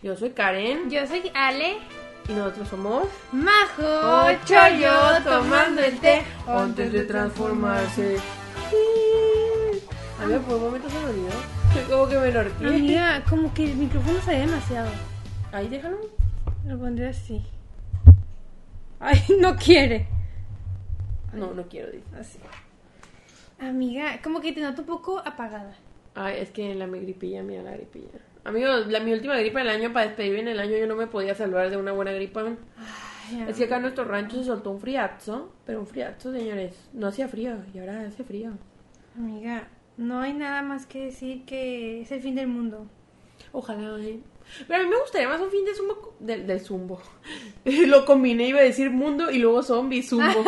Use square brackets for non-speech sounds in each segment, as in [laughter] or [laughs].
Yo soy Karen Yo soy Ale, y nosotros somos Majo, Ocho Chollo, tomando el té antes de transformarse. A mí por un momento se me olvidó. Como que me norteé. Amiga, como que el micrófono se ve demasiado. Ahí déjalo. Lo pondré así. Ay, [laughs] no quiere. No, no quiero decir. Así. Amiga, como que te noto un poco apagada. Ay, es que la mi gripilla, mira la gripilla. Amigos, la, mi última gripa del año, para despedirme en el año, yo no me podía salvar de una buena gripa. Ay, Es que acá en nuestro rancho se soltó un friazo, pero un friazo, señores. No hacía frío, y ahora hace frío. amiga, no hay nada más que decir que es el fin del mundo. Ojalá, ¿eh? Pero a mí me gustaría más un fin de zumbo. co- Del, del zumbo. [laughs] Lo combiné, iba a decir mundo y luego zombies, [laughs] zumbo.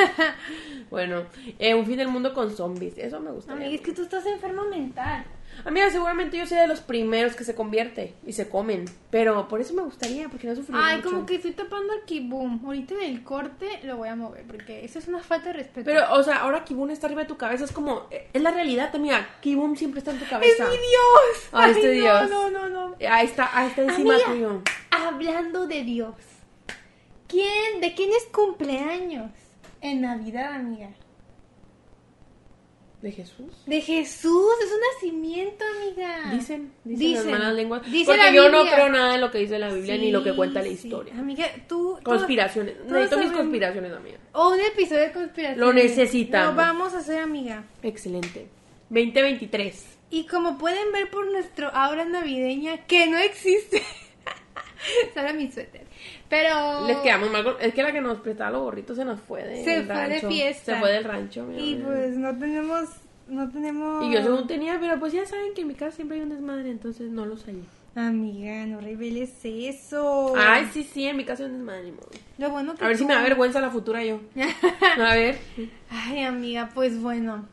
bueno, eh, un fin del mundo con zombies. Eso me gustaría. Amiga, es que tú estás enferma mental. Amiga, seguramente yo soy de los primeros que se convierte y se comen. Pero por eso me gustaría, porque no sufriría. Ay, mucho. como que estoy tapando aquí, boom. Ahorita en el corte lo voy a mover porque eso es una falta de respeto. Pero, o sea, ahora Kibum está arriba de tu cabeza. Es como. eh, Es la realidad, amiga. Kibum siempre está en tu ¡Es cabeza. mi Dios! Ay, este Dios. No, no, no, no. Eh, Ahí está, ahí está encima Amiga. tuyo. Hablando de Dios. ¿Quién? ¿De quién es cumpleaños? En Navidad, amiga. De Jesús. De Jesús, es un nacimiento, amiga. Dicen, dicen, las Dicen. malas lenguas. Dice porque la yo no Biblia. creo nada en lo que dice la Biblia ni lo que Sí, cuenta la sí. historia. Amiga, tú. tú- Conspiraciones. tú Necesito mis sabes- conspiraciones, amiga. O un episodio de conspiración. Lo necesitamos. Lo vamos a hacer, amiga. Excelente. 2023. Y como pueden ver por nuestro aura navideña, que no existe. [laughs] Solo mi suéter. Pero. Les quedamos mal. con- Es que la que nos prestaba los gorritos se nos fue de Oh. Se del fue de rancho. fiesta. Se fue del rancho, mira, Y mira. pues oh. no tenemos. No tenemos. Y yo según tenía, pero pues ya saben que en mi casa siempre hay un desmadre, entonces no los hallé. Amiga, no reveles eso. Ay, sí, sí, en mi casa hay un desmadre. ni modo. Lo bueno que A ver si Oh. tú- me da vergüenza la futura [laughs] yo. A ver. Ay, amiga, pues bueno.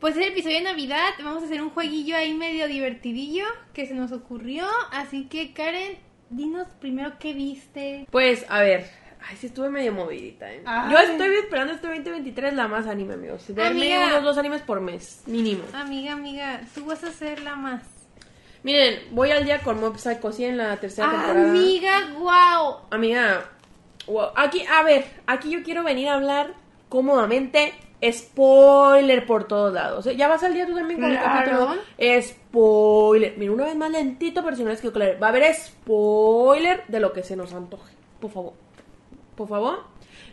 Pues es el episodio de Navidad. Vamos a hacer un jueguillo ahí medio divertidillo que se nos ocurrió. Así que, Karen, dinos primero qué viste. Pues, a ver. Ay, sí estuve medio movidita, ¿eh? Ay. Yo estoy esperando este 2023 la más anime, amigos. Verme Amiga. unos dos animes por mes, mínimo. Amiga, amiga, tú vas a ser la más. Miren, voy al día con Mob Psycho 100 en la tercera temporada. Ah, Amiga, wow. Amiga, wow. Aquí, a ver, aquí yo quiero venir a hablar cómodamente. Spoiler por todos lados. ¿eh? Ya vas al día tú también con Claro. el capítulo. Spoiler. Mira, una vez más lentito, pero si no es que claro. Va a haber spoiler de lo que se nos antoje. Por favor. Por favor.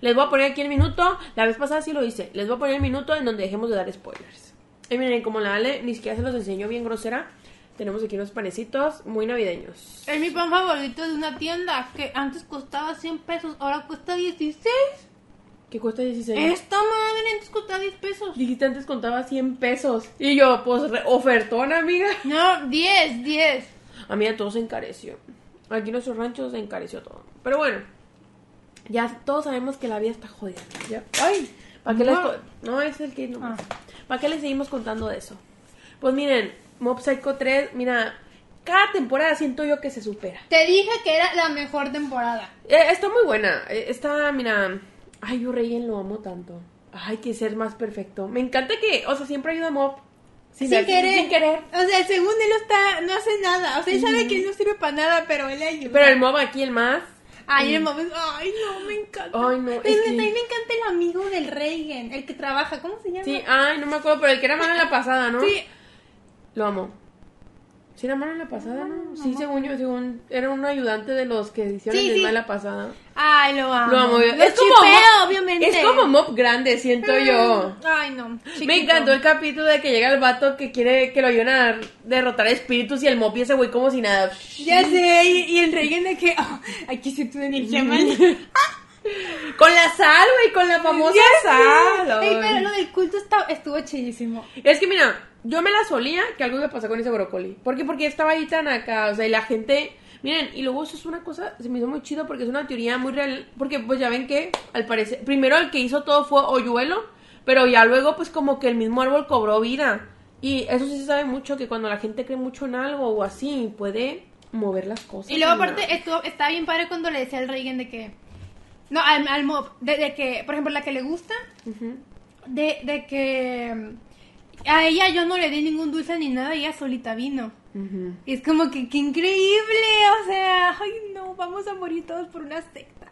Les voy a poner aquí el minuto. La vez pasada sí lo hice. Les voy a poner el minuto en donde dejemos de dar spoilers. Y miren, como la Ale ni siquiera se los enseñó bien grosera, tenemos aquí unos panecitos muy navideños. Es mi pan favorito de una tienda que antes costaba 100 pesos, ahora cuesta 16. Que cuesta 16. Esta madre antes costaba 10 pesos. Dijiste antes contaba 100 pesos. Y yo, pues, re- ofertón, amiga. No, 10, 10. Amiga, todo se encareció. Aquí en nuestro rancho se encareció todo. Pero bueno, ya todos sabemos que la vida está jodida. Ya. ¡Ay! ¿Para qué No. les co- No, es el que nomás. Ah. ¿Para qué les seguimos contando de eso? Pues miren, Mob Psycho 3, mira, cada temporada siento yo que se supera. Te dije que era la mejor temporada. Eh, está muy buena. Eh, está, mira. Ay, yo Reyen lo amo tanto. Ay, que ser más perfecto. Me encanta que, o sea, siempre ayuda a Mob. Sin, dar- querer. sin querer. O sea, según él no está, no hace nada. O sea, él sabe que él no sirve para nada, pero él le ayuda. Mm. Pero el Mob aquí, el más. Ay, el momento, ay, no, me encanta. Ay, no, es Pero que- también me encanta el amigo del Reigen, el que trabaja, ¿cómo se llama? Sí, ay, no me acuerdo, pero el que era malo en la pasada, ¿no? Sí. Lo amo. Sí, era malo en la pasada, ¿no? Sí, según yo, según. Era un ayudante de los que hicieron Sí, el sí. mal la pasada. Ay, lo amo. Lo amo. Lo es como. chipeo, Mob- obviamente. Es como Mob grande, siento yo. Mm, Ay, no. Me chiquito. encantó el capítulo de que llega el vato que quiere que lo ayuden a derrotar espíritus y el mopi ese güey como si nada. Ya sé, y, y el Reigen de que, oh, aquí se tuvo energía mal. [laughs] Con la sal, güey, con la famosa sal. Ey, ay. pero lo del culto está- estuvo chillísimo. Es que mira, yo me la solía que algo iba a pasar con ese brócoli. ¿Por qué? Porque estaba ahí tan acá, o sea, y la gente... Miren, y luego eso es una cosa, se me hizo muy chido porque es una teoría muy real, porque pues ya ven que, al parecer, primero el que hizo todo fue Oyuelo, pero ya luego pues como que el mismo árbol cobró vida. Y eso sí se sabe mucho, que cuando la gente cree mucho en algo o así, puede mover las cosas. Y luego mira. aparte eh, estuvo, estaba bien padre cuando le decía al Reigen de que... No, al, al mob, de, de que, por ejemplo, la que le gusta, Ujú. de, de que mm, a ella yo no le di ningún dulce ni nada, ella solita vino. Ujú. Y es como que, qué increíble, o sea, no, vamos a morir todos por una secta.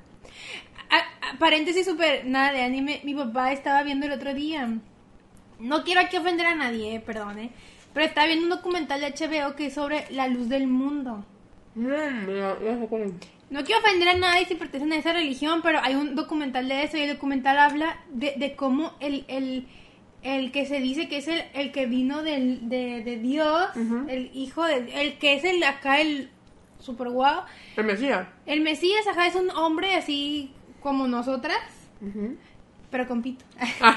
A- a- paréntesis súper, nada de anime, mi papá estaba viendo el otro día. No quiero aquí ofender a nadie, eh, perdón, eh, pero estaba viendo un documental de HBO que es sobre la luz del mundo. No, no, no Mm, sé cuál es. No quiero ofender a nadie si pertenecen a esa religión, pero hay un documental de eso y el documental habla de, de cómo el, el, el que se dice que es el, el que vino del, de, de Dios, Ujú. el hijo de el que es el acá el super guau, El Mesías. el Mesías ajá es un hombre así como nosotras, Ujú. pero [laughs] con pito. [laughs]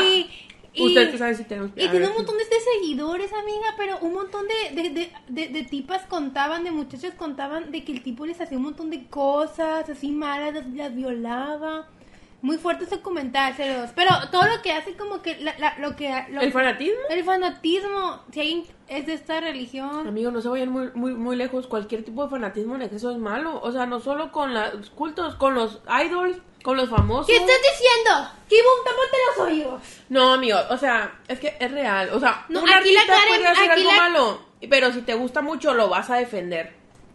y, y- Usted que sabe si tenemos y a tiene ver, un montón de seguidores, amiga, pero un montón de, de, de, de- de tipas contaban, de muchachos contaban de que el tipo les hacía un montón de cosas así malas, las, las violaba. Muy fuerte ese comentario, pero todo lo que hace como que la- la- lo que... lo- ¿El fanatismo? el fanatismo, si alguien es de esta religión... Amigo, no se vayan muy, muy, muy lejos. Cualquier tipo de fanatismo en exceso es malo. O sea, no solo con la- los cultos, con los idols, con los famosos. ¿Qué estás diciendo? Kibum, tápate los oídos. No, amigo, o sea, es que es real. O sea, No, un aquí la artista Karen- puede hacer aquí algo la- malo, pero si te gusta mucho lo vas a defender.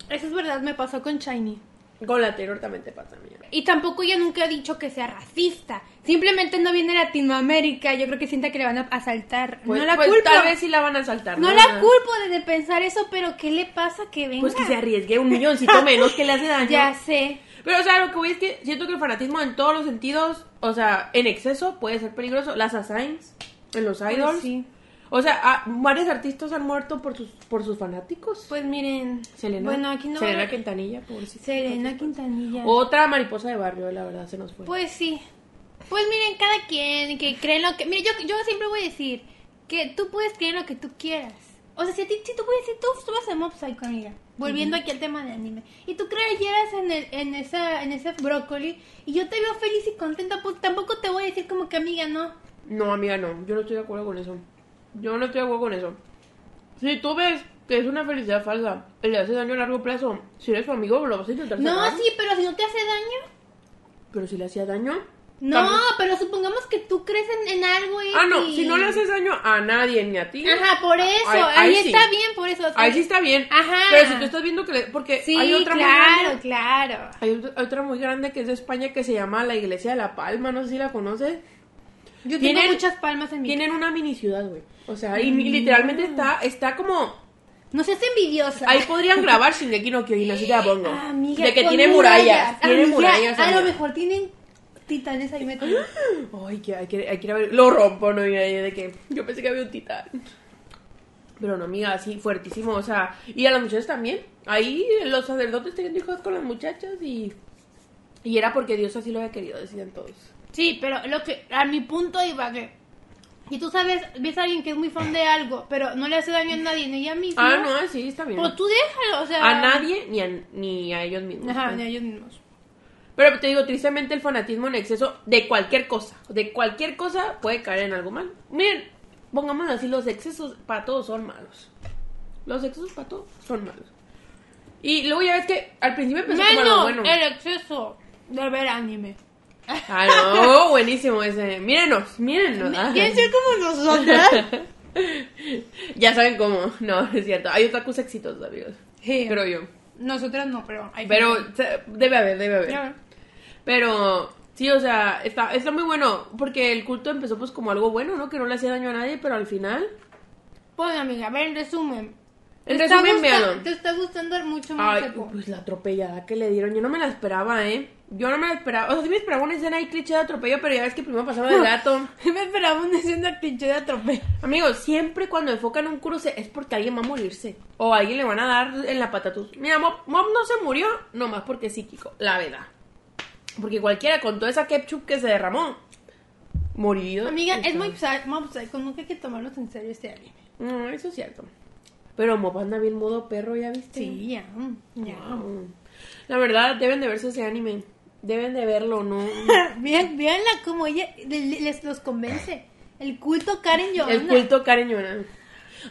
Eso es verdad, me pasó con Shiny. Con la Taylor también te pasa, amiga. Y tampoco ella nunca ha dicho que sea racista. Simplemente no viene de Latinoamérica. Yo creo que siente que le van a asaltar. Pues- no la pues, culpo. Tal vez sí la van a saltar. no la culpo de pensar eso, pero ¿qué le pasa que venga? Pues que se arriesgue un milloncito menos que le hace daño. [laughs] ya sé. Pero, o sea, lo que voy es que siento que el fanatismo en todos los sentidos, o sea, en exceso puede ser peligroso. Las assigns, en los Pues idols. sí. O sea, ah, varios artistas han muerto por sus, por sus fanáticos. Pues miren. Selena. Bueno, aquí no. Selena Quintanilla, pobrecita. Selena Quintanilla. Otra mariposa de barrio, la verdad, se nos fue. Pues sí. Pues miren, cada quien que cree en lo que. Mira, yo, yo siempre voy a decir que tú puedes creer en lo que tú quieras. O sea, si, a ti, si tú puedes decir, tú, tú vas a ser Mob Psycho, amiga. Volviendo aquí al tema de anime. Y tú creyeras en, el, en, esa, en ese brócoli. Y yo te veo feliz y contenta. Pues tampoco te voy a decir como que, amiga, no. No, amiga, no. Yo no estoy de acuerdo con eso. Yo no estoy de acuerdo con eso. Si tú ves que es una felicidad falsa y le hace daño a largo plazo, si eres su amigo, lo vas a intentar No, sacar. sí, pero si no te hace daño. Pero si le hacía daño. No, tampoco- pero supongamos que tú crees en, en algo eh, y. Ah, no. Si no le haces daño a nadie ni a ti. Ajá, por eso. Ahí- Ahí, ahí sí. está bien, por eso. o sea, Ahí sí está bien. Ajá. Pero si tú estás viendo que le- Porque Sí, hay otra muy claro, grande- claro. hay ot- hay otra muy grande que es de España que se llama la Iglesia de la Palma, no sé si la conoces. Yo Tienen- tengo muchas palmas en mi Tienen una mini ciudad, güey. O sea, y y literalmente Mm. está, está como No seas envidiosa. Ahí podrían grabar sin que no Kyojin, así te la pongo. Ah, amiga, de que con tiene murallas. Tiene Amiga, murallas. A amiga. lo mejor tienen titanes ahí metidos. Ay, que hay que, hay que ir a ver. Lo rompo, ¿no? Y ahí de que yo pensé que había un titán. Pero no, amiga, así fuertísimo. O sea, y a las muchachas también. Ahí los sacerdotes tenían hijos con las muchachas y. Y era porque Dios así lo había querido, decían todos. Sí, pero lo que a mi punto iba que y tú sabes, ves a alguien que es muy fan de algo, pero no le hace daño a nadie, ni a mí mismo. Ah, no, sí, está bien. Pues tú déjalo, o sea, A nadie ni a, ni a ellos mismos. Ajá, ni a ellos mismos. Pero te digo, tristemente el fanatismo en exceso de cualquier cosa, de cualquier cosa puede caer en algo mal. Miren, pongamos así, los excesos para todos son malos. Los excesos para todos son malos. Y luego ya ves que al principio empezó como algo Menos bueno. el exceso de ver anime. Ah, no, buenísimo ese. Mírenos, mírenos. Ah. Quieren ser como [laughs] nosotras. Ya saben cómo. No, es cierto. Hay otra cosa exitosa, amigos. Sí. Creo yo. Nosotras no, pero hay Pero gente. se- debe haber, debe haber. Ya ver. Pero sí, o sea, está, está muy bueno porque el culto empezó pues como algo bueno, ¿no? Que no le hacía daño a nadie, pero al final... Bueno, Pues, amiga, a ver, en resumen. En Te está resumen, gusta- véanlo. Te está gustando mucho más Ay, pues la atropellada que le dieron, yo no me la esperaba, ¿eh? Yo no me la esperaba, o sea, sí me esperaba una escena ahí cliché de atropello, pero ya ves que primero pasaba el gato. [laughs] Me esperaba una escena cliché de atropello. Amigos, siempre cuando enfocan un cruce es porque alguien va a morirse. O a alguien le van a dar en la patatús. Mira, Mob, Mob no se murió nomás porque es psíquico, la verdad. Porque cualquiera con toda esa ketchup que se derramó, morido. Amiga, es estaba. muy psy- mob psycho, nunca hay que tomarnos en serio este anime. No, Mm, eso es cierto. Pero Mob anda bien modo perro, ¿ya viste? ya, mm, ya. Wow. La verdad, deben de verse ese anime. Deben de verlo, [laughs] ¿no? Vean, veanla como ella le- les los convence. El culto Karen Yolanda. El culto Karen Yona.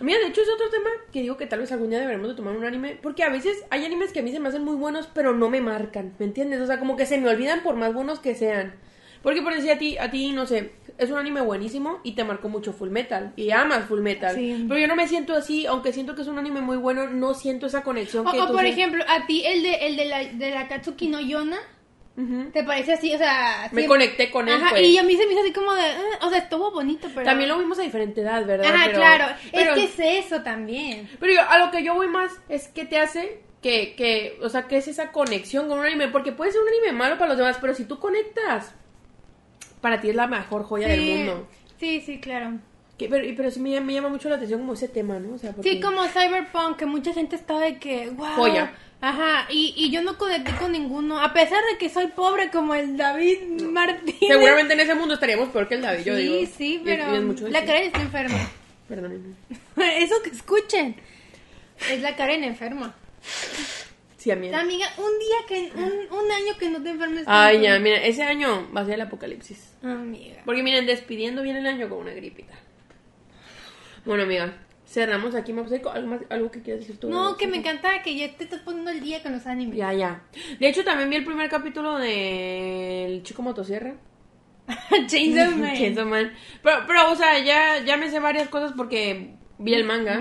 Mira, de hecho es otro tema que digo que tal vez algún día deberemos de tomar un anime, porque a veces hay animes que a mí se me hacen muy buenos, pero no me marcan, ¿me entiendes? O sea, como que se me olvidan por más buenos que sean. Porque por decir a ti, a ti, no sé, es un anime buenísimo y te marcó mucho Full Metal. Y amas Full Metal. Sí. Pero yo no me siento así, aunque siento que es un anime muy bueno, no siento esa conexión O, que o tú por sí- ejemplo, a ti el de, el de la, de la Katsuki no Yona, Ujú. ¿te parece así? O sea... Me siempre- conecté con él, Ajá, pues. y a mí se me hizo así como de... "Ah", o sea, estuvo bonito, pero... También lo vimos a diferente edad, ¿verdad? Ajá, Pero- claro. pero- Es que es eso también. Pero yo- a lo que yo voy más es que te hace que, que, o sea, que es esa conexión con un anime. Porque puede ser un anime malo para los demás, pero si tú conectas, para ti es la mejor joya del mundo. sí, sí, claro. Que- pero, y- pero sí me, llama- me llama mucho la atención como ese tema, ¿no? O sea, porque- Sí, como Cyberpunk, que mucha gente estaba de que, wow. Joya. Ajá, y, y yo no conecté con ninguno, a pesar de que soy pobre como el David Martínez. Seguramente en ese mundo estaríamos peor que el David, Sí, yo digo. Y sí, es- pero y es mucho la decir. Karen está enferma. [laughs] Perdónenme. Eso que escuchen. Es la Karen enferma. Sí, a mí. Amiga, un día que, un, un año que no te enfermes. Ay, ya, tanto. mira, ese año va a ser el apocalipsis. Amiga. Porque miren, despidiendo bien el año con una gripita. Bueno, amiga, cerramos aquí. ¿Me ¿Algo, más- algo que quieras decir tú? No, que Sí. me encanta que ya te estás poniendo el día con los animes. Ya, ya. De hecho, también vi el primer capítulo del Chico [laughs] Motosierra. [laughs] Chainsaw Man. [laughs] Chainsaw Man. Pero, pero, o sea, ya, ya me sé varias cosas porque vi el manga.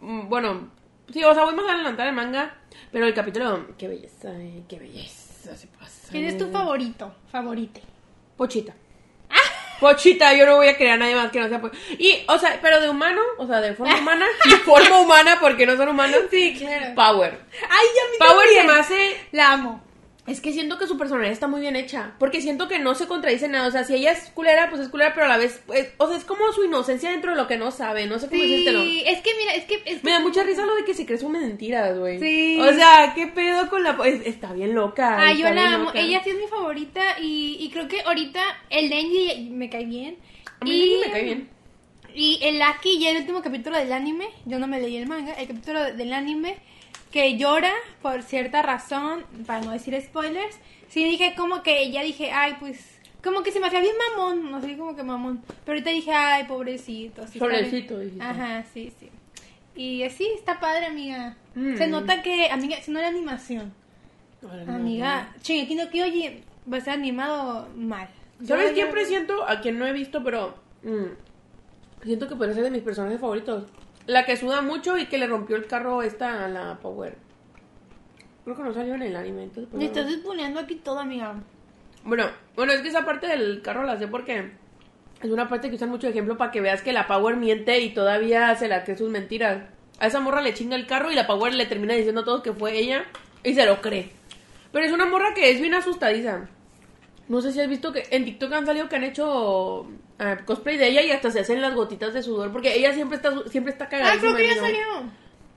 Mm, Bueno, sí, o sea, voy más a adelantar el manga. Pero el capítulo, qué belleza, eh, qué belleza se pasa. ¿Quién es tu eh. favorito? Favorite. Pochita. Ah. Pochita, yo no voy a creer a nadie más que no sea po- Y, o sea, pero de humano, o sea, de forma [laughs] humana, de forma humana, porque no son humanos. Sí, claro. Power. Ay, ya me Power se también. me hace La amo. Es que siento que su personalidad está muy bien hecha. Porque siento que no se contradice nada. O sea, si ella es culera, pues es culera, pero a la vez. pues, o sea, es como su inocencia dentro de lo que no sabe. No sé cómo este decírtelo. Sí, es que mira, es que, es que- Me da mucha risa lo de que se cree su mentiras, güey. Sí. O sea, ¿qué pedo con la.? po- es- está bien loca. Ay, está Ah, yo la bien amo. loca. Ella sí es mi favorita y, y creo que ahorita el Denji me cae bien. A mí y, Denji me cae bien. Y el Aki ya el último capítulo del anime, yo no me leí el manga, el capítulo de- del anime que llora por cierta razón, para no decir spoilers. Sí dije como que ya dije, ay, pues como que se me hacía bien mamón, no sé, como que mamón. Pero ahorita dije, ay, pobrecito. sí está bien". Pobrecito, dijiste. Ajá, sí, sí. Y así está padre, amiga. Mm. Se nota que, amiga, si no la animación. Ay, no, Amiga, Shingeki no Kyojin va a ser animado mal. no. Yo- ¿Sabes quién presiento? A quien no he visto, pero. mm, siento que podría ser de mis personajes favoritos. La que suda mucho y que le rompió el carro esta a la Power. Creo que no salió en el anime, entonces. pues, no. Me estás exponiendo aquí todo, amiga. Bueno, bueno, es que esa parte del carro la sé porque es una parte que usan mucho de ejemplo para que veas que la Power miente y todavía se la cree sus mentiras. A esa morra le chinga el carro y la Power le termina diciendo a todos que fue ella y se lo cree. Pero es una morra que es bien asustadiza. No sé si has visto que en TikTok han salido que han hecho ah, cosplay de ella y hasta se hacen las gotitas de sudor porque ella siempre está su- siempre está cagada. Ah, creo que ya salió.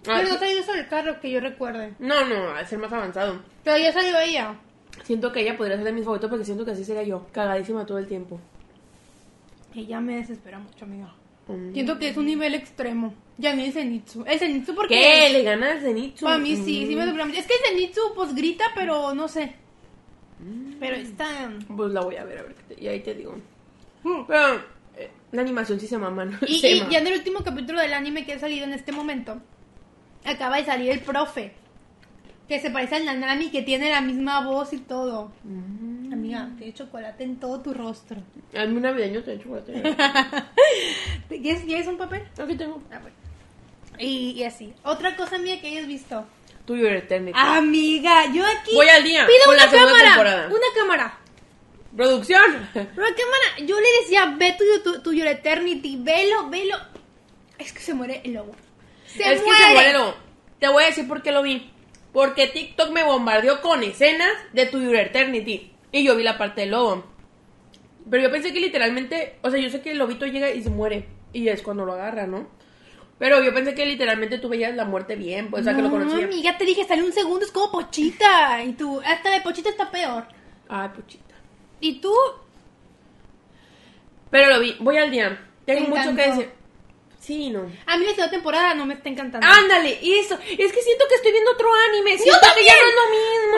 Pero sí. no salió sobre el carro, que yo recuerde. No, no, al ser más avanzado. Pero ya salió ella. Siento que ella podría ser de mis favoritos porque siento que así sería yo, cagadísima todo el tiempo. Ella me desespera mucho, amiga. Mm. Siento que es un nivel extremo. Ya ni el Zenitsu. El Zenitsu porque... ¿Qué? ¿Le gana el Zenitsu? Para mí sí, sí Mm. me desespera mucho. Es que el Zenitsu pues grita, pero no sé. Pero está... em, [laughs] Pues la voy a ver, a ver, qué te- y ahí te digo. Pero eh, la animación sí se mama, ¿no? Y, Se y mama. ya en el último capítulo del anime que ha salido en este momento, acaba de salir el profe, que se parece al Nanami, que tiene la misma voz y todo. Mm. Amiga, tiene chocolate en todo tu rostro. Hazme un navideño te chocolate. [laughs] ¿Te- ¿Quieres, quieres un papel? Aquí tengo. Ah, bueno. Y, y así. Otra cosa mía que hayas visto. Tú y Eternity. Ah. Amiga, yo aquí... Voy al día, Pido con una la segunda cámara. temporada. Una cámara. ¡Producción! Una cámara. Yo le decía, ve tu, tu, tu Your Eternity, velo, velo. Es que se muere el lobo. Se es que se muere lo- Te voy a decir por qué lo vi. Porque TikTok me bombardeó con escenas de To Your Eternity. Y yo vi la parte del lobo. Pero yo pensé que literalmente. O sea, yo sé que el lobito llega y se muere. Y es cuando lo agarra, ¿no? Pero yo pensé que literalmente tú veías la muerte bien. Pues, o sea, que lo no, conocías. amiga, te dije, sale un segundo, es como Pochita. Y tú, hasta de Pochita está peor. Ay, puchita. Y tú, Pero lo vi. Voy al día. Tengo Te mucho que encantó. decir. Sí, no. a mí la segunda temporada no me está encantando. Ándale, eso. Es que siento que estoy viendo otro anime. Siento que ya también! no es lo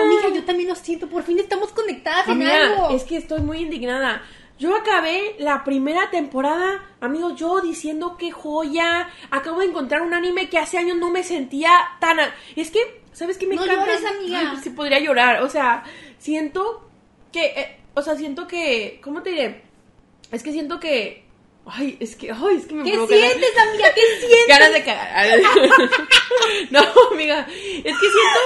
mismo. Amiga, yo también lo siento, por fin estamos conectadas en Amiga, algo. es que estoy muy indignada. Yo acabé la primera temporada, amigos, yo diciendo que joya. Acabo de encontrar un anime que hace años no me sentía tan. a- Es que, ¿sabes qué me No encanta? llores, amiga. Ay, pues, sí podría llorar. O sea, siento que eh, o sea, siento que, ¿cómo te diré? Es que siento que, ay, es que, ay, es que [laughs] me ¿Qué provoca- sientes, amiga? [laughs] ¿Qué sientes? Ganas de cagar. [laughs] No, amiga. Es que siento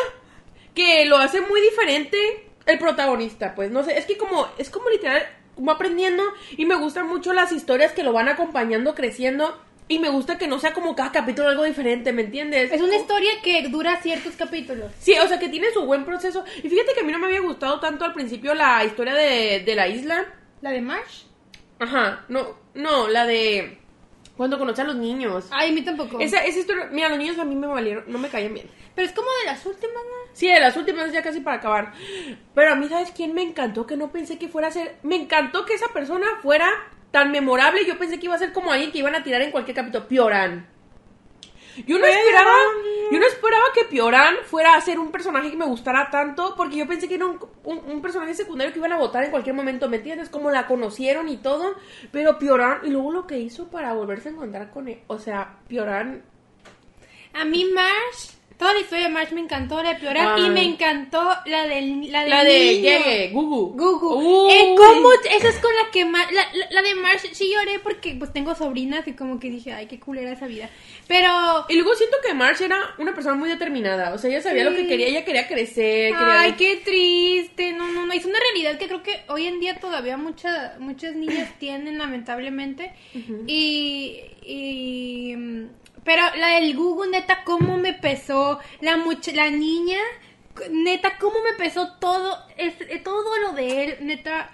que lo hace muy diferente el protagonista, pues. No sé, es que como, es como literal, va aprendiendo y me gustan mucho las historias que lo van acompañando, creciendo. Y me gusta que no sea como cada capítulo algo diferente, ¿me entiendes? Es una historia que dura ciertos capítulos. Sí, o sea que tiene su buen proceso. Y fíjate que a mí no me había gustado tanto al principio la historia de, de la isla. ¿La de Marsh? Ajá, no, no, la de cuando conoce a los niños. Ay, a mí tampoco. Esa, esa historia, mira, los niños a mí me valieron, no me caían bien. Pero es como de las últimas, ¿no? Sí, de las últimas ya casi para acabar. Pero a mí, ¿sabes quién me encantó? Que no pensé que fuera a ser. Me encantó que esa persona fuera tan memorable. Yo pensé que iba a ser como alguien que iban a tirar en cualquier capítulo. Pioran. Yo no esperaba. Yo no esperaba que Pioran fuera a ser un personaje que me gustara tanto. Porque yo pensé que era un, un- un personaje secundario que iban a votar en cualquier momento. ¿Me entiendes? Como la conocieron y todo. Pero Pioran. Y luego lo que hizo para volverse a encontrar con él. O sea, Pioran. A mí Marsh, toda la historia de Marsh me encantó, la de Piorar, Ay. y me encantó la del la del La de niño. Yeye, Gugu. Gugu. Uy. Eh, ¿Cómo? Esa es con la que más... La, la- la de Marsh sí lloré porque pues tengo sobrinas y como que dije, ay, qué culera esa vida. Pero... Y luego siento que Marge era una persona muy determinada. O sea, ella sabía Sí. lo que quería, ella quería crecer. Quería... Ay, qué triste. No, no, no. Es una realidad que creo que hoy en día todavía mucha, muchas niñas tienen, lamentablemente. Y. y, mm, Pero la del Google, neta, cómo me pesó. La, much la niña, c- neta, cómo me pesó todo, es- eh, todo lo de él, neta.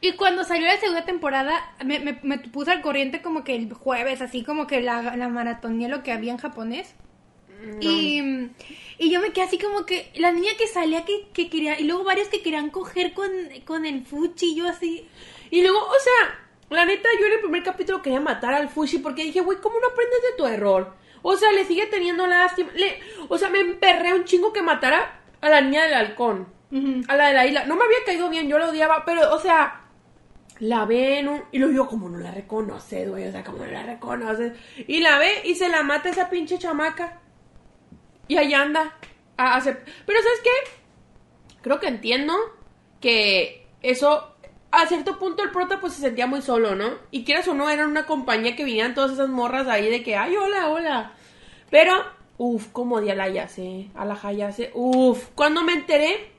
Y cuando salió la segunda temporada, me, me, me puse al corriente como que el jueves, así como que la, la maratoné lo que había en japonés. Y, y yo me quedé así como que la niña que salía que, que quería, y luego varios que querían coger con, con el fuchi, y yo así. Y luego, o sea, la neta, yo en el primer capítulo quería matar al Fushi porque dije, güey, ¿cómo no aprendes de tu error? O sea, le sigue teniendo lástima. le- O sea, me emperré un chingo que matara a la niña del halcón. A la de la isla. No me había caído bien, yo la odiaba, pero, o sea, la ve en un- Y luego yo, como no la reconoce, güey, o sea, como no la reconoce. Y la ve y se la mata esa pinche chamaca. Y ahí anda. a- a hacer- Pero, ¿sabes qué? creo que entiendo que eso a cierto punto el prota pues se sentía muy solo, ¿no? Y quieras o no, eran una compañía que vinían todas esas morras ahí de que, ay, hola, hola. Pero, uff, como odié a la Yase, a la Hayase, uff, cuando me enteré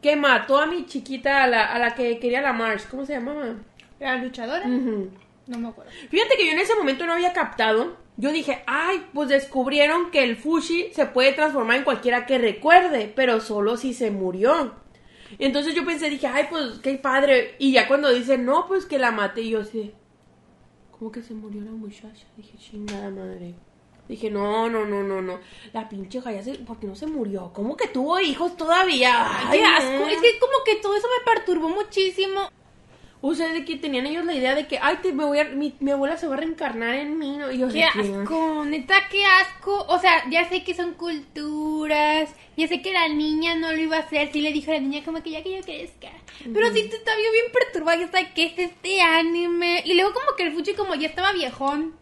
que mató a mi chiquita, a la, a la que quería la Mars, ¿cómo se llamaba? La luchadora, Ujú. no me acuerdo. Fíjate que yo en ese momento no había captado. Yo dije, ay, pues descubrieron que el Fushi se puede transformar en cualquiera que recuerde, pero solo si se murió. Entonces yo pensé, dije, ay, pues qué padre. Y ya cuando dice, no, pues que la maté, y yo así, ¿cómo que se murió la muchacha? Dije, chingada madre. Dije, no, no, no, no, no. La pinche Hayase, ¿por qué no se murió? ¿Cómo que tuvo hijos todavía? ¡Qué no. asco! Es que como que todo eso me perturbó muchísimo. O sea, de que tenían ellos la idea de que, ay, te, me voy a- mi, mi abuela se va a reencarnar en mí, ¿no? Y yo ¡Qué de que, asco! Neta, qué asco. O sea, ya sé que son culturas, ya sé que la niña no lo iba a hacer, sí le dijo a la niña como que ya que yo crezca. Pero sí, te estaba yo bien perturbada, ya está, ¿qué es este anime? Y luego como que el fuchi como ya estaba viejón.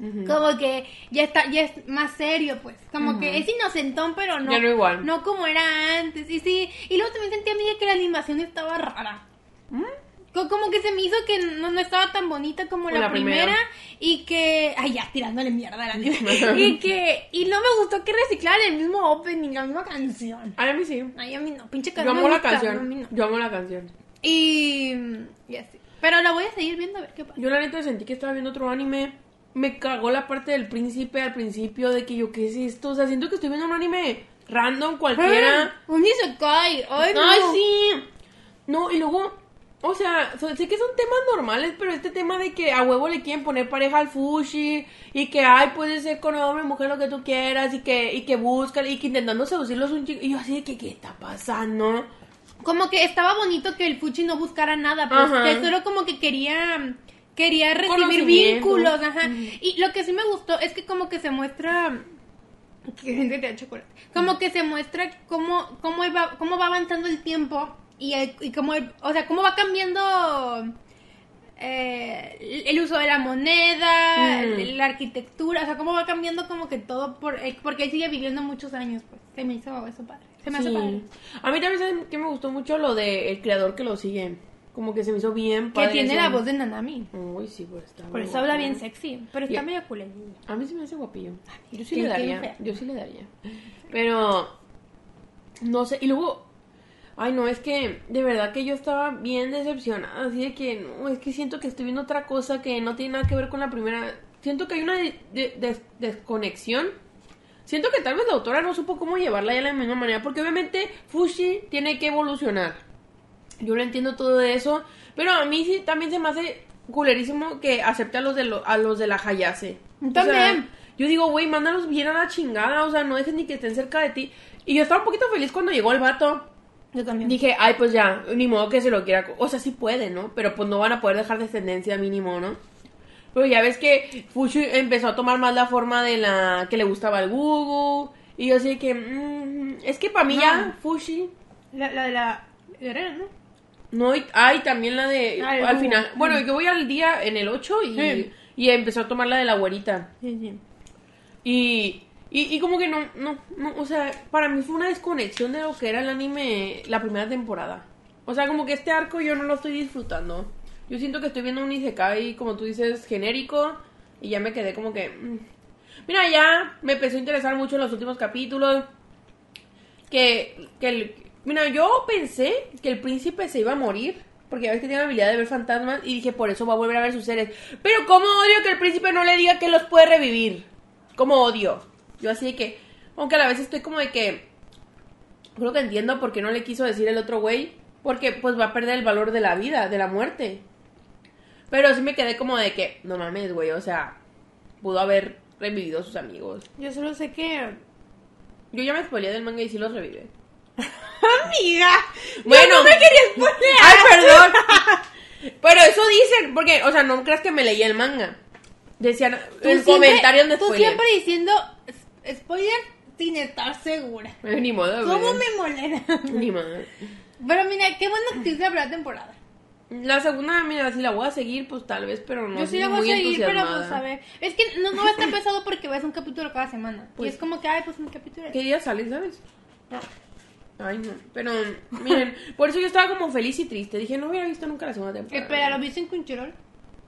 Ujú. Como que ya está, ya es más serio, pues. Como que es inocentón, pero no. Ya no igual. No como era antes. Y sí. Y luego también sentí amiga que la animación estaba rara. Co- Como que se me hizo que no, no estaba tan bonita como O la, la primera, primera. Y que. Ay, ya tirándole mierda [laughs] al anime. y que. Y no me gustó que reciclaran el mismo opening, la misma canción. Ay, a mí sí. Ay, a mí no, pinche Yo canción. amo me la gusta, no, a mí canción. no. Yo amo la canción. Y. Y así. Pero la voy a seguir viendo a ver qué pasa. Yo la neta sentí que estaba viendo otro anime. Me cagó la parte del príncipe al principio de que yo, ¿qué es esto? O sea, siento que estoy viendo un anime random cualquiera. Ah, Un isekai. Ay, no. Ay, sí. No, y luego, o sea, so- sé que son temas normales, pero este tema de que a huevo le quieren poner pareja al fushi y que, ay, puede ser con hombre, mujer, lo que tú quieras y que, y que buscan y que intentando seducirlos un chico. Y yo así de que, ¿qué está pasando? Como que estaba bonito que el Fuchi no buscara nada, pues Ajá. que solo como que quería quería recibir Conocimiento. vínculos, ajá. Y lo que sí me gustó es que como que se muestra que gente te da chocolate. Como que se muestra cómo cómo él va cómo va avanzando el tiempo y, el- y cómo él- o sea, cómo va cambiando eh, el uso de la moneda, Mm. la arquitectura, o sea, cómo va cambiando como que todo por él- porque él sigue viviendo muchos años, pues. Se me hizo eso padre. Se me hace Sí. padre. A mí también saben que me gustó mucho lo del creador que lo sigue. Como que se me hizo bien Que padre tiene ese- la voz de Nanami. Uy, sí, pues está Por muy eso habla guapo. bien sexy. Pero está Ya. medio cool el niño. A mí se me hace guapillo. Yo sí le qué- qué daría. fea. Yo sí le daría. Pero. No sé. Y luego. Ay, no, es que de verdad que yo estaba bien decepcionada. Así de que no, es que siento que estoy viendo otra cosa que no tiene nada que ver con la primera. Siento que hay una de- de- des- desconexión. Siento que tal vez la autora no supo cómo llevarla ya de la misma manera. Porque obviamente Fushi tiene que evolucionar. Yo lo entiendo todo de eso, pero a mí sí también se me hace culerísimo que acepte a los de, lo- a los de la Hayase. O sea, También. yo digo, güey, mándalos bien a la chingada, o sea, no dejes ni que estén cerca de ti. Y yo estaba un poquito feliz cuando llegó el vato. Yo también. Dije, ay, pues ya, ni modo que se lo quiera. co- O sea, sí puede, ¿no? Pero pues no van a poder dejar descendencia mínimo, ¿no? Pero ya ves que Fushi empezó a tomar más la forma de la que le gustaba al Gugu. Y yo así de que, mm, es que para mí ya Fushi La, la de la guerrera, ¿no? no, y, ah, y también la de. Ah, el al Hugo. final. Bueno, yo voy al día en el 8 y, Sí. y empezó a tomar la de la güerita. Sí, sí. Y, y, y como que no, no, no, o sea, para mí fue una desconexión de lo que era el anime la primera temporada. O sea, como que este arco yo no lo estoy disfrutando. Yo siento que estoy viendo un Isekai, como tú dices, genérico. Y ya me quedé como que. mm. Mira, ya me empezó a interesar mucho en los últimos capítulos. Que, que el- Mira, yo pensé que el príncipe se iba a morir. Porque ya ves que tiene la habilidad de ver fantasmas. Y dije, por eso va a volver a ver sus seres. Pero, ¿cómo odio que el príncipe no le diga que los puede revivir? Como odio. Yo, así de que. Aunque a la vez estoy como de que. Creo que entiendo por qué no le quiso decir el otro güey. Porque, pues, va a perder el valor de la vida, de la muerte. Pero sí me quedé como de que. No mames, güey. O sea, pudo haber revivido a sus amigos. Yo solo sé que. Yo ya me spoileé del manga y sí los revive. ¡Amiga! Bueno. Yo no me quería spoilear. Ay, perdón. [laughs] Pero eso dicen, porque, o sea, no creas que me leí el manga. Decían Tú el siempre- comentario donde Tú siempre diciendo s- spoiler sin estar segura. Eh, Ni modo, güey. ¿Cómo me molera? Ni modo. [laughs] Pero mira, qué buena actriz de la primera temporada. La segunda, mira, si la voy a seguir, pues tal vez, pero no Yo sí estoy la voy muy a seguir, pero pues entusiasmada. a ver. Es que no, no va a estar pesado porque ves un capítulo cada semana. Pues- y es como que, ay, pues un capítulo. ¿Qué día sale, sabes? No. Ay, no. Pero, miren, por eso yo estaba como feliz y triste. Dije, no hubiera visto nunca la segunda temporada. Espera, ¿lo viste en Crunchyroll?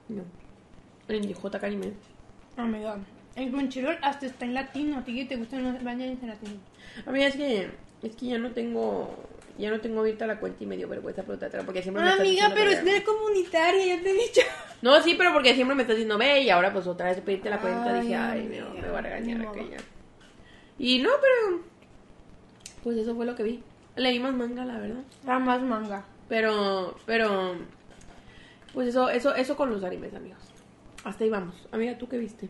No. En JK Anime. Amiga, en Crunchyroll hasta está en latino. ¿A ti que te gustan los baños en latino? A mí es que, es que ya no tengo... Ya no tengo abierta la cuenta y me dio vergüenza preguntar porque siempre me están Ah, amiga, diciendo pero que es vea. de comunitaria, ya te he dicho. No, sí, pero porque siempre me estás diciendo, ve, y ahora pues otra vez pedirte la cuenta. Ay, dije, ay, amiga, no, me va a regañar ni modo. aquella. Y no, pero. Pues eso fue lo que vi. Leí más manga, la verdad. Ah, más manga. Pero, pero. Pues eso, eso, eso con los animes, amigos. Hasta ahí vamos. Amiga, ¿tú qué viste?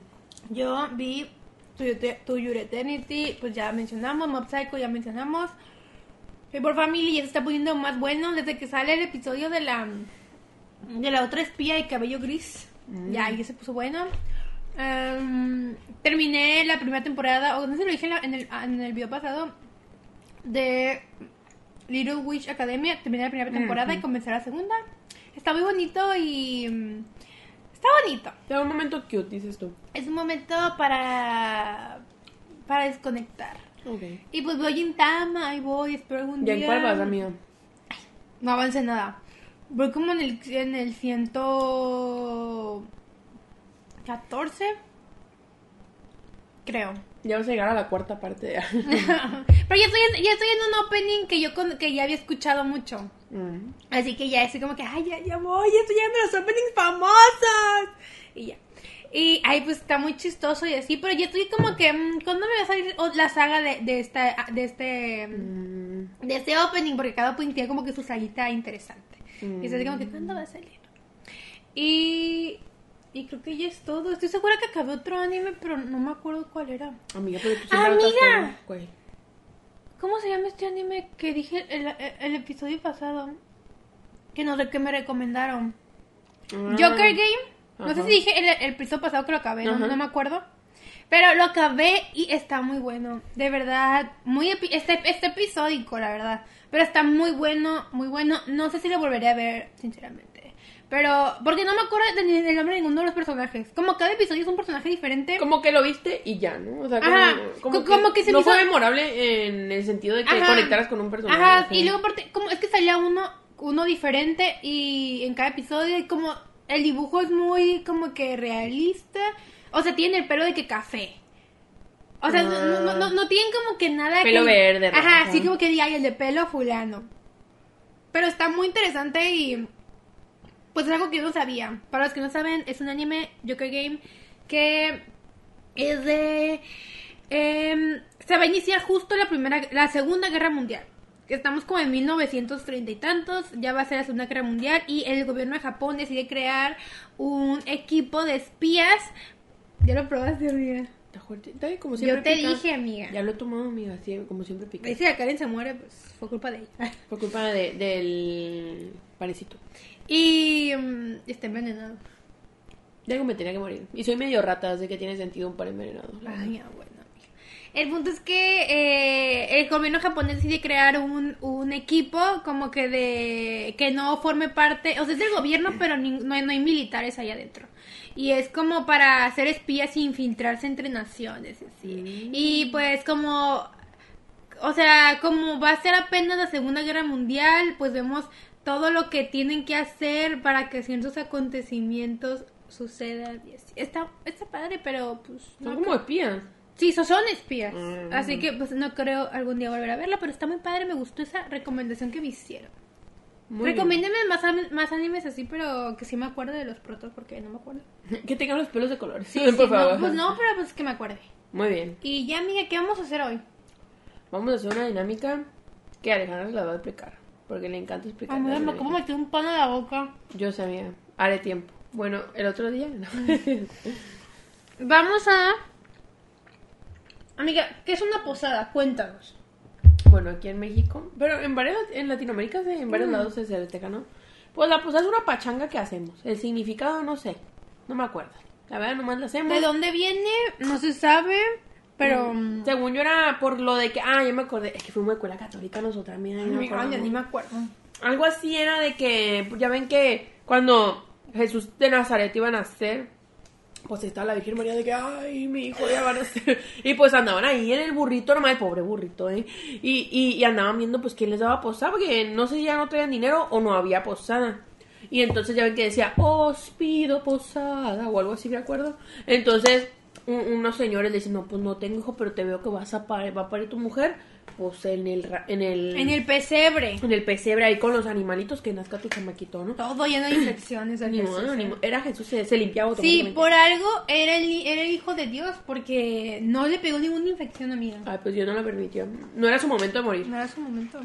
Yo vi To Your- To Your Eternity, pues ya mencionamos, Mob Psycho ya mencionamos. Paper Family ya se está poniendo más bueno desde que sale el episodio de la de la otra espía de cabello gris. Ya, ya se puso bueno. Em, terminé la primera temporada, o no se lo dije en, la- en el, ah, en el video pasado, de Little Witch Academia. Terminé la primera temporada y comencé la segunda. Está muy bonito y... mm, Está bonito. Te da un momento cute, dices tú. Es un momento para para desconectar. Ok. Y pues voy en Tama, ahí voy, espero algún ¿Ya día. en cuál vas, amiga? No avancé nada. Voy como en el en el 114 creo. Ya vas a llegar a la cuarta parte. [laughs] [laughs] Pero ya estoy en, ya estoy en un opening que yo con- que ya había escuchado mucho. Mm. Así que ya estoy como que, ay, ya, ya voy, ya estoy llegando a los openings famosos. Y ya. Y ay, pues está muy chistoso y así, pero yo estoy como que, mm, ¿cuándo me va a salir o- la saga de, de esta, de este, mm, Mm. de este opening? Porque cada opening tiene como que su saguita interesante. Y estoy así como que, ¿cuándo va a salir? Y, y creo que ya es todo. Estoy segura que acabé otro anime, pero no me acuerdo cuál era. Amiga, pero tú siempre notas Amiga. todo, güey. ¿Cómo se llama este anime que dije el, el episodio pasado? Que no sé qué me recomendaron. Ah. Joker Game. No sé Ajá. si dije el, el episodio pasado que lo acabé, no, Ajá. no me acuerdo. Pero lo acabé y está muy bueno. De verdad, muy epi- este, este episódico, la verdad. Pero está muy bueno, muy bueno. No sé si lo volveré a ver, sinceramente. Pero, porque no me acuerdo de ni- del nombre de ninguno de los personajes. Como cada episodio es un personaje diferente. Como que lo viste y ya, ¿no? O sea, como, Ajá, como, co- como que, que se no me fue hizo- memorable en el sentido de que Ajá. conectaras con un personaje. Ajá, así. y luego aparte, como es que salía uno uno diferente y en cada episodio y como el dibujo es muy como que realista. O sea, tiene el pelo de que café. O sea, no, no, Ah. no- no tienen como que nada Pelo que... verde, Ajá, rojo. así como que diga, "Ay, el de pelo fulano. Pero está muy interesante y... Pues es algo que yo no sabía. Para los que no saben, es un anime, Joker Game, que es de... em, se va a iniciar justo la primera, la Segunda Guerra Mundial. Estamos como en 1930 y tantos, ya va a ser la Segunda Guerra Mundial y el gobierno de Japón decide crear un equipo de espías. Ya lo probaste, amiga. Está fuerte. Está bien, como siempre Yo te pica. dije, amiga. Ya lo he tomado, amiga, sí, como siempre pica. Dice que Karen se muere, pues fue culpa de ella. Por culpa de- del parecito. Y mm, está envenenado. De algo me tenía que morir. Y soy medio rata, así que tiene sentido un par envenenado. la verdad. Ay, ya, bueno. amiga. El punto es que eh, el gobierno japonés decide crear un, un equipo como que de que no forme parte, o sea, es del gobierno, pero ni- no, hay, no hay militares allá adentro. Y es como para hacer espías y infiltrarse entre naciones, y así. Y pues como o sea, como va a ser apenas la Segunda Guerra Mundial, pues vemos todo lo que tienen que hacer para que ciertos acontecimientos sucedan. y así. Está, está padre, pero pues... Son no como espías. Sí, so- son espías. Mm. Así que pues no creo algún día volver a verla, pero está muy padre, me gustó esa recomendación que me hicieron. Muy Recomiéndeme más, an- más animes así, pero que sí me acuerde de los protos, porque no me acuerdo. bien. [laughs] Que tengan los pelos de color. Sí, Sí, [laughs] por no, favor. pues no, pero pues que me acuerde. Muy bien. Y ya, amiga, ¿qué vamos a hacer hoy? Vamos a hacer una dinámica que Alejandra la va a explicar. Porque le encanta explicar. Amiga, las me acabo de dinámicas. meter un pan en la boca. Yo sabía. Haré tiempo. Bueno, el otro día. No. Mm. Vamos a... Amiga, ¿qué es una posada? Cuéntanos. [laughs] Bueno, aquí en México, pero en varios, en Latinoamérica, sí, en varios Mm. lados se festeja, ¿no? Pues la posada es una pachanga que hacemos. El significado no sé, no me acuerdo. La verdad nomás la hacemos. ¿De dónde viene? No se sabe, pero... Mm, Según yo era por lo de que, ah, ya me acordé, es que fuimos de escuela católica nosotras, mira, ya me Amiga, acuerdo. ya ni me acuerdo. Algo así era de que, pues, ya ven que cuando Jesús de Nazaret iba a nacer, pues estaba la Virgen María de que, ay, mi hijo ya va a nacer. [laughs] Y pues andaban ahí en el burrito, nomás el pobre burrito, ¿eh? Y, y, y andaban viendo, pues, quién les daba posada, porque no sé si ya no traían dinero o no había posada. Y entonces ya ven que decía, os pido posada, o algo así, me acuerdo. Entonces, un- unos señores le dicen, no, pues no tengo hijo, pero te veo que vas a parir, va a parir tu mujer, pues en el, ra- en el... En el pesebre. En el pesebre ahí con los animalitos que nazca tu chamaquito, ¿no? Todo lleno de infecciones. al Ni Jesús, modo, ¿eh? ni modo. Era Jesús, se, se limpiaba Sí, automáticamente. por algo era el, era el hijo de Dios, porque no le pegó ninguna infección, amiga. Ay, pues Dios no lo permitió. No era su momento de morir. No era su momento.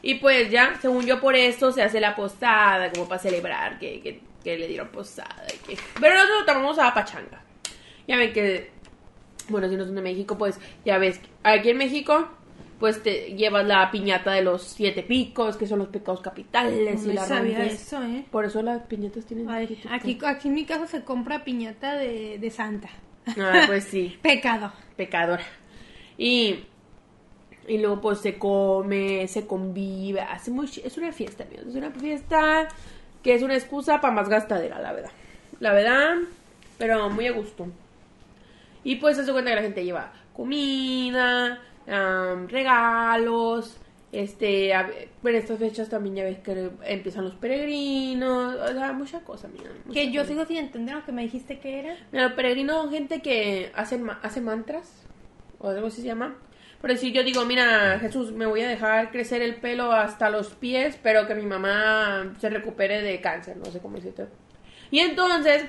Y pues ya, según yo, por esto se hace la posada, como para celebrar que, que- que le dieron posada. y que- Pero nosotros lo tomamos a pachanga. Ya ven que, bueno, si no son de México, pues ya ves, que aquí en México, pues te llevas la piñata de los siete picos, que son los pecados capitales. y No la sabía rompes. eso, ¿eh? Por eso las piñatas tienen... Ay, piquitos. aquí, aquí en mi casa se compra piñata de, de santa. Ah, pues sí. Pecado. pecadora. Y, y luego pues se come, se convive, hace muy chi- es una fiesta, amigos, es una fiesta que es una excusa para más gastadera, la verdad. La verdad, pero muy a gusto. Y pues se hace cuenta que la gente lleva comida, am, regalos, este, a ve- pero en estas fechas también ya ves que empiezan los peregrinos, o sea, muchas cosas, mira. mucha Que yo cosa. sigo sin entender lo que me dijiste que era. Mira, los peregrinos son gente que hacen ma- hace mantras, o algo así se llama. Pero si yo digo, mira, Jesús, me voy a dejar crecer el pelo hasta los pies, pero que mi mamá se recupere de cáncer, no sé cómo decirte. Y entonces,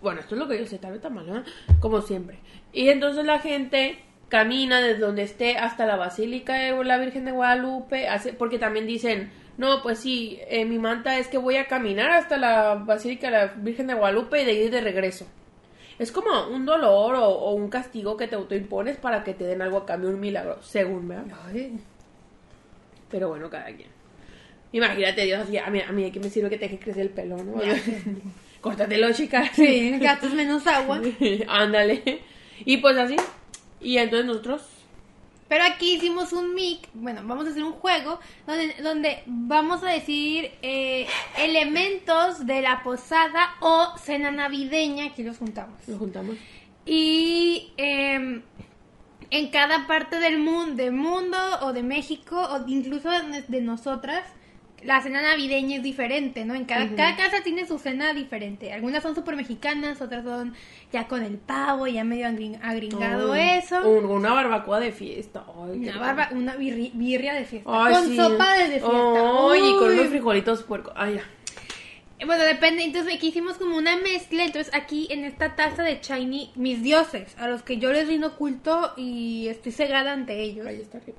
bueno, esto es lo que yo sé, tal vez está mal, ¿no? Como siempre. Y entonces la gente camina desde donde esté hasta la Basílica de la Virgen de Guadalupe, hace, porque también dicen, no, pues sí, eh, mi manta es que voy a caminar hasta la Basílica de la Virgen de Guadalupe y de ahí de regreso. Es como un dolor o, o un castigo que te autoimpones para que te den algo a cambio, un milagro, según, ¿verdad? Pero bueno, cada quien. Imagínate, Dios, así, a mí, a mí ¿de qué me sirve que te dejes crecer el pelo, no? [laughs] Córtatelo, chica. Sí, gatos menos agua. [laughs] Ándale. Y pues así. Y entonces nosotros. Pero aquí hicimos un mic, bueno, vamos a hacer un juego donde, donde vamos a decir eh, elementos de la posada o cena navideña, aquí los juntamos. Nos juntamos. Y em, en cada parte del mundo, del mundo o de México o de- incluso de, de nosotras, la cena navideña es diferente, ¿no? En cada, cada casa tiene su cena diferente. Algunas son súper mexicanas, otras son ya con el pavo, ya medio agring- agringado Oh, eso. un- una barbacoa de fiesta. Ay, qué Una rico. barba, una birri- birria de fiesta. Ay, con sí. sopa de, de fiesta. Ay, y con Uy. unos frijolitos puerco. Ay, ya. Eh, Bueno, depende. Entonces aquí hicimos como una mezcla. Entonces aquí en esta taza de Shiny, mis dioses, a los que yo les rindo culto y estoy cegada ante ellos. Ahí está arriba.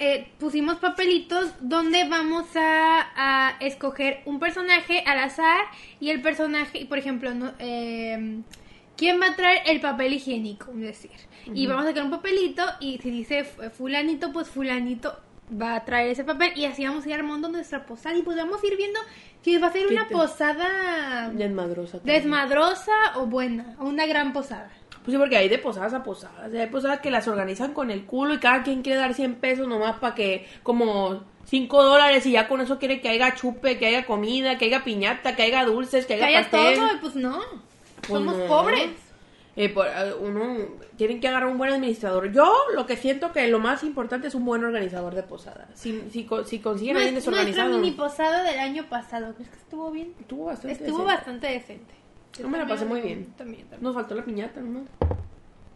eh, pusimos papelitos donde vamos a, a escoger un personaje al azar y el personaje, por ejemplo, no, eh, ¿quién va a traer el papel higiénico? Es decir, y vamos a sacar un papelito y si dice fu- fulanito, pues fulanito va a traer ese papel y así vamos a ir armando nuestra posada y pues vamos a ir viendo si va a ser ¿Qué una te- posada Desmadrosa. también. desmadrosa o buena, o una gran posada. Pues sí, porque hay de posadas a posadas. Hay posadas que las organizan con el culo y cada quien quiere dar 100 pesos nomás para que, como 5 dólares, y ya con eso quiere que haya chupe, que haya comida, que haya piñata, que haya dulces, que Que haya haya pastel. todo, pues no, Pues somos no. pobres. Eh, por- eh, uno tienen que agarrar un buen administrador. Yo lo que siento que lo más importante es un buen organizador de posada. Si, si, co- si consiguen a alguien Nuestra, nuestra desorganizado, mini posada del año pasado, ¿crees que estuvo bien? estuvo bastante. estuvo decente. bastante decente. Yo me la pasé muy bien. También, también. Nos faltó la piñata, ¿no?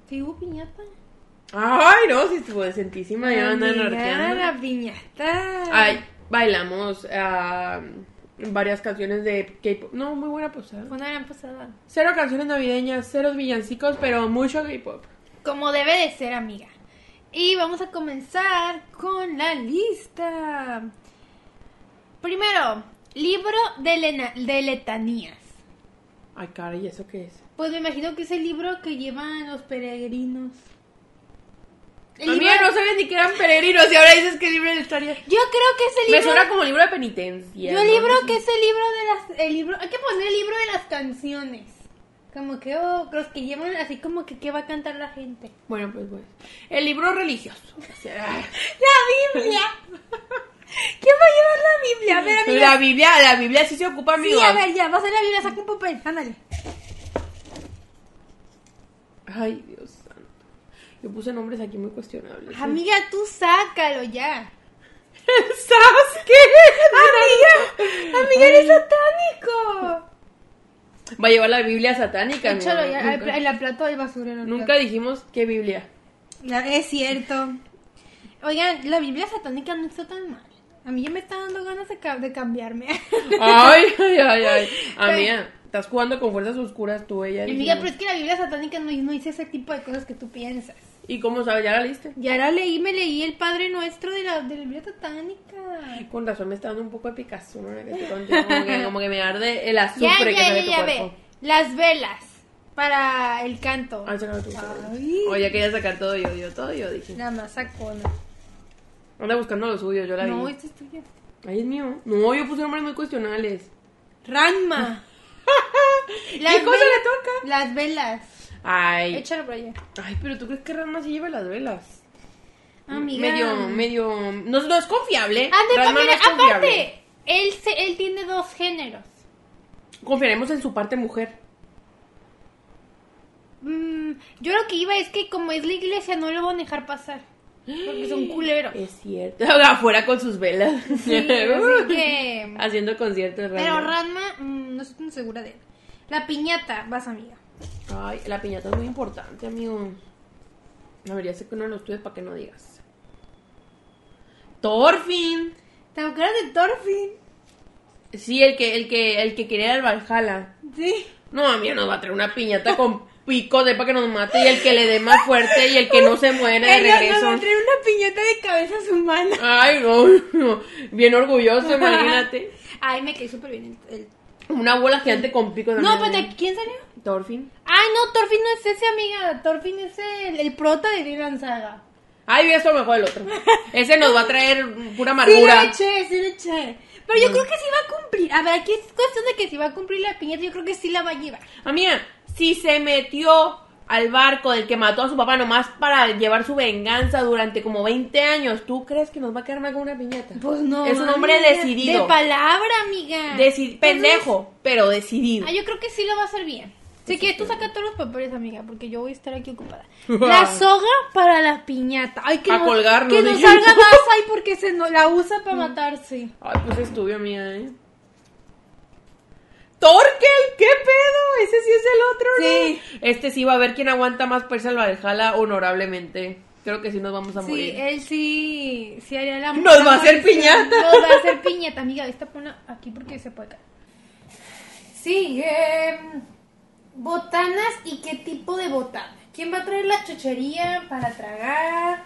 Sí, hubo piñata. Ay, no, sí estuvo decentísima. Ya andan Amiga, arqueando. la piñata. Ay, bailamos ah, varias canciones de K-pop. No, muy buena Fue posada. una gran posada. Cero canciones navideñas, cero villancicos, pero mucho K-pop. Como debe de ser, amiga. Y vamos a comenzar con la lista. Primero, libro de, lena- de letanías. Ay, cara, ¿y eso qué es? Pues me imagino que es el libro que llevan los peregrinos. El Amiga, libro- no sabías ni que eran peregrinos y ahora dices que libro de historia. Yo creo que es el Me libro suena como libro de penitencia. Yo ¿no? libro que es el libro de las el libro hay que poner el libro de las canciones como que oh, los que llevan así como que qué va a cantar la gente Bueno, pues bueno. El libro religioso. O [laughs] sea, la Biblia [laughs] quién va a llevar la Biblia a ver amiga La Biblia, la Biblia sí se ocupa, sí amigo. a ver ya va a ser la Biblia saca un papel ándale Ay, Dios santo. Yo puse nombres aquí muy cuestionables. ¿eh? [laughs] amiga tú sácalo ya Sasuke. amiga eres satánico Va a llevar la Biblia satánica. ¿no? échalo ya Nunca- al- en la plata del basurero Nunca dijimos qué [laughs] Biblia. La- es cierto oigan la Biblia satánica no está tan mal a mí ya me está dando ganas de, ca- de cambiarme [laughs] Ay, ay, ay, ay. Amiga, estás jugando con fuerzas oscuras tú, ella. Amiga, pero dijimos. es que la Biblia satánica no, no dice ese tipo de cosas que tú piensas. ¿Y cómo sabes? ¿Ya la leíste? Y ahora leí, me leí el Padre Nuestro de la, de la Biblia satánica. Con razón me está dando un poco de picazón ahora que estoy contigo. Como [laughs] que, como que me arde el azufre Ya, que sale ya, de ya, tu ya, ve. cuerpo. Ah, Las velas para el canto. Ay, sácalo tú, sácalo. Ay. Oye, quería sacar todo yo, yo, todo yo, dije. La más sacona. Anda buscando lo suyo, yo la No, vi. esto es tuyo. Ahí es mío. No, yo puse nombres muy cuestionables. [laughs] Ranma. ¿Qué cosa le toca? Las velas. Ay. Échalo por allá. Ay, pero ¿tú crees que Ranma sí lleva las velas? Amiga. Medio, medio. No, no es confiable. Ah, de- Ranma no mira, es confiable. aparte, él, se, él tiene dos géneros. Confiaremos en su parte mujer. Mm, yo lo que iba es que como es la iglesia no lo van a dejar pasar. Porque son culeros. Es cierto. [laughs] Afuera con sus velas. [laughs] Sí, así que- Haciendo conciertos Pero Ranma. Ranma, mm, no estoy tan segura de él. La piñata, vas amiga. Ay, la piñata es muy importante, amigo. A ver, ya sé que no lo estudias para que no digas. Thorfinn. ¿Te acuerdas de Thorfinn? Sí, el que, el que, el que quería el Valhalla. Sí. No, amigo, nos va a traer una piñata con pico de para que nos mate y el que le dé más fuerte y el que no se muere de Él nos- nos regreso. va a traer una piñata de cabezas humanas. Ay, no, no. Bien [laughs] orgulloso, imagínate. Ay, me caí súper bien el... el- Una bola gigante con pico ¿eh? de No, pero ¿de ¿quién salió? Thorfinn. Ay, no, Thorfinn no es ese, amiga. Thorfinn es el, el prota de Dylan Saga. Ay, eso mejor el [laughs] otro. Ese nos va a traer pura Sí lo amargura. eché, sí lo eché. Pero yo creo que sí va a cumplir. A ver, aquí es cuestión de que si va a cumplir la piñata, yo creo que sí la va a llevar. Amiga, si Ah, se metió al barco del que mató a su papá nomás para llevar su venganza durante como 20 años, ¿tú crees que nos va a quedar mal con una piñata? Pues no. Es un hombre amiga. decidido. De palabra, amiga. Deci- Entonces- pues, pendejo, pero decidido. Ah, yo creo que sí lo va a hacer bien. Así que tú saca todos los papeles, amiga, porque yo voy a estar aquí [laughs] ocupada. La soga para la piñata. Ay, que Pa' no, colgar, que ¿no? no Dije. salga [laughs] más ahí porque se no, la usa para matarse. Ay, pues es tuyo, mía, ¿eh? ¡Torkel! ¿Qué pedo? Ese sí es el otro, ¿no? Sí. Este sí va a ver quién aguanta más Persa al Valhalla honorablemente. Creo que sí nos vamos a Sí, eh. morir. él sí, sí haría la Nos la va a hacer maldición. piñata. Nos va a hacer piñata, amiga. Esta pone aquí porque se puede caer. Sigue. Botanas y qué tipo de botana. ¿Quién va a traer la chochería para tragar?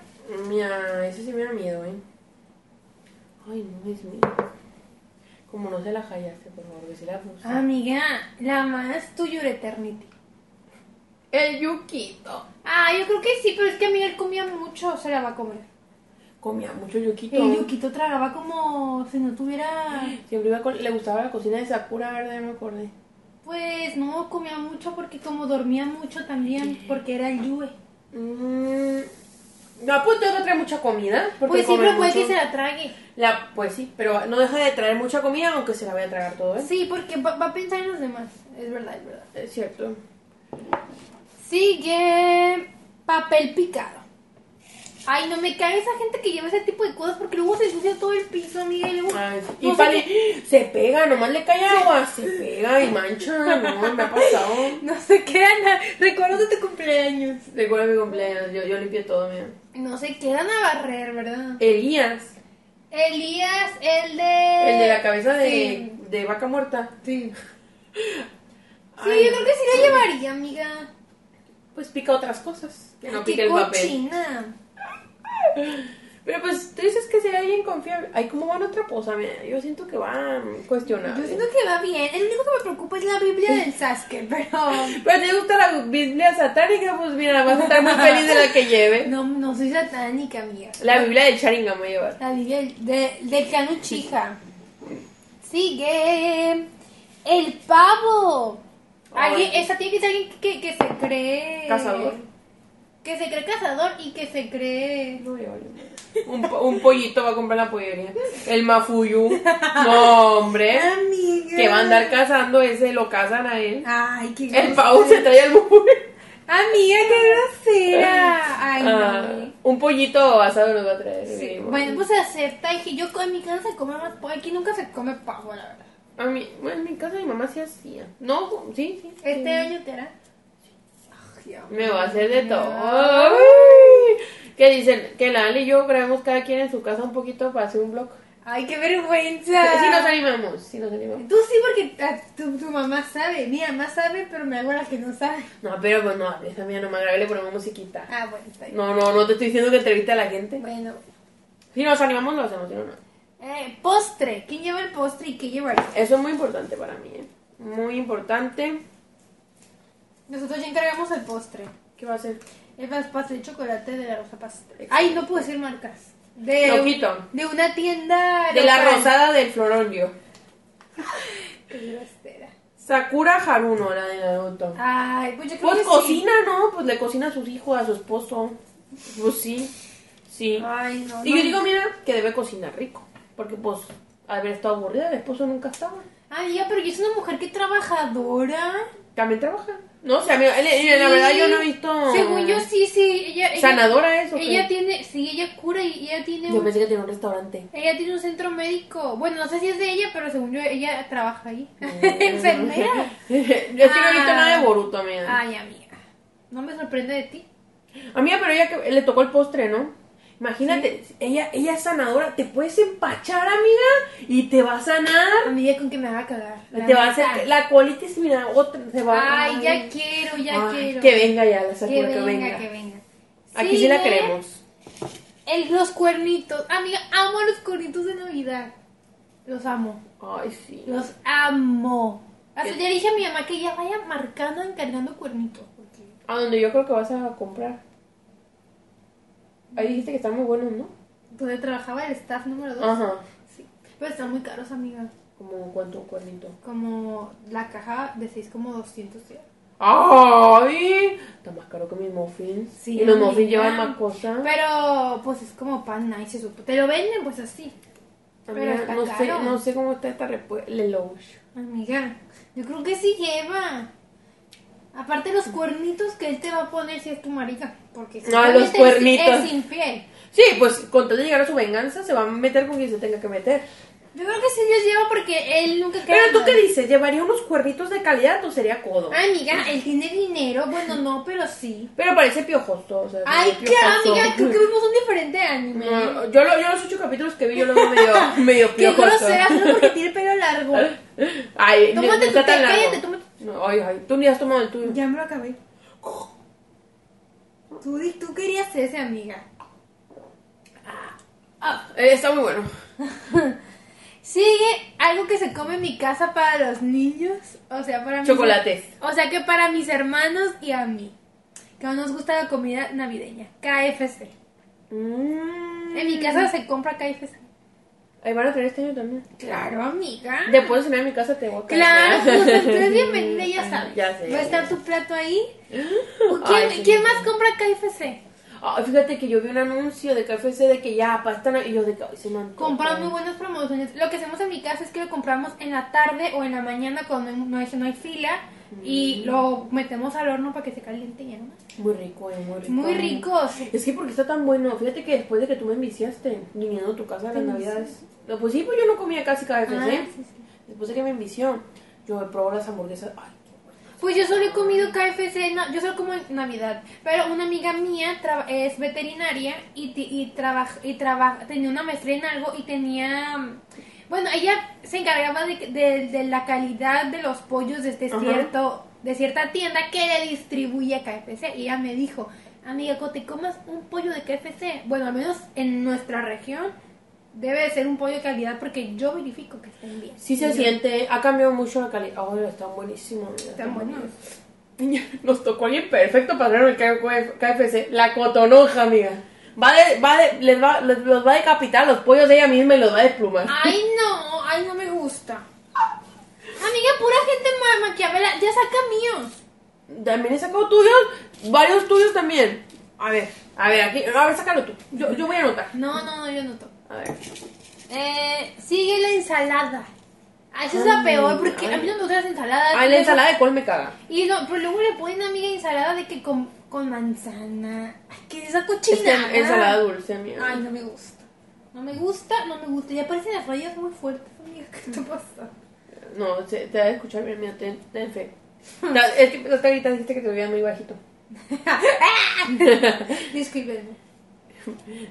Mía, eso sí me da miedo, ¿eh? Ay, no es mío. Como no se la hallaste, por favor, que se la puse. Ah, Amiga, la más tu Your Eternity. El yuquito. Ah, yo creo que sí, pero es que amiga él comía mucho, se la va a comer. Comía mucho yuquito. El Yuquito tragaba como si no tuviera. Siempre iba con... Le gustaba la cocina de Sakura, ¿verdad? Ya me acordé. Pues no comía mucho porque como dormía mucho también, porque era el Yue. Mm, No, pues tengo que traer mucha comida. porque Pues sí, come pero puede mucho. que se la trague. La- pues sí, pero no deja de traer mucha comida, aunque se la vaya a tragar todo, ¿eh? Sí, porque va, va a pensar en los demás. Es verdad, es verdad. Es cierto. Sigue papel picado. Ay, no me cae esa gente que lleva ese tipo de cosas porque luego se ensucia todo el piso, amiga. Y, luego, [laughs] Ay, no y sé vale, qué- se pega, nomás le cae agua, se pega y mancha, no, [laughs] me ha pasado. no se quedan. a- Recuerdo de tu cumpleaños. Recuerda mi cumpleaños, yo, yo limpié todo, mira. No se quedan a barrer, ¿verdad? Elías, Elías, el de. el de la cabeza de, Sí. de vaca muerta. Sí, Sí, Ay, yo creo que sí la llevaría, amiga. Pues pica otras cosas, que no Qué pica el papel. cochina. Pero pues tú dices que sería alguien confiable. Ay, ¿cómo van otra posa? Mira, yo siento que van cuestionables. Yo siento que va bien. El único que me preocupa es la Biblia del Sasuke, [laughs] pero. Pero te gusta la Biblia satánica, pues mira, vas a estar muy feliz de la que lleve. No, no soy satánica, amiga. La Biblia del Sharingan me llevar. La Biblia del- de, del clan Uchiha. Sigue. El pavo. Alguien, Ay. esa tiene que ser alguien que, que se cree. Cazador. Que se cree cazador y que se cree. No me vale. Un, po- un pollito va a comprar la pollería. El mafuyu. No, hombre. Amiga. Que va a andar cazando ese, lo cazan a él. Ay, qué El pavo se trae al mafuyu. Amiga, qué grosera. Ay, Ah, no. un pollito asado nos va a traer. Sí, mínimo. Bueno, pues acepta. Dije, yo en mi casa se come más pavo. Aquí nunca se come pavo, la verdad. A mí, bueno, en mi casa mi mamá sí hacía. No, sí, sí. Este sí. año te hará. Ay, Dios Me va a hacer de mío. todo. Ah. Ay. Que dicen que la Ale y yo grabamos cada quien en su casa un poquito para hacer un blog. Ay, qué Si vergüenza. nos animamos, si nos animamos. Tú sí, porque ah, tu, tu mamá sabe. Mi mamá sabe, pero me hago la que no sabe. No, pero pues no hables, amiga, no me agrave, le ponemos musiquita. Ah, bueno, está bien. No, no, no te estoy diciendo que entreviste a la gente. Bueno. Si nos animamos, lo hacemos, si no, no. Eh, postre. ¿Quién lleva el postre y qué llevaría? Eso es muy importante para mí, ¿eh? Muy importante. Nosotros ya encargamos el postre. ¿Qué va a hacer? El pas- pastel de chocolate de la rosa pastel. Ay, no puedo decir marcas. De, No, quito. de una tienda. De la local. rosada del florondio. Qué grosera. Sakura Haruno, la de Naruto. Ay, pues yo creo Pues que sí. cocina, ¿no? Pues le cocina a sus hijos, a su esposo. Pues sí. Sí. Ay, no. Y no. yo digo, mira, que debe cocinar rico. Porque, pues, haber estado aburrida, el esposo nunca estaba. Ay, ya, pero yo soy una mujer que trabajadora. También trabaja. No, o sea, mira, él- mira, la verdad yo no he visto. Según yo, sí, sí. Ella, ella- ¿Sanadora eso? Ella tiene, sí, ella cura y ella tiene Yo un, pensé que tenía un [laughs] restaurante. ella tiene un centro médico. Bueno, no sé si es de ella, pero según yo, ella [laughs] trabaja ahí. Eh. [laughs] Enfermera. yo es que no he visto Ah. nada de Boruto, amiga. Ay, amiga. No me sorprende de ti. Amiga, pero ella que le tocó el postre, ¿no? Imagínate, ella, ella es sanadora, te puedes empachar, amiga, y te va a sanar. Amiga, con que me va a cagar. la te va a neta. hacer la colitis, mira, otra se va Ay, ya quiero, ya Ay, quiero. Que venga ya la que Sakura, venga, que venga. que venga. Aquí sí la Sigue queremos. el- los cuernitos. Amiga, amo los cuernitos de Navidad. Los amo. Ay, sí. Los amo. Hasta ¿Qué? ya dije a mi mamá que ya vaya marcando, encargando cuernitos. porque- A donde yo creo que vas a comprar. Ahí dijiste que están muy buenos, ¿no? Donde trabajaba el staff número 2. Ajá. Sí. Pero están muy caros, amiga. Como cuánto un cuernito. Como la caja de 6 como 200 ya. ¡Ay! Está más caro que mis muffins. Sí, y los amiga. muffins llevan más cosas. Pero pues es como pan nice, supo. Te lo venden pues así. Amiga, está no, sé, caro. no sé cómo está esta respuesta. Lelouch. Amiga, yo creo que sí lleva. Aparte los cuernitos que él te va a poner si es tu marica. Porque No, Ah, los seguramente cuernitos. Es, es infiel. Sí, pues con tal de llegar a su venganza se va a meter con quien se tenga que meter. Yo creo que sí los lleva porque él nunca queda Pero tú mal. qué dices, ¿llevaría unos cuernitos de calidad o sería codo? Ay, amiga, él tiene dinero. Bueno, no, pero sí. Pero parece piojoso, o sea, Ay, parece qué piojoso. amiga, creo que vimos un diferente anime. No, yo, lo- yo los ocho capítulos que vi, yo lo veo [laughs] medio, medio Qué piojoso. grosera, solo porque tiene pelo largo. [laughs] Ay, no- no Tómate tu té, está tan largo. cállate, tómate. No, ay, ay, tú ni has tomado el tuyo. Ya me lo acabé. Tú, di- tú querías ese, amiga. [laughs] Ah, eh, está muy bueno. Sigue algo que se come en mi casa para los niños. O sea, para mis- Chocolates. O sea, que para mis hermanos y a mí. Que no nos gusta la comida navideña. KFC. En mi casa se compra KFC. Ahí van a tener este año también. Claro, amiga. Después de cenar en mi casa te voy a [laughs] Claro, cargar. pues tú eres bienvenida, ya [laughs] sabes. Ya sé. Va a estar tu plato ahí. ¿O Ay, ¿Quién, sí. quién más compra KFC? Ah, fíjate que yo vi un anuncio de KFC de que ya pastan y yo de que ay, se me antoja. Compran muy buenas promociones. Lo que hacemos en mi casa es que lo compramos en la tarde o en la mañana cuando no hay, no hay fila y lo metemos al horno para que se caliente y ya nomás. Muy rico, eh, muy rico. Muy ricos. Es que porque está tan bueno. Fíjate que después de que tú me enviciaste viniendo a tu casa a las Te navidades. No, pues sí, pues yo no comía casi KFC. Ah, sí, sí. Después de que me envició, yo probé las hamburguesas. Ay, qué bueno. Pues yo solo he comido KFC, no, yo solo como en Navidad, pero una amiga mía traba- es veterinaria y, ti- y, trabaj- y traba- tenía una maestría en algo y tenía, mm, bueno, ella se encargaba de, de- de la calidad de los pollos de este Ajá. cierto, de cierta tienda que le distribuye KFC y ella me dijo, amiga, cuando te comas un pollo de KFC, bueno, al menos en nuestra región, debe de ser un pollo de calidad porque yo verifico que estén bien. Sí se Y yo, siente, ha cambiado mucho la calidad. Ay, están buenísimos. mira, Están buenos. Niña, [laughs] Nos tocó alguien perfecto para traer el KF- KFC, la cotonoja, amiga. Va de, va de, les va, les- los va a decapitar los pollos de ella misma y los va a desplumar. Ay, no, ay, no me gusta. Amiga, pura gente ma maquiavela, ya saca míos. También he sacado tuyos, varios tuyos también. A ver, a ver, aquí, a ver, sácalo tú. Yo, yo voy a anotar. No, no, no, yo no toco. A ver. Eh, sigue la ensalada. Ah, esa es la Ay, peor, porque a ay. mí no me gustan las ensaladas. Ay, Ah, la ensalada de col me caga. Y no, pero luego le ponen, amiga, ensalada de que con, con manzana. Ay, que es esa Es que cochina. ensalada dulce, amiga. Ay, no me gusta. No me gusta, no me gusta. Ya parecen las rayas muy fuertes, amiga. ¿Qué te pasa? No, se- te va a escuchar bien, mira, ten, ten fe. No, es que hasta ahorita dijiste que te oía muy bajito. Discúlpenme.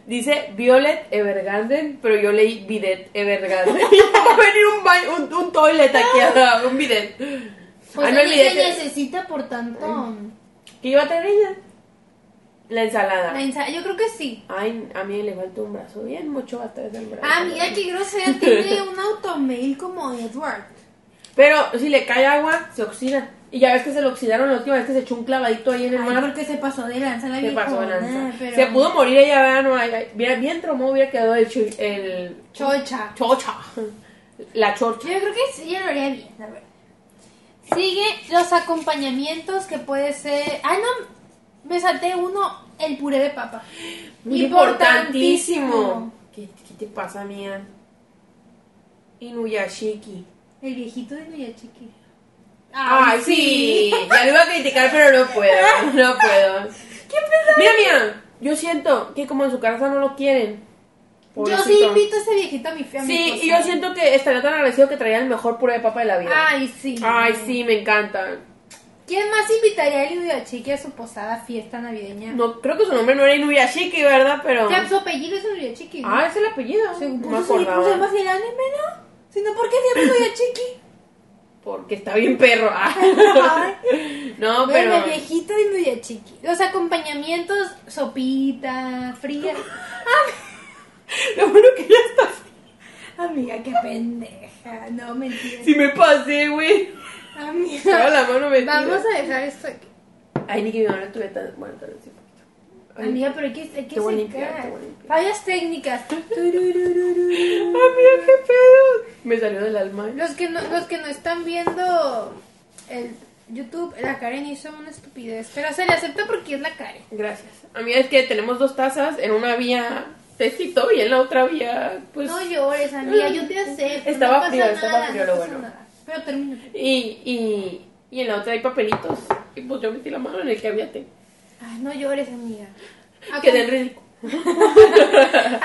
Dice Violet Evergarden, pero yo leí Bidet Evergarden. [laughs] Va a venir un, baño, un, un toilet aquí, a- un bidet. Pues ah, no, el amiga, bidet que, necesita, por tanto. que iba a tener ella. La La ensalada. ensa- yo creo que sí. Ay, a mí le falta un brazo bien mucho atrás del brazo. Ah, mira qué grosera, tiene un automail como Edward. Pero si le cae agua, se oxida. Y ya ves que se lo oxidaron la última vez que se echó un clavadito ahí en el Ay, mar. porque se pasó de lanza la Se pasó de viejona, lanza. pero- Se pudo morir ella, ¿verdad? No, ay, ay. Mira, bien tromó, hubiera quedado el, chu- el Chocha. chocha. La chorcha. Yo creo que sí, yo lo haría bien, la verdad. Sigue los acompañamientos que puede ser... Ah, no, me salté uno, el puré de papa. Importantísimo. ¿Qué, qué te pasa, mía? Inuyashiki. El viejito de Noyachiqui. Ay, sí. Ya lo iba a criticar, pero no puedo. No puedo. ¿Qué pedo? Mira, mía. Yo siento que como en su casa no lo quieren. Yo sí Pobrecito. invito a ese viejito a mi fiesta. Sí, y yo siento que estaría tan agradecido que traía el mejor puré de papa de la vida. Ay, sí. Ay, sí, me encanta. ¿Quién más invitaría a Noyachiqui a su posada fiesta navideña? No, creo que su nombre no era Inuyashiki, ¿verdad? Pero. O sea, su apellido es Noyachiqui. ¿no? Ah, es el apellido. Según No por me eso pues, sí, acordaba. pues, se llama así el anime, ¿no? Sino porque siempre soy a chiqui. Porque está bien perro. [laughs] Ah. [clears throat] [laughs] no, Pero pero. viejita y muy a chiqui. Los acompañamientos, sopita, fría. [laughs] Lo bueno que ya está. Amiga, qué pendeja. No, mentira. Si me pasé, güey. Estaba Amiga. la mano metida. Vamos a dejar esto aquí. Ay, ni que mi mamá no estuviera tan. Bueno, tal vez sí. un poquito. Ay. Amiga, pero hay que, hay que Te voy a secar. limpiar, te voy a limpiar. Fallas técnicas. Turururururu. Amiga, qué pedo. Me salió del alma. Los que no, los que no están viendo el YouTube, la Karen hizo una estupidez. Pero se le acepta porque es la Karen. Gracias. Amiga, es que tenemos dos tazas. En una había tecito y en la otra había. Pues. No llores, amiga, yo te acepto. Estaba no pasa frío, estaba nada, frío, no lo pasa bueno. nada. Pero termino. Y, y, Y en la otra hay papelitos. Y pues yo metí la mano en el que había té. Ay, no llores, [laughs] amiga. Quedé en ridículo.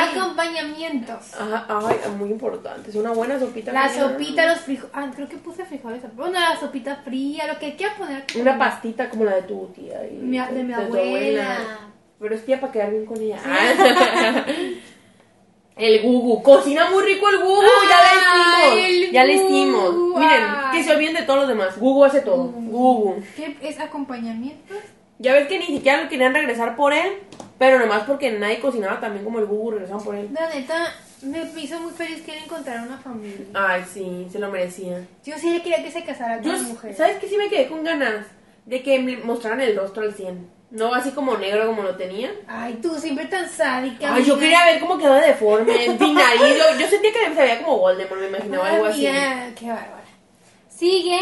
Acompañamientos. Ajá, ay, es muy importante. Es una buena sopita. La mexicana. sopita, los frijoles. Ah, creo que puse frijoles. Bueno, la sopita fría, lo que quieras poner. aquí. Una pastita como la de tu tía. y- Mi- de mi tu abuela. Pero es tía para quedar bien con ella. [laughs] el gugu. Cocina muy rico el gugu. ya le Ay, hicimos. el Ya le hicimos. gugu, Ah. Miren, ay. que se olviden de todos los demás. Gugu hace todo. Gugu. ¿Qué es acompañamientos? Ya ves que ni siquiera lo querían regresar por él. Pero nomás porque nadie cocinaba también como el gugu regresaban por él. La neta, me hizo muy feliz que él encontrara una familia. Ay, sí, se lo merecía. Yo sí le quería que se casara con Yo, una mujer. ¿sabes qué? Sí me quedé con ganas de que me mostraran el rostro al 100. No así como negro como lo tenía. Ay, tú siempre tan sádica. Ay, yo amiga. quería ver cómo quedaba deforme, mi nariz. Yo, yo sentía que se veía como Voldemort, me imaginaba algo así. Amiga, qué bárbara. Sigue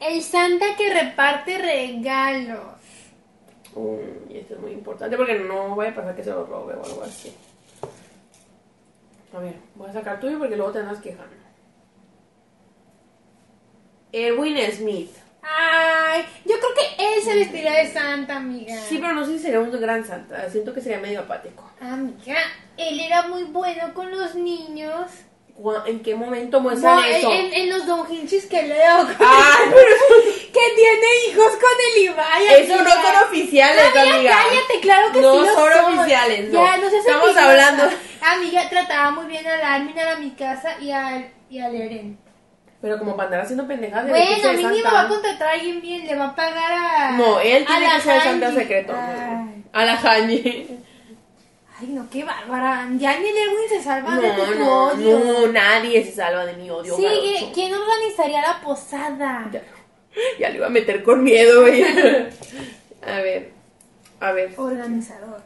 el Santa que reparte regalos. Mm, y esto es muy importante porque no vaya a pasar que se lo robe o algo así. A ver, voy a sacar tuyo porque luego te andas quejando. Erwin Smith. Ay, yo creo que él se vestiría de Santa, amiga. Sí, pero no sé si sería un gran santa. Siento que sería medio apático. Amiga, él era muy bueno con los niños. Gua- ¿En qué momento muestran No, eso? En, en los donjinches que leo. Ay, [laughs] pero que tiene hijos con el Ibai. eso no amiga. son oficiales, Amiga, amiga. cállate, claro que No sí lo son son. oficiales, no. Ya, no seas Estamos envidiosa. hablando. Amiga, trataba muy bien al Armin, a la mi casa y al, y al Eren. Pero como para andar haciendo pendejadas. de vestirse Bueno, de mínimo santa. va a contratar a alguien bien, le va a pagar a. No, él tiene a la que ser el Santa Angie. secreto. Ay, A la Hanji. Ay, no, qué bárbara. Ya ni Lewin se salva de tu No, no, odio. no, nadie se salva de mi odio. Sigue, garocho. ¿quién organizaría la posada? Ya, ya le iba a meter con miedo, [laughs] güey. A ver, a ver. Organizador.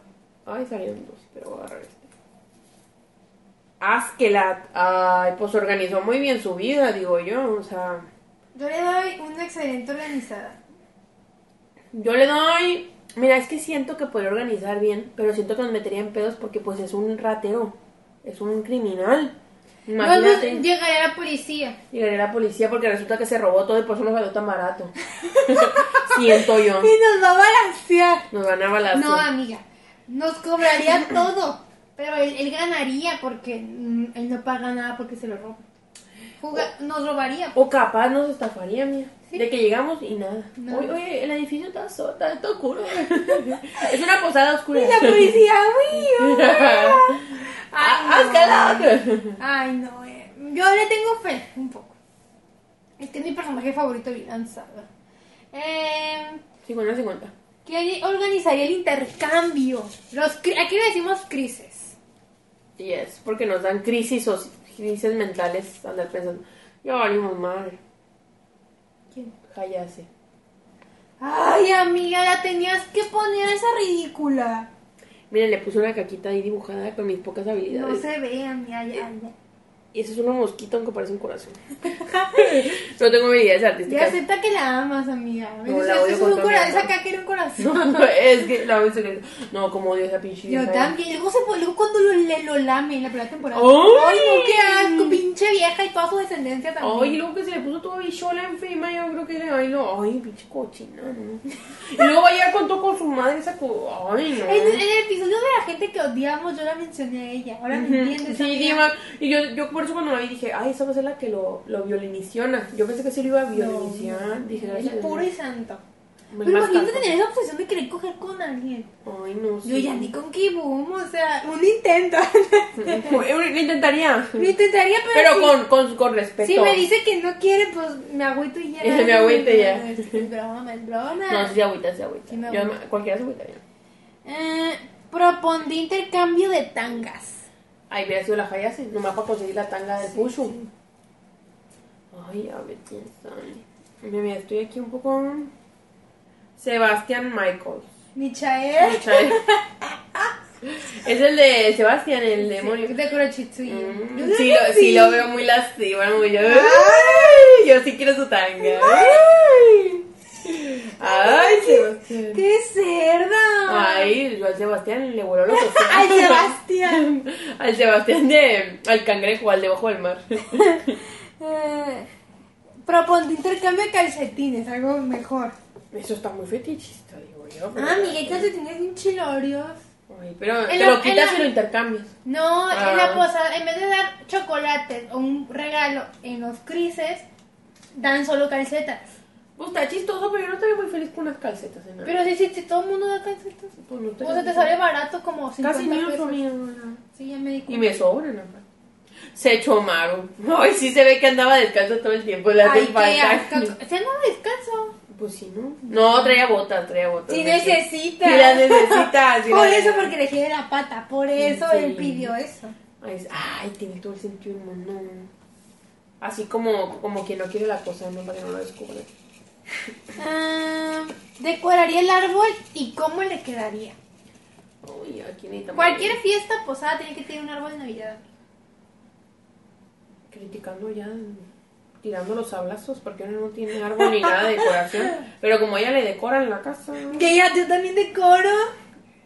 Ay, salieron dos, pero voy a agarrar este. Askelat. Ay, pues organizó muy bien su vida, digo yo. O sea, Yo le doy una excelente organizada. yo le doy. Mira, es que siento que podría organizar bien, pero siento que nos metería en pedos porque, pues, es un ratero. Es un criminal. Luego Imagínate. llegaría la policía. Llegaría la policía porque resulta que se robó todo y por eso nos salió tan [laughs] barato. Siento yo. Y nos va a balancear. Nos van a balazo. No, amiga, nos cobraría [laughs] todo, pero él, él ganaría porque mm, él no paga nada porque se lo roba. Juga- nos robaría. O capaz nos estafaría, mía. Sí. De que llegamos y nada. No. Oye, oye, el edificio está, so- está, está oscuro. [laughs] es una posada oscura. [laughs] Ah, uy, Ah, uy. [laughs] Ay, ¡Ascalad! [laughs] no. Ay, no, eh, yo le tengo fe, un poco. Es que es mi personaje favorito de Vinland Saga. Eh, 50-50. ¿Quién organizaría el intercambio? Los, cri- aquí le decimos crisis. Y es porque nos dan crisis o crisis mentales andar pensando. Ya valimos madre. ¿Quién? Hayase. Ay, amiga, la tenías que poner esa ridícula. Miren, le puse una caquita ahí dibujada con mis pocas habilidades. No se ve, amiga, ya, Eh, ya. Y eso es una mosquita aunque parece un corazón. [laughs] no tengo habilidades Ya artísticas. acepta que la amas, amiga. No, la Eso odio es con un todo mi corazón. amor. Esa caca era un [laughs] corazón. No, es que la voy a hacer- No, como odio esa pinche. Yo vieja. también. Luego, se, pone- luego cuando lo, le- lo lame en la primera temporada. ¡Ay! ¡Ay, no, qué asco! Pinche vieja y toda su descendencia también. Ay, y luego que se le puso toda bichola encima, yo creo que ay, no, ay, pinche cochina, [laughs] no. Y luego va a llegar con todo con su madre esa co- ay, no. en, en el episodio de la gente que odiamos, yo la mencioné a ella. Ahora me entiendes. Sí, amiga? Diva. Y yo, yo por eso cuando la vi dije, ay, esa va a ser la que lo, lo violiniciona. Yo pensé que sí lo iba a violiniciar. dije, El gracias. a Dios. puro y santo. Me Pero más imagínate tanto. tener esa obsesión de querer coger con alguien. Ay, no. Yo sí. ya [laughs] ni con Kibum, o sea, un intento. Lo intentaría. [laughs] Lo intentaría, pero. Pero sí. con, con, con respeto. Si me dice que no quiere, pues me agüito y ya. [laughs] Me agüito y ya. Es broma, es broma. No, sí, agüita, sí, agüita. Sí me Yo, agüita. cualquiera se agüita bien. Eh, propondí intercambio de tangas. Ahí hubiera sido la falla, no nomás para conseguir la tanga del pushu. Ay, a ver quién sabe. Mira, mira, estoy aquí un poco. Sebastian Michaels. Michael. [laughs] es el de Sebastian, el demonio. De Kurochitsuji. Mm, Yo creo sí, que lo, sí, lo veo muy lastima, muy yo. Yo sí quiero su tanga. Ay, Ay, Sebastián. ¡Qué cerda! Ay, yo al Sebastián le voló [laughs] los ojos. Ay, [laughs] Sebastián. al Sebastián de. al cangrejo, al debajo del mar. Eh, Proponte intercambio de calcetines, algo mejor. [laughs] Eso está muy fetichista, digo yo. pero- Ah, Miguel, calcetines bien chilorios. Ay, pero te En la- lo quitas y en la- lo intercambias. No, Ah. en la posada, en vez de dar chocolates o un regalo en los crises, dan solo calcetas. Pues está chistoso, pero yo no estaría muy feliz con unas calcetas. En Pero si, si, si todo el mundo da calcetas, pues no o sea, te estaría- sale barato como 50 Casi ni un pesos. sonido. Sí, ya me di Y cuenta. me sobran, aparte. Se chomaron. [laughs] Ay, sí se ve que andaba descalzo todo el tiempo. Le Ay, hacen qué falta. asco. Se anda descalzo. [laughs] Pues sí, ¿no? No, traía botas, traía botas. Si De que- necesitas. Sí las [laughs] necesitas. sí Por las- eso, porque le gira la pata. Por eso Sí. él pidió eso. Ay, es- ay, tiene todo el sentido del mundo. Así como, como quien no quiere la cosa, ¿no? Para que no lo descubra. Ah, decoraría el árbol y cómo le quedaría. Uy, aquí necesitamos... Cualquier fiesta posada tiene que tener un árbol de Navidad. Criticando ya, tirando los sablazos, porque uno no tiene árbol ni nada de decoración. Pero como ella le decoran la casa... Que ya yo también decoro.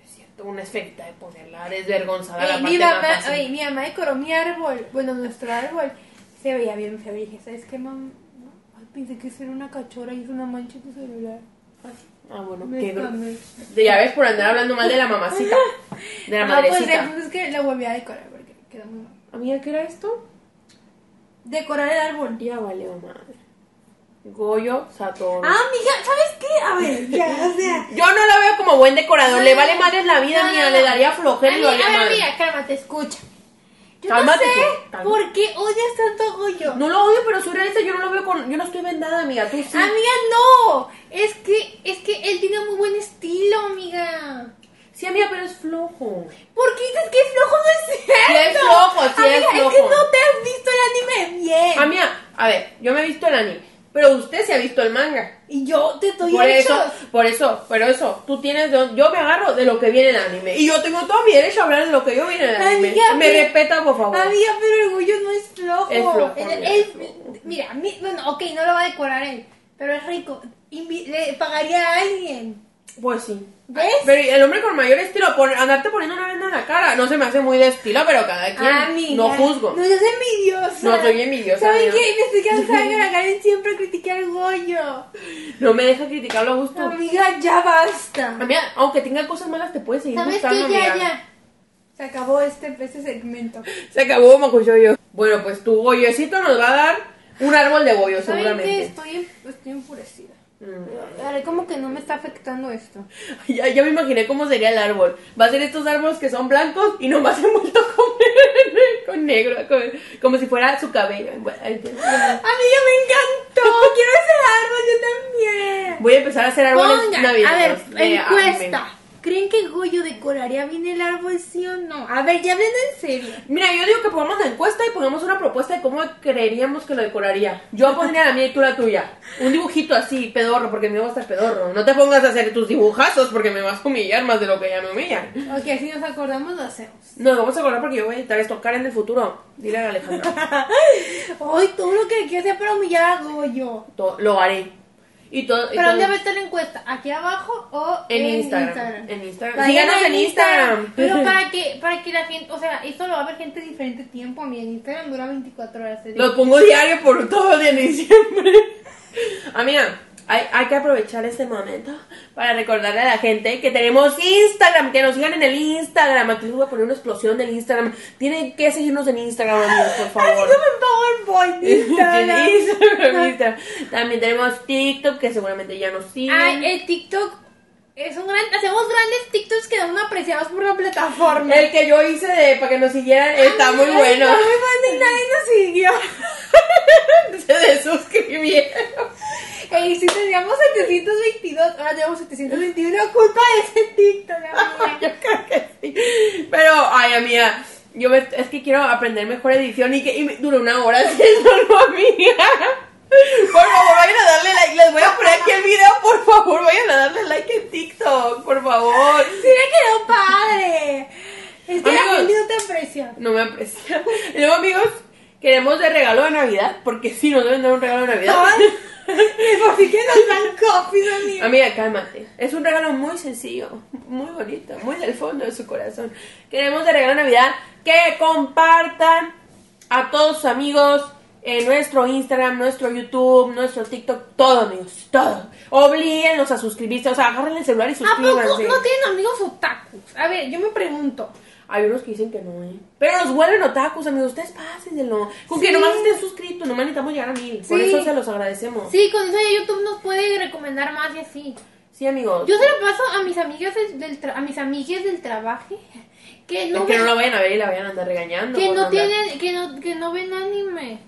Es cierto, una esferita de ponerla desvergonzada la Ey, parte Eh, mi, más mamá, fácil. ey, mi mamá decoró mi árbol, bueno, nuestro árbol. Se veía bien feo. Y dije, ¿sabes qué, mamá? Ay, pensé que eso era una cachora y es una mancha en tu celular. Ah, bueno, Me qué gro- escamé. de- Ya ves por andar hablando mal de la mamacita. De la No, pues madrecita. el punto es que la volví a decorar porque quedó muy mal. Amiga, ¿qué era esto? Decorar el árbol. Ya valió madre. Goyo Satoru. Ah, mija, ¿sabes qué? A [laughs] ver, ya, o sea. Yo no la veo como buen decorador. No, le no, vale no. madres la vida, No, mía. no, no. Le daría flojera y Ami- lo haría a ver, madre. amiga, cálmate, escucha. Yo Cálmate no sé tú, cálmate. por qué odias tanto a Goyo. No lo odio, pero soy realista. Yo no lo veo con. Yo no estoy vendada, amiga. Tú sí. Amiga, no. Es que, es que él tiene muy buen estilo, amiga. Sí, amiga, pero es flojo. ¿Por qué dices que es flojo? No es cierto. Sí es flojo, sí es Amiga, flojo. que no te has visto el anime bien. Amiga, a ver, yo me he visto el anime. Pero usted se ha visto el manga. Y yo te estoy Por hecho. eso, por eso, pero eso, tú tienes, de- yo me agarro de lo que viene en el anime. Y yo tengo todo mi derecho a hablar de lo que yo viene en el anime. Amiga, me pero- respeta, por favor. Amiga, pero el Goyo no es flojo. Es flojo, Él- amiga, él- es flojo. mira, mi- bueno, ok, no lo va a decorar él. Pero es rico. Invi- le pagaría a alguien. Pues sí. ¿Ves? Pero el hombre con mayor estilo, por andarte poniendo una venda en la cara, no se me hace muy de estilo, pero cada quien, Amiga, no juzgo. No seas envidiosa. No, soy envidiosa, ¿Saben amiga. qué? Me estoy [laughs] cansando de la Karen siempre critique al Goyo. No me deja criticarlo a gusto. Amiga, ya basta. Amiga, aunque tenga cosas malas, te puede seguir ¿Sabes gustando, qué? Ya, amiga. ya. Se acabó este, este segmento. Se acabó, Macuyo yo. Bueno, pues tu boyecito nos va a dar un árbol de bollo, ¿Saben qué? seguramente. Estoy, en- estoy enfurecida. Mm. Ahora, como que no me está afectando [laughs] esto. Ya, ya me imaginé cómo sería el árbol. Va a ser estos árboles que son blancos y nomás [laughs] envuelto con, con negro, con- como si fuera su cabello. [laughs] Amiga, me encantó. Quiero ese árbol, yo también. Voy a empezar a hacer árboles Pongan, a ver, navideños. Eh, de encuesta. anime. ¿Creen que Goyo decoraría bien el árbol, sí o no? A ver, ya hablen en serio. Mira, yo digo que pongamos la encuesta y pongamos una propuesta de cómo creeríamos que lo decoraría. Yo pondría la mía y tú la tuya. Un dibujito así, pedorro, porque me va a estar pedorro. No te pongas a hacer tus dibujazos porque me vas a humillar más de lo que ya me humillan. Ok, si nos acordamos, lo hacemos. Nos vamos a acordar porque yo voy a editar esto. Karen del futuro, dile a Alejandra. Hoy todo lo que quiero hacer para humillar a Goyo. To- lo haré. Y todo. y ¿Pero todo- dónde va a estar la encuesta? ¿Aquí abajo o En en, Instagram. En Instagram. Síganos en Instagram. [laughs] Pero para que, para que la gente, o sea, esto lo va a ver gente de diferente tiempo. Mi en Instagram dura 24 horas. te digo. Lo pongo diario por todo el día de diciembre. [laughs] Amiga, hay, hay que aprovechar este momento para recordarle a la gente que tenemos Instagram, que nos sigan en el Instagram. Aquí les voy a poner una explosión del Instagram. Tienen que seguirnos en Instagram, amigos, por favor. Hazme un PowerPoint de [laughs] Instagram. En Instagram, Instagram. También tenemos TikTok, que seguramente ya nos siguen. Ay, eh, el TikTok es un gran, hacemos grandes TikToks que aún no apreciamos por la plataforma. el que yo hice de, para que nos siguieran está muy bueno. Está muy bueno y nadie nos siguió. [laughs] Se desuscribieron. Ey, si teníamos 722, ahora tenemos 721 culpa de ese TikTok, amiga. [laughs] Yo creo que sí. Pero, ay, amiga, yo me- es que quiero aprender mejor edición y que y me- dura una hora [laughs] haciendo no, amiga. Por favor, vayan a darle like. Les voy a poner aquí el video. Por favor, vayan a darle like en TikTok. Por favor. Sí me quedó padre. Es que Amigos. la gente no te aprecia. No me aprecia. Y luego, amigos, queremos de regalo de Navidad. Porque si nos deben dar un regalo de Navidad. Ay, es por si que nos dan copies, amiga. Amiga, cálmate. Es un regalo muy sencillo, muy bonito, muy del fondo de su corazón. Queremos de regalo de Navidad que compartan a todos sus amigos eh, nuestro Instagram, nuestro YouTube, nuestro TikTok, todo, amigos, todo. Oblíguenlos a suscribirse, o sea, agarren el celular y ¿A poco no suscríbanse. tienen amigos otakus? A ver, yo me pregunto. Hay unos que dicen que no, ¿eh? Pero los vuelven otakus, amigos, ustedes pásenselo. Con Sí. que nomás estén suscritos, nomás necesitamos llegar a mil. Por Sí. eso se los agradecemos. Sí, Sí, con eso ya YouTube nos puede recomendar más y así. amigos. Yo se lo paso a mis amigas del- del tra- a mis amigues del trabajo que Es no que no ven- la vayan a ver y la vayan a andar regañando. que por no andar- tienen que no que no ven anime.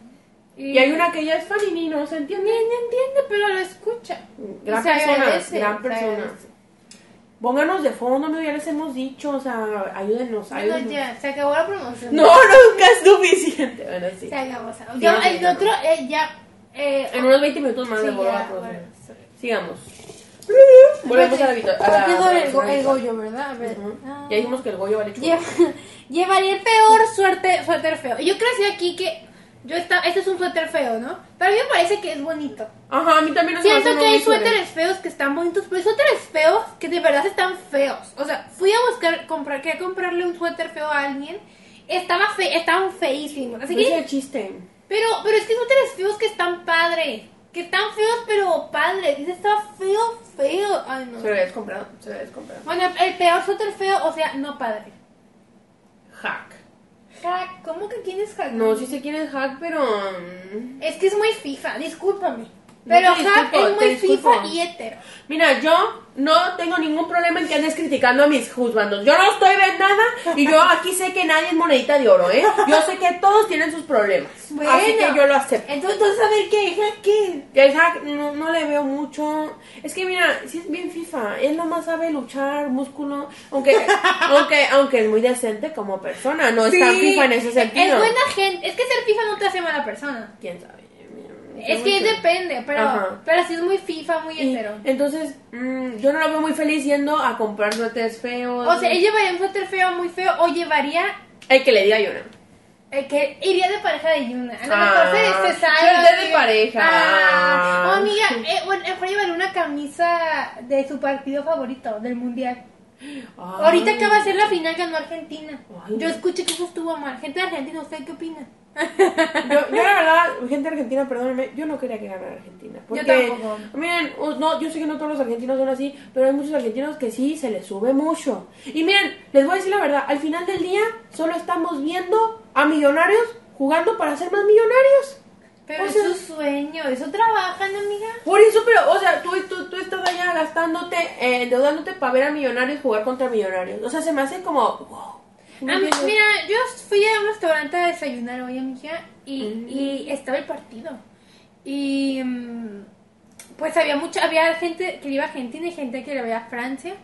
Y hay una que ya es fan y no se que entiende. ni ni entiende, pero lo escucha. Gran Y se persona, agradece, gran se persona. agradece. Pónganos de fondo, amigos, ya les hemos dicho, o sea, ayúdenos, Bueno, ayúdenos. ya, se acabó la promoción. No, [laughs] nunca es suficiente. Bueno, sí. Se acabó. se acabó. Sí, Yo, no, sí, el no. otro, eh, ya. eh, En unos 20 minutos más sí, de volver ya, a producir. bueno, sí. Sigamos. Volvemos a la vida. Creo que sobre el, go- el Goyo, ¿verdad? A ver. ah. Ya dijimos que el Goyo vale chulo. Lleva- [laughs] llevaría el peor suerte, suéter feo. Yo crecí aquí que yo estaba, este es un suéter feo, ¿no? Pero a mí me parece que es bonito. Ajá, a mí también Ah, no se me hace Siento uno que hay muy suave. suéteres feos que están bonitos, pero hay suéteres feos que de verdad están feos. O sea, fui a buscar, comprar, quería comprarle un suéter feo a alguien. Estaba fe, estaban feísimos. Así No es que, el chiste. pero, pero es que hay suéteres feos que están padre. Que están feos, pero padre. Dice, estaba feo, feo. Ay, no. Se lo habías comprado. Se lo habías comprado. Bueno, el peor suéter feo, o sea, no padre. Hack. Hack, ¿cómo que quién es Hack? No, sí sé quién es Hack, pero. mm, Es que es muy FIFA, discúlpame. Pero te Hack disculpo, es te muy disculpo. FIFA y hétero. Mira, yo no tengo ningún problema en que andes criticando a mis juzgandos. Yo no estoy ven nada y yo aquí sé que nadie es monedita de oro, ¿eh? Yo sé que todos tienen sus problemas. Así que yo lo acepto. Entonces, entonces, a ver qué, Hack qué. Que el hack no, no le veo mucho. Es que mira, si es bien FIFA, él nomás sabe luchar, músculo, [laughs] aunque, aunque, aunque es muy decente como persona, no es tan Sí, FIFA en ese sentido. Es buena gente. Es que ser FIFA no te hace mala persona. ¿Quién sabe? Mira, Es yo que no sé. depende, pero, Ajá. pero sí es muy FIFA, muy Y hetero. entonces, mm, yo no lo veo muy feliz yendo a comprar suéteres feos. O sea, él llevaría un suéter feo, muy feo, o llevaría El que le diga yo no. eh, que iría de pareja de Yuna. A lo Ah, mejor se, se sale. pero es de así. pareja. Ah, o amiga, eh, bueno, eh, puede llevar una camisa de su partido favorito, del mundial. Ay. Ahorita acaba de ser la final, ganó Argentina. Ah. Ay. Yo escuché que eso estuvo mal. Gente de Argentina, ¿usted qué opina? Yo, yo la verdad, gente argentina, perdónenme, yo no quería que ganara Argentina. Porque, tampoco. Miren, uh, no, yo sé que no todos los argentinos son así, pero hay muchos argentinos que sí se les sube mucho. Y miren, les voy a decir la verdad, al final del día solo estamos viendo a millonarios jugando para ser más millonarios. Pero O es sea- su sueño, eso trabajan, amiga. Por eso, pero, o sea, tú, tú, tú estás allá gastándote, eh, endeudándote para ver a millonarios jugar contra millonarios. O sea, se me hace como, wow. A mí- Ah, mira, yo fui a un restaurante a desayunar hoy, amiga, y, Ujú. y estaba el partido. Y mm, pues había mucha, había gente que le iba a Argentina y gente que le iba a Francia.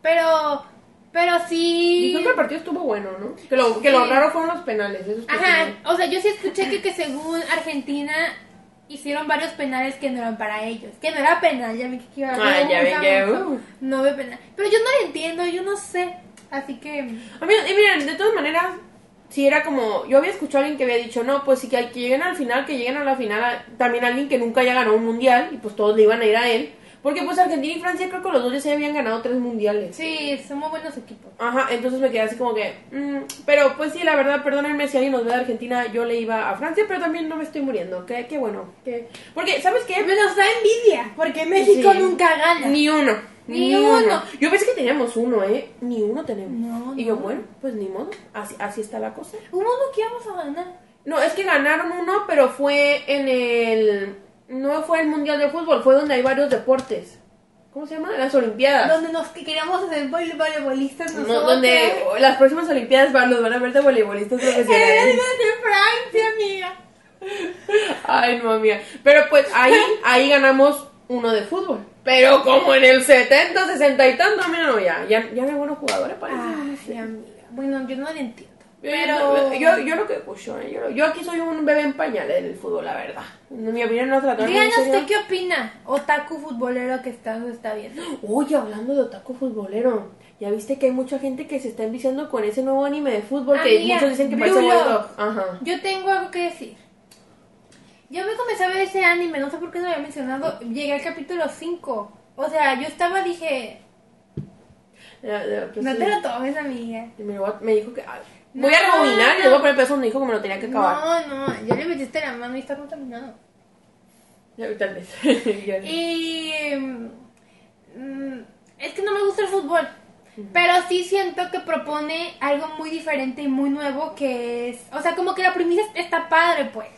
Pero, pero sí. Dijo que el partido estuvo bueno, ¿no? Que lo, que lo Sí. raro fueron los penales. esos que Ajá, sí. o sea, yo sí escuché que, que según Argentina hicieron varios penales que no eran para ellos. Que no era penal, ya vi que iba a Ah, ya ven, ya, uh. No ve penal. Pero yo no lo entiendo, yo no sé. Así que. mm. Amigos, y miren, de todas maneras, si era como. Yo había escuchado a alguien que había dicho, no, pues si que, al que lleguen al final, que lleguen a la final, a- también alguien que nunca haya ganado un mundial, y pues todos le iban a ir a él. Porque pues Argentina y Francia creo que los dos ya se habían ganado tres mundiales. Sí, son muy buenos equipos. Ajá, entonces me quedé así como que. mm, pero pues sí, la verdad, perdónenme si alguien nos ve de Argentina, yo le iba a Francia, pero también no me estoy muriendo. Qué, qué bueno. qué- Porque, ¿sabes qué? Me nos da envidia, porque México Sí. nunca gana. Ni uno. Ni uno. Yo pensé que teníamos uno, ¿eh? Ni uno tenemos. No, y yo, no. bueno, pues ni modo. Así, así está la cosa. Un mundo que íbamos a ganar. No, es que ganaron uno, pero fue en el. No fue el Mundial de Fútbol, fue donde hay varios deportes. ¿Cómo se llama? Las Olimpiadas. Donde nos que queríamos hacer vole- voleibolistas No, nosotros. donde las próximas Olimpiadas van, los van a ver de voleibolistas Era de [laughs] profesionales. Francia, amiga. Ay, no, mía. Pero pues ahí, ahí ganamos uno de fútbol. Pero como en el 70, 60 y tanto, mira, no, ya, ya, ya no hay buenos jugadores, parece. Ay, amiga. Bueno, yo no lo entiendo. Pero Pero yo, yo lo que escucho, ¿eh? yo, lo- yo aquí soy un bebé en pañales del fútbol, la verdad. Mi opinión no se la toman muy en Díganos serio. usted qué opina, otaku futbolero que está, está viendo. Oye, hablando de otaku futbolero, ya viste que hay mucha gente que se está enviciando con ese nuevo anime de fútbol que Amiga, muchos dicen que Blue parece Lock. Wild Dog. Ajá. Yo tengo algo que decir. Yo me comencé a ver ese anime, no sé por qué no lo había mencionado. Llegué al capítulo 5. O sea, yo estaba, dije, Ya, ya, pues, no sí. te lo tomes, amiga. Y me, lo va- me dijo que. ay, Voy a No, rebobinar y no. le voy a poner pedazo donde dijo que me lo tenía que acabar. No, no, ya le metiste la mano y está contaminado. Ya, Tal vez. [laughs] Ya. Y mm, es que no me gusta el fútbol. Pero sí siento que propone algo muy diferente y muy nuevo que es... O sea, como que la premisa está padre, pues.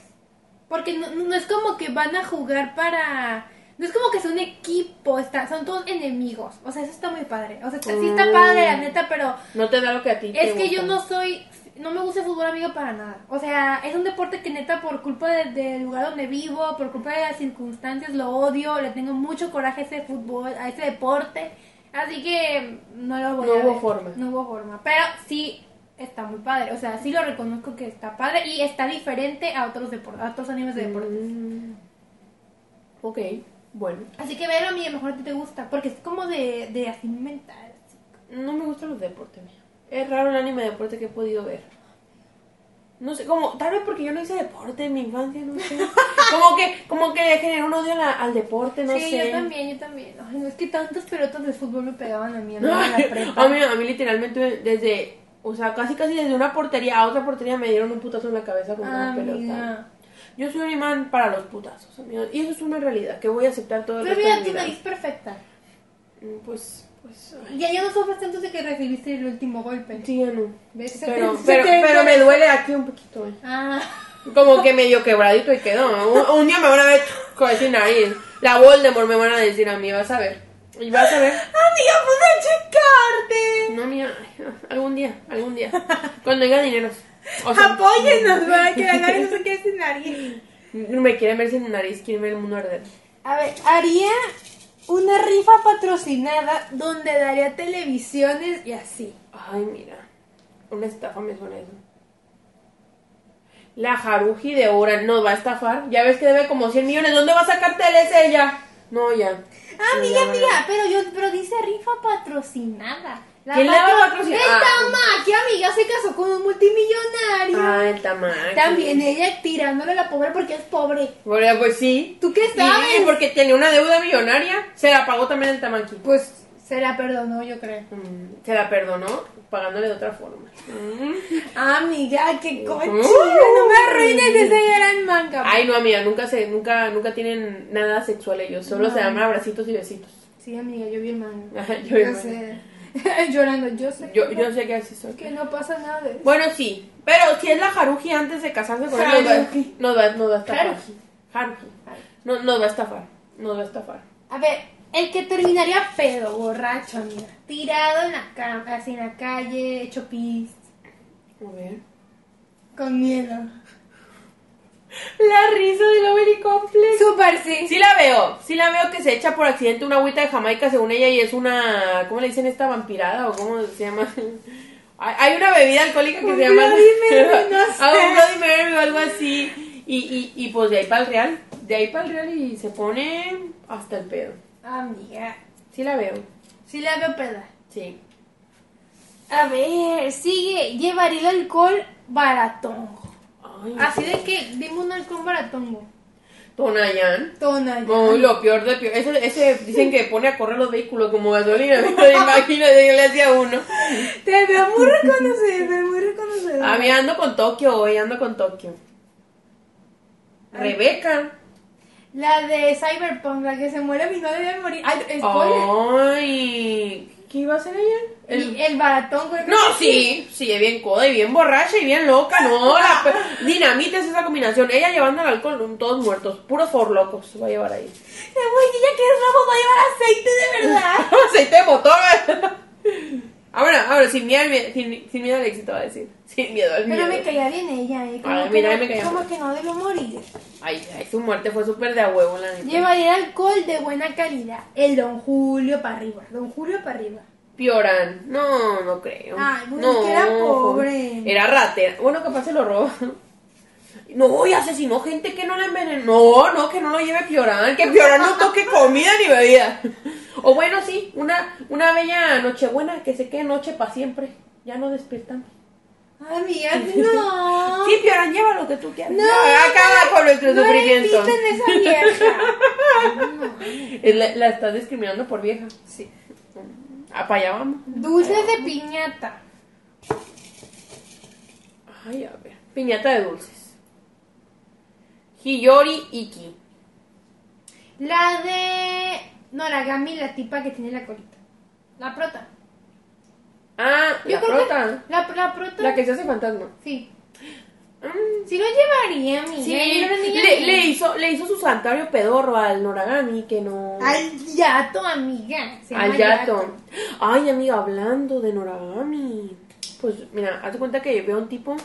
Porque no, no es como que van a jugar para... No es como que sea un equipo, está, son todos enemigos. O sea, eso está muy padre. O sea, está- sí Mm. está padre, la neta, pero No te da lo que a ti te es que yo gusta. no soy, no me gusta el fútbol amigo para nada. O sea, es un deporte que neta por culpa de- del lugar donde vivo, por culpa de las circunstancias, lo odio, le tengo mucho coraje a ese fútbol, a ese deporte. Así que no lo voy No a ver. hubo forma. No hubo forma. Pero sí está muy padre. O sea, sí lo reconozco que está padre y está diferente a otros deportes, a otros animes de deporte. Mm. Ok, bueno. Así que velo a mí, a lo mejor a ti te gusta, porque es como de, de así mental. así. No me gustan los deportes, mía. Es raro el anime de deporte que he podido ver. No sé, como, tal vez porque yo no hice deporte en mi infancia, no [laughs] sé. Como que, como que le generó un odio a la- al deporte, no sí, sé. [laughs] yo también, yo también. Ay, no es que tantas pelotas de fútbol me pegaban a [laughs] mí en No, la prepa. a, mí, a mí literalmente desde, o sea, casi casi desde una portería a otra portería me dieron un putazo en la cabeza con una Ah, pelota. mira. Yo soy un imán para los putazos, amigos. Y eso es una realidad que voy a aceptar todo el Pero resto de Pues mira, mi tu vida. nariz perfecta. Mm, Pues, pues, ay, Ya, ya no sufres tanto de que recibiste el último golpe. sí, ya no. ¿Ves? Se Pero, te- [laughs] se pero, te pero me enderezó. duele aquí un poquito, eh. Ah, Como que medio quebradito y quedó. Un, un día me van a ver con ese nariz. La Voldemort me van a decir a mí, vas a ver. Y vas a ver. amiga, pude checarte. No, mía, ay, algún día, algún día. Cuando tenga dinero. O sea, Apóyenos para que la nariz no se quede sin nariz. me quieren ver sin nariz, quieren ver el mundo arder. A ver, haría una rifa patrocinada donde daría televisiones y así. Ay, mira. Una estafa me suena eso. La Haruji de Oran nos va a estafar. Ya ves que debe como 100 millones. ¿Dónde va a sacar teles ella? No, ya. No, Ah, Amiga, ya, amiga, pero yo, pero dice rifa patrocinada. ¿Quién la va a patro- patrocinar? Esta Ah. Maki, amiga, se casó con un multimillonario. Ah, el tamaño. También ella tirándole a la pobre porque es pobre. Bueno, pues sí. ¿Tú qué Sí, sabes? porque tenía una deuda millonaria, se la pagó también el Tamaki. Pues se la perdonó, yo creo. Mm, Se la perdonó pagándole de otra forma. Mm. Amiga, qué cochina. Uh. No me arruines ese gran manga. Ay, no, amiga, nunca se, nunca, nunca tienen nada sexual ellos, solo se dan abracitos y besitos. [laughs] Sí, amiga, yo vi el manga. Ajá, Yo, yo, sé. [laughs] Llorando, yo sé. yo, que yo no- sé que así son. Que no pasa nada de eso. Bueno, sí, pero si es la Haruji antes de casarse con él, nos va- Haruji. nos va, nos va a estafar. Haruji. Haruji. No, nos va a estafar, nos va a estafar. A ver, el que terminaría pedo, borracho, amiga. Tirado en la cama, así en la calle, hecho pis, A ver. con miedo. La risa del Overy Complex. Super sí. Sí la veo, sí la veo que se echa por accidente una agüita de Jamaica según ella y es una, ¿cómo le dicen esta vampirada o cómo se llama? [laughs] Hay hay una bebida alcohólica que Un se llama Bloody [laughs] Mary, no Ah, un sé. Bloody Mary o algo así y, y, y pues de ahí para el real, de ahí para el real y se pone hasta el pedo. Amiga, Sí la veo, sí la veo peda. sí. A ver, sigue. Llevaría el alcohol baratongo. Ay, Así de que, dime un alcohol baratongo. Tonayan. Tona. Uy, lo peor del peor. Ese, ese dicen que pone a correr los vehículos como [laughs] gasolina. [laughs] Imagínate, yo le hacía uno. Te veo muy reconocedor, muy reconocedor. A mí Ah, ando con Tokio hoy, ando con Tokio. Ah. Rebeca. La de Cyberpunk, la que se muere mi no debe morir. Ay, Oh, spoiler. Ay, ¿qué iba a hacer ella? El- Y el baratongo. No, sí, sí, es bien coda y bien borracha y bien loca, no, la [laughs] pe- dinamita es esa combinación, ella llevando el alcohol, todos muertos, puros forlocos va a llevar ahí. [laughs] La ya que es rojo va a llevar aceite de verdad. Aceite de motor, [laughs] ¿verdad? Ahora, ahora, sin miedo, al mie- sin, sin miedo al éxito, va a decir, sin miedo al miedo. Pero me caía bien ella, eh. Como, Ay, que, mira, no, me caía como mal. que no debe morir. Ay, ay, su muerte fue súper de a huevo, la neta. Llevaría alcohol de buena calidad. El Don Julio para arriba. Don Julio para arriba. Pioran, no, no creo. Ay, bueno, no, es que era pobre. Era ratera. Bueno, capaz se lo robó. No, y asesinó gente que no la envenenó. No, no, que no lo lleve Pioran. Que Pioran no toque comida ni bebida. O bueno, sí, una, una bella nochebuena que se quede noche para siempre. Ya no despiertan. Ay, [laughs] Amiga, Ah, no. Sí, Pioran, lleva lo que tú quieras. No, acaba con nuestro no sufrimiento. repiten esa vieja. [laughs] No. Es La, la estás discriminando por vieja. Sí. Ah, para allá vamos. Dulces de piñata. Ay, a ver. Piñata de dulces. Hiyori Iki. La de. No, la Gami, la tipa que tiene la colita. La prota. Ah, la creo que- prota. La, la prota. La que se hace fantasma. Sí. Mm, Sí lo llevaría, Miguel. Sí, Era una niña le, bien. le hizo, le hizo su santuario pedorro al Noragami, que no... Al yato, amiga. Se llama Al yato. Ay, amiga, hablando de Noragami. Pues mira, haz de cuenta que veo un tipo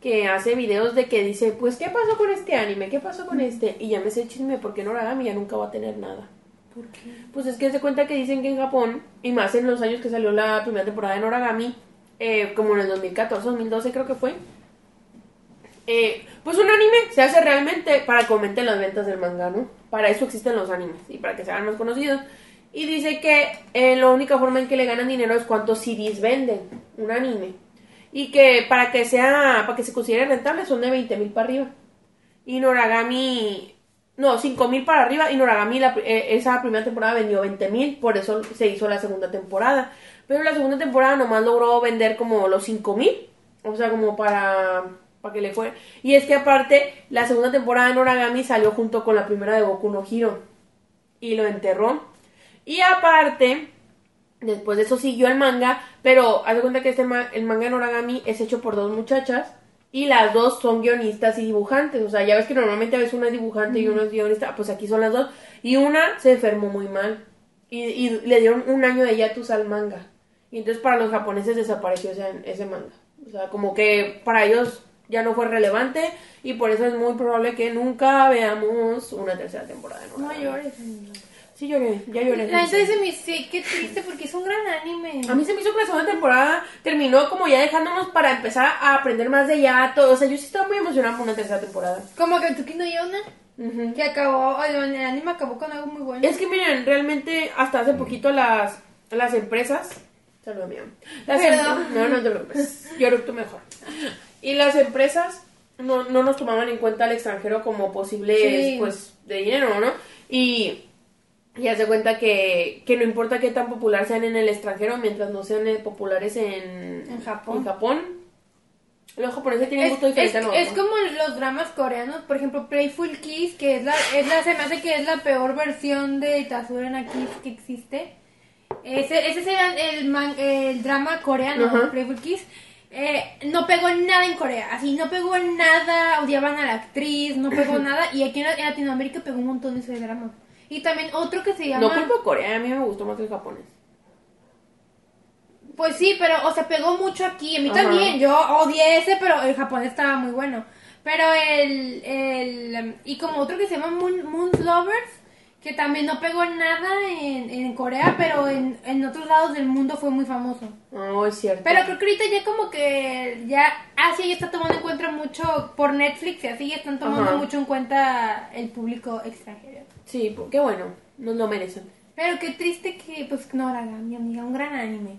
que hace videos de que dice, pues, ¿qué pasó con este anime? ¿Qué pasó con este? Y ya me sé el chisme porque Noragami ya nunca va a tener nada. ¿Por qué? Pues es que se cuenta que dicen que en Japón, y más en los años que salió la primera temporada de Noragami, eh, como en el 2014, 2012 creo que fue, eh, pues un anime se hace realmente para que aumenten las ventas del manga, ¿no? Para eso existen los animes y para que se hagan más conocidos. Y dice que eh, la única forma en que le ganan dinero es cuántos CDs venden un anime. Y que para que sea, para que se considere rentable son de 20 mil para arriba. Y Noragami. No, 5 mil para arriba. Y Noragami, la pri- eh, esa primera temporada vendió 20 mil. Por eso se hizo la segunda temporada. Pero la segunda temporada nomás logró vender como los 5 mil. O sea, como para, para que le fuera. Y es que aparte, la segunda temporada de Noragami salió junto con la primera de Goku no Hiro. Y lo enterró. Y aparte, después de eso siguió el manga. Pero haz de cuenta que este ma- el manga de Noragami es hecho por dos muchachas. Y las dos son guionistas y dibujantes. O sea, ya ves que normalmente a veces una es dibujante y uno es guionista. Pues aquí son las dos. Y una se enfermó muy mal. Y, y le dieron un año de hiatus al manga. Y entonces para los japoneses desapareció ese, ese manga. O sea, como que para ellos ya no fue relevante. Y por eso es muy probable que nunca veamos una tercera temporada. de No Noragami. llores, amiga. Sí lloré, ya lloré. La gente dice, me sí, qué triste porque es un gran anime. A mí se me hizo que la segunda temporada terminó como ya dejándonos para empezar a aprender más de Yato. O sea, yo sí estaba muy emocionada por una tercera temporada. Como que Tuki no Yona, Ujú. que acabó, el el anime acabó con algo muy bueno. Es que miren, realmente hasta hace poquito las, las empresas. Saludos, mía. Las em- Perdón. no, no te preocupes. Yo eructo mejor. Y las empresas no, no nos tomaban en cuenta al extranjero como posibles, Sí. pues, de dinero, ¿no? Y. Y haz de cuenta que, que no importa qué tan popular sean en el extranjero, mientras no sean eh, populares en, En Japón. en Japón. Los japoneses tienen Es, gusto diferente es- a nosotros. es como los dramas coreanos, por ejemplo, Playful Kiss, que es la, es la, se me hace que es la peor versión de Tazura en Kiss que existe. Ese, ese era el, man- el drama coreano, Ajá. Playful Kiss. Eh, no pegó nada en Corea, así no pegó nada, odiaban a la actriz, no [laughs] pegó nada, y aquí en, en Latinoamérica pegó un montón ese drama. Y también otro que se llama... No culpo a Corea, a mí me gustó más que el japonés. Pues sí, pero, o sea, pegó mucho aquí. A mí Ajá. también. Yo odié ese, pero el japonés estaba muy bueno. Pero el. el em, y como otro que se llama Moon, Moon Lovers, que también no pegó nada en, en Corea, pero en, en otros lados del mundo fue muy famoso. No, es cierto. Pero creo que ahorita ya como que ya Asia ya está tomando en cuenta mucho por Netflix y así ya están tomando Ajá. mucho en cuenta el público extranjero. Sí, pues, qué bueno, nos lo merecen. Pero qué triste que pues no la mi amiga, un gran anime.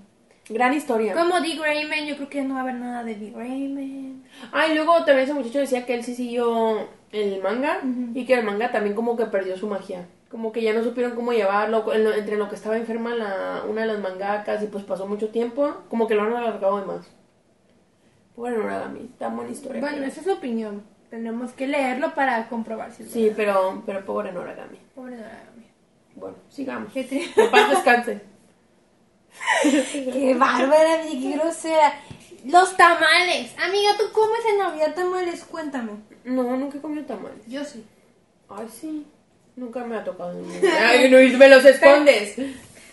Gran historia. Como Dick Rayman, yo creo que no va a haber nada de Dick Rayman. Ah, y luego también ese muchacho decía que él sí siguió el manga Ujú. y que el manga también como que perdió su magia. Como que ya no supieron cómo llevarlo, en lo- entre lo que estaba enferma la, una de las mangakas y pues pasó mucho tiempo, como que lo han alargado de más. Bueno, Noragami, tan buena historia. Bueno, pero- esa es su opinión. Tenemos que leerlo para comprobar si es Sí, pero, pero pobre Noragami. verdad. Pobre Doragami. Bueno, sigamos. Qué [laughs] tri- [laughs] En paz descanse. Qué bárbara, mi, qué grosera. Los tamales. Amiga, ¿tú comes en Navidad tamales? Cuéntame. No, nunca he comido tamales. Yo sí. Ay, sí. Nunca me ha tocado. Ay, Luis, me los escondes.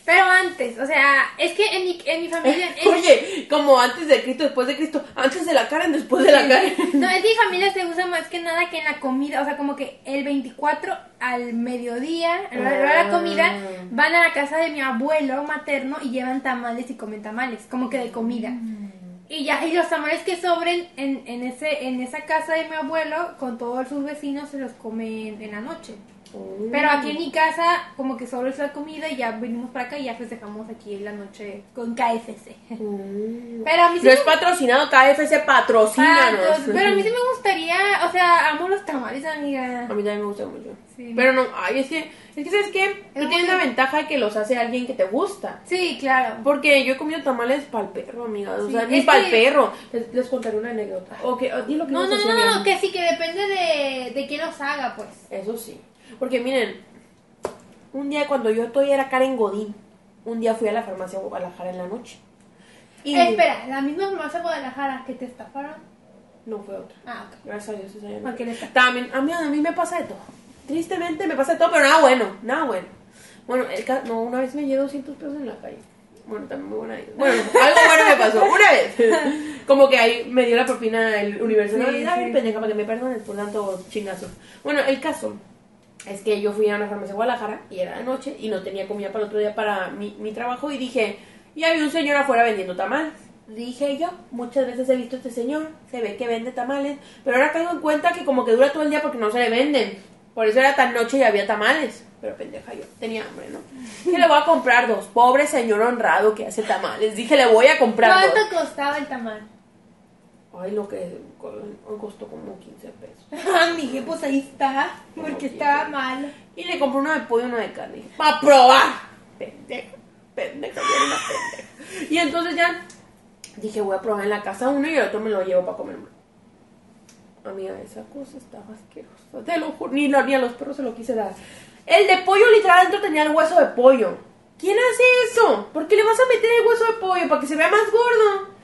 Pero antes, o sea, es que en mi, en mi familia... [laughs] en- [laughs] Oye, como antes de Cristo, después de Cristo, antes de la Karen, después de la Karen. No, en mi familia se usa más que nada que en la comida, o sea, como que el 24 al mediodía, a la hora de la comida, van a la casa de mi abuelo materno y llevan tamales y comen tamales, como que de comida. Y ya, y los tamales que sobren en, en, ese, en esa casa de mi abuelo, con todos sus vecinos, se los comen en la noche. Pero aquí en mi casa, como que solo es la comida y ya venimos para acá y ya festejamos aquí en la noche con KFC. Pero a mí No sí me es patrocinado, KFC gusta, patrocínanos. Ah, pero a mí sí me gustaría, o sea, amo los tamales, amiga. A mí también me gusta mucho. Sí. Pero no, ay, es que, es que ¿sabes qué? Es Y tienes muy- la ventaja que los hace alguien que te gusta. Sí, claro. Porque yo he comido tamales pa'l perro, amiga. O Sí, sea, ni es pa'l que- perro. Les, les contaré una anécdota. O que, o di lo que No, nos no, hacía no, no, mi no, que sí, que depende de, de quién los haga, pues. Eso sí. Porque miren, un día cuando yo todavía era Karen Godín, un día fui a la farmacia de Guadalajara en la noche. Y Espera, la misma farmacia de Guadalajara que te estafaron. no fue otra. Ah, ok. Gracias a Dios esa ya no. ¿A qué le está? También, a mí, a mí me pasa de todo. Tristemente me pasa de todo, pero nada bueno, nada bueno. Bueno, el ca- no, una vez me llevé 200 pesos en la calle. Bueno, también muy buena idea. [laughs] Bueno, algo bueno me pasó. Una vez. [laughs] Como que ahí me dio la propina el universo. ¿no? Sí, Y, a ver, sí. pendeja, para que me perdones por tanto chingazo. Bueno, el caso es que yo fui a una farmacia de Guadalajara y era de noche y no tenía comida para el otro día para mi, mi trabajo y dije, y había un señor afuera vendiendo tamales. Dije yo, muchas veces he visto a este señor, se ve que vende tamales, pero ahora caigo en cuenta que como que dura todo el día porque no se le venden. Por eso era tan noche y había tamales. Pero pendeja yo, tenía hambre, ¿no? Que le voy a comprar dos. Pobre señor honrado que hace tamales. Dije, le voy a comprar dos. ¿Cuánto costaba el tamal? [laughs] Ay, lo que co- costó como 15 pesos. Miguel, pues ahí está, porque estaba mal. Y le compré uno de pollo y uno de carne. ¡Para probar! Pendeja, pendeja, yo era una pendeja. Y entonces ya dije, voy a probar en la casa uno y el otro me lo llevo para comer. Amiga, esa cosa estaba asquerosa. Te lo juro, ni, lo- ni a los perros se lo quise dar. El de pollo literal adentro tenía el hueso de pollo. ¿Quién hace eso? ¿Por qué le vas a meter el hueso de pollo? Para que se vea más gordo.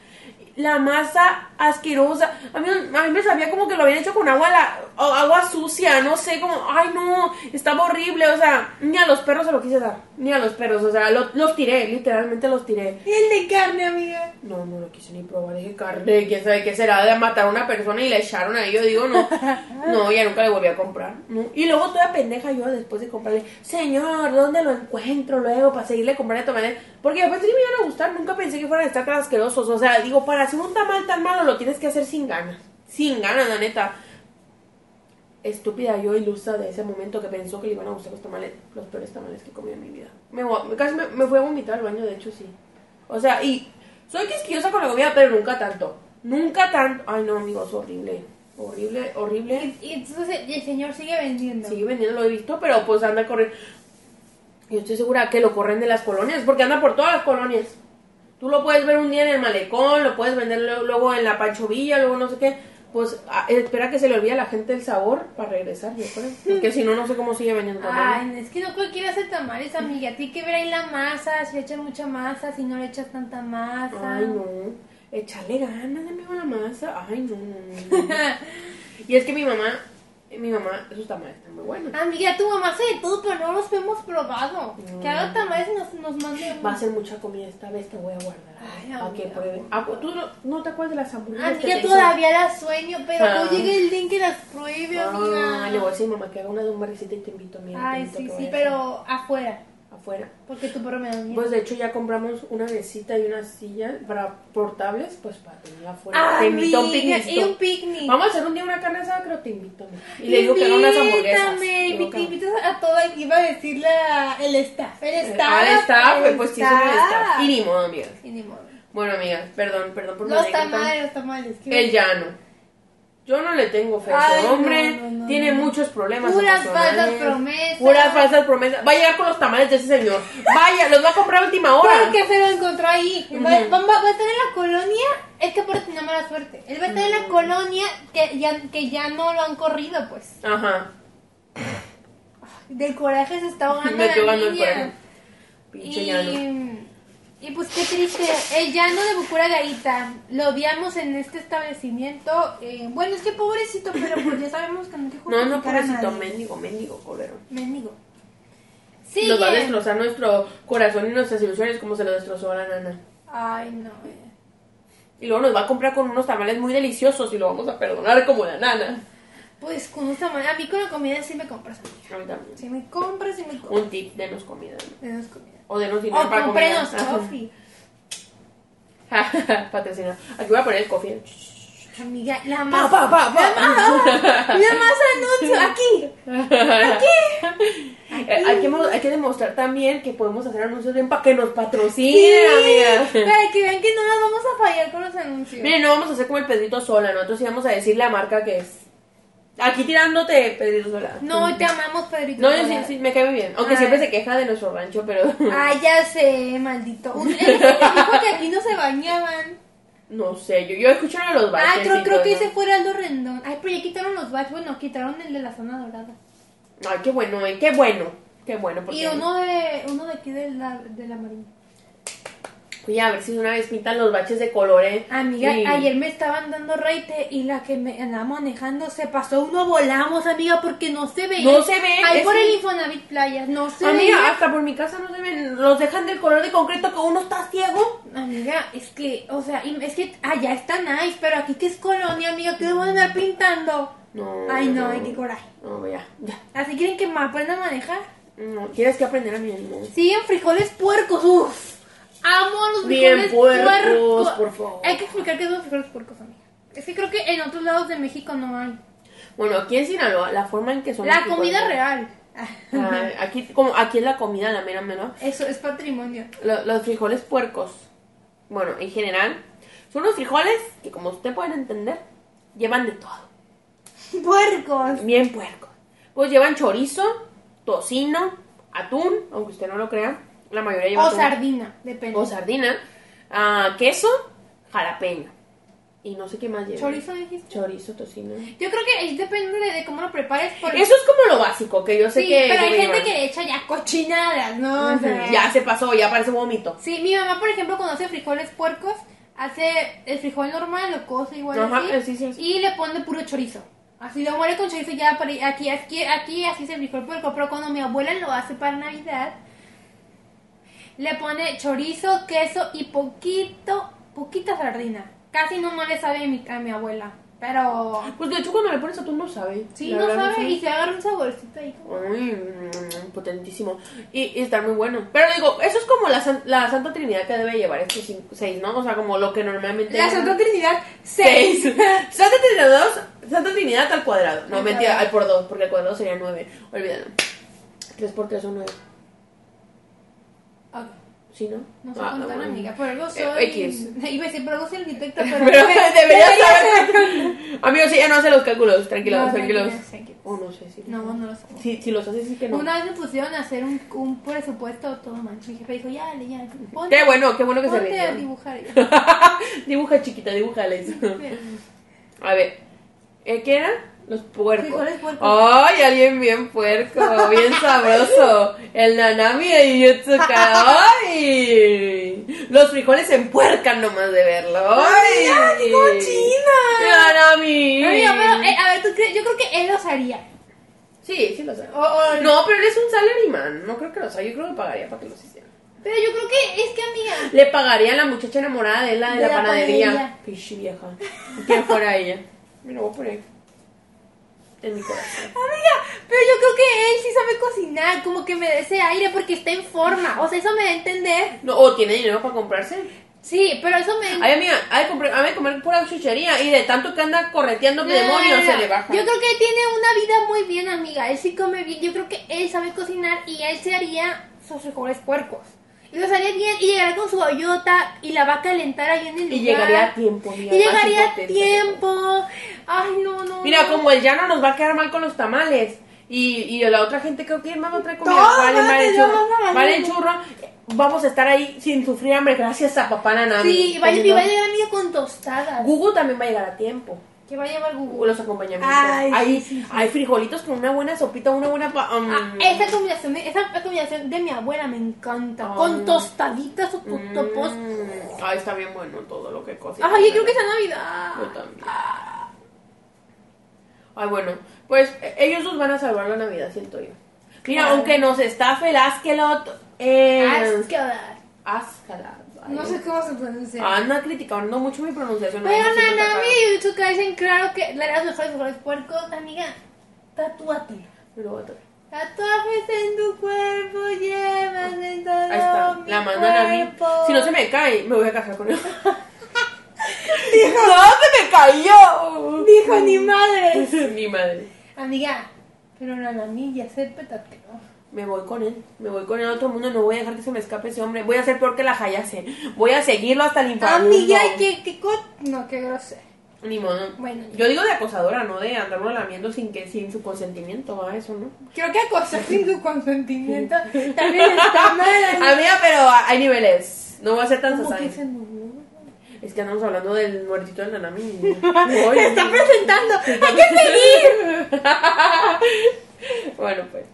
La masa asquerosa. A mí, a mí me sabía como que lo habían hecho con agua, la, o- agua sucia. No sé, como, ay no, estaba horrible. O sea, ni a los perros se lo quise dar. Ni a los perros. O sea, lo- los tiré, literalmente los tiré. El de carne, amiga. No, no lo quise ni probar. Dije, carne, quién sabe qué será de matar a una persona y la echaron ahí. Yo digo, no, no, ya nunca le volví a comprar. no. Y luego toda pendeja yo después de comprarle, señor, ¿dónde lo encuentro luego para seguirle comprando tamales? Porque yo pensé que me iban a gustar, nunca pensé que fueran a estar tan asquerosos. O sea, digo, para hacer un tamal tan malo lo tienes que hacer sin ganas. Sin ganas, la neta. Estúpida yo ilusa de ese momento que pensó que le iban a gustar los tamales, los peores tamales que he comido en mi vida. Me, vo- me- casi me, me fui a vomitar al baño, de hecho, sí. O sea, y soy quisquillosa con la comida, pero nunca tanto. Nunca tanto. Ay, no, amigos, horrible. Horrible, horrible. Y entonces el señor sigue vendiendo. Sigue vendiendo, lo he visto, pero pues anda corriendo. Yo estoy segura que lo corren de las colonias, porque anda por todas las colonias. Tú lo puedes ver un día en el malecón, lo puedes vender lo- luego en la Pancho Villa, luego no sé qué. Pues a- espera que se le olvide a la gente el sabor para regresar, yo creo. Porque si no, no sé cómo sigue vendiendo. tamales. Ay, es que no cualquiera hace tamales, amiga. Tiene que ver ahí la masa, si le echan mucha masa, si no le echas tanta masa. Ay, no. Echarle ganas de mi la masa. Ay, no, no, [laughs] no. y es que mi mamá, mi mamá, sus tamales están muy buenos. Amiga, tu mamá hace de todo, pero no los hemos probado. Que Mm. haga tamales y nos, Ah, nos mande uno. Va a ser mucha comida esta vez, te voy a guardar. Ay, a que amiga, pruebe. por Ah, ¿Tú no, no te acuerdas de las hamburguesas? que Amiga, te hice? todavía las sueño, pero este Ah. no llega el día en que las pruebe, amiga. Ah, le voy a decir mamá que haga una de un barricita y te invito a mí. Ay, sí, sí, pero afuera. Afuera. Porque tu perro me da miedo. Pues de hecho ya compramos una mesita y una silla para portables, pues para tenerla afuera. Ah, te invito a un amiga, picnicito. Y un picnic. Vamos a hacer un día una carne asada, creo te invito. amiga. Y le digo que haga unas hamburguesas. Invítame, Le digo te que- invitas a toda, iba a decir la, el staff. El Eh, staff. ah, el staff, pues sí, el somos el staff. Y ni modo, amigas. Y ni modo. Bueno, amigas, perdón, perdón por mi Los anécdota. tamales, los tamales. ¿qué? El llano. Yo no le tengo fe a Ay, ese no, hombre. no, no, tiene no. muchos problemas. Puras emocionales, falsas promesas. Puras falsas promesas. Va a llegar con los tamales de ese señor. Vaya, los va a comprar a última hora. Porque se lo encontró ahí. Va, Ujú. va- va- va a estar en la colonia. Es que por tener mala suerte. Él va a estar en la colonia que ya, que ya no lo han corrido, pues. Ajá. Del coraje se está ahogando Me estoy la ahogando el niña. cuerpo. Pinche llano. Y, y pues qué triste. El llano de Bucura Gaita. Lo odiamos en este establecimiento. Eh, bueno, es que pobrecito, pero pues ya sabemos que no hay que No, no, justificar a pobrecito, nadie. mendigo, mendigo, colero. Mendigo. Sí. Nos va a eh. destrozar nuestro corazón y nuestras ilusiones como se lo destrozó a la nana. Ay, no. eh. Y luego nos va a comprar con unos tamales muy deliciosos y lo vamos a perdonar como la nana. Pues con esta manera. A mí con la comida sí me compras, amiga. A mí también. Sí me compras, sí me compras. Un tip, denos comida. ¿no? Menos comida. O denos dinero O para comprenos comida. coffee. [laughs] Ajá. Patrocinado. Aquí voy a poner el coffee. Amiga, la Pa, masa. pa, pa, pa. La masa anuncio. Aquí. Aquí. Eh, demostrar también que podemos hacer anuncios bien para que nos patrocinen, Sí, amiga. para que vean que no nos vamos a fallar con los anuncios. Miren, no vamos a hacer como el Pedrito Sola, nosotros íbamos a decir la marca que es. Aquí tirándote, Pedrito Sola. No, te amamos, Pedrito. No, yo sí, Sola. sí, me cae muy bien. Aunque Ay. Ah. siempre se queja de nuestro rancho, pero. Ay, ya sé, maldito. Un- Él me dijo que aquí no se bañaban. [laughs] No sé, yo, yo escucho lo de los baches. Ah, creo, y creo todo, que ¿no? ese fue Aldo Rendón. Ay, pero ya quitaron los baches. Bueno, quitaron el de la zona dorada. Ay, qué bueno, eh, qué bueno. Qué bueno, porque. Y uno de, uno de aquí de la, de la marina. Oye, a ver si una vez pintan los baches de color, eh. Amiga, Y- ayer me estaban dando raite y la que me andaba manejando se pasó. Uno volamos, amiga, porque no se veía. No se ve, Ahí es por que- el Infonavit Playas, no se Amiga, ah. veía. hasta por mi casa no se ven. Los dejan del color de concreto que uno está ciego. Amiga, es que, o sea, y- es que allá está nice, pero aquí que es colonia, amiga, que van a andar pintando. No. Ay, no, ay, qué coraje. No, ya, ya. ¿Así quieren que me aprendan a manejar? No, tienes que aprender a mi animal. Siguen frijoles puercos, uff. Amo los Bien frijoles puercos, puercos. por favor. Hay que explicar qué son los frijoles puercos, amiga. Es que creo que en otros lados de México no hay. Bueno, aquí en Sinaloa, la forma en que son. La los comida frijoles- real. Ay, aquí, como, aquí es la comida, la mera, mera. Eso es patrimonio. Lo- los frijoles puercos, bueno, en general, son unos frijoles que, como usted pueden entender, llevan de todo. Puercos. Bien puercos. Pues llevan chorizo, tocino, atún, aunque usted no lo crea. La mayoría lleva O atún. sardina, depende. o sardina, ah, queso, jalapeño. Y no sé qué más lleva. Chorizo dijiste. Chorizo, tocino. Yo creo que ahí depende de, de cómo lo prepares. Porque... Eso es como lo básico que yo sé sí, que. pero hay debe gente llevar. que echa ya cochinadas, ¿no? O sea, Ya se pasó, ya parece vómito. Sí, mi mamá, por ejemplo, cuando hace frijoles puercos, hace el frijol normal, lo cose igual Ajá, eh, así, sí, sí, sí. y le pone puro chorizo. Así lo muere con chorizo ya para- aquí, aquí, aquí así es el frijol puerco, pero cuando mi abuela lo hace para Navidad, le pone chorizo, queso y poquito, poquita sardina. Casi no me le sabe a mi, a mi abuela, pero Pues de hecho, cuando le pones atún no sabe. sí, La no verdad, sabe y se agarra un saborcito ahí. como- Ay, mm, potentísimo. Y, y está muy bueno. Pero digo, eso es como la, san- la Santa Trinidad que debe llevar estos cinco, seis, ¿no? O sea, como lo que normalmente. La Santa Trinidad Seis. 6. Santa Trinidad dos, Santa Trinidad al cuadrado. No, Al mentira, cuadrado. al por dos, porque al cuadrado sería nueve. Olvídalo. Tres por tres son nueve. ¿Sí, no? No sé Ah, contar, bueno. amiga, por algo soy. Eh, X. Iba a decir, por algo soy arquitecta, [laughs] pero. Pero [laughs] debería saber. Amigos, ella no hace los cálculos. Tranquilos, No, tranquilos. tranquilos, tranquilos. O no sé si. No, no lo sé. Si, si los haces, sí que no. Una vez me pusieron a hacer un, un presupuesto todo mancho. Mi jefe dijo, ya, dale, ya. Ponte, Qué bueno, qué bueno que se ponte a rieron. dibujar. Y yo, dibuja chiquita, dibújales. [laughs] "Bien". A ver, ¿eh, ¿qué eran? Los puercos. Frijoles puercos. ¡Ay, alguien bien puerco! ¡Bien sabroso! El Nanami de Yutsuka. ¡Ay! Los frijoles se empuercan nomás de verlo. ¡Ay! Ay, qué cochina. ¡Nanami! Amiga, pero, eh, a ver, ¿tú crees? Yo creo que él los haría. Sí, sí los hay. O- o- No, pero él es un salaryman. No creo que los haya. Yo creo que pagaría para que los hiciera. Pero yo creo que es que, amiga. Le pagaría a la muchacha enamorada de él, la de, De la, la panadería. panadería. Pichi vieja. Que fuera ella. Me lo voy a poner en mi corazón. Amiga, pero yo creo que él sí sabe cocinar. Como que me da ese aire porque está en forma. O sea, eso me da a entender. No, o tiene dinero para comprarse. Sí, pero eso me. Ay, amiga, hay que comprar, hay que comer pura chuchería. Y de tanto que anda correteando No, demonios, no, no. se le baja. Yo creo que tiene una vida muy bien, amiga. Él sí come bien. Yo creo que él sabe cocinar y él se haría sus frijoles puercos. Y los haría bien y llegará con su bayota y la va a calentar ahí en el Y lugar. llegaría a tiempo, amiga, Y llegaría más a potente. tiempo. Ay, no, no. Mira, no. como el llano nos va a quedar mal con los tamales. Y, y la otra gente creo que más va a traer comida. Todo, vale, vale, vale, el yo churro. no valía. Vale, el churro. Vamos a estar ahí sin sufrir hambre. Gracias a papá Nanami. Sí, y va, y Comiendo. va a llegar amiga con tostadas. Gugu también va a llegar a tiempo. Que va a llevar O Google. los acompañamientos. Ay, hay, sí, sí, sí. hay frijolitos con una buena sopita, una buena. pa- um, Ah, esa combinación, esa combinación de mi abuela me encanta. Ay. Con tostaditas o mm, topos. Ay, está bien bueno todo lo que cocina. Ay, yo creo que es Yo Navidad. también. Ay, bueno, pues eh, ellos nos van a salvar la Navidad, siento yo. Mira, Claro. aunque nos estafe el Askelot. Eh, Ah, Asqueroso. Ascalad, vale. No sé cómo se pronuncia. Anda criticando mucho mi pronunciación. Pero Ah, no sé si me Nanami pasa. y Yutsuka dicen claro que la eras mejores mejores puercos, amiga. Tatúate. Me lo voy a tocar. Tatuajes en tu cuerpo, llevas en todo Ahí está, mi la mandan a mí. cuerpo. Si no se me cae, me voy a casar con [laughs] él. [laughs] no, se me cayó. Pues, [laughs] Dijo ni madre. Mi madre. Amiga, pero Nanami ya se petateó. me voy con él, me voy con el otro mundo, no voy a dejar que se me escape ese hombre, voy a ser peor que la Hayase, voy a seguirlo hasta el infierno. Amiga, que, que co- No, qué grosero. Ni modo. Bueno. Yo digo de acosadora, no de andarlo lamiendo sin que sin su consentimiento, va eso, ¿no? Creo que acosar sin tu consentimiento [laughs] también [laughs] está mal. Amiga, pero hay niveles. No voy a ser tan ¿Cómo sasai. que se murió? Es que andamos hablando del muertito del Nanami. [laughs] Se Oye. está presentando. ¿A qué bueno, pues.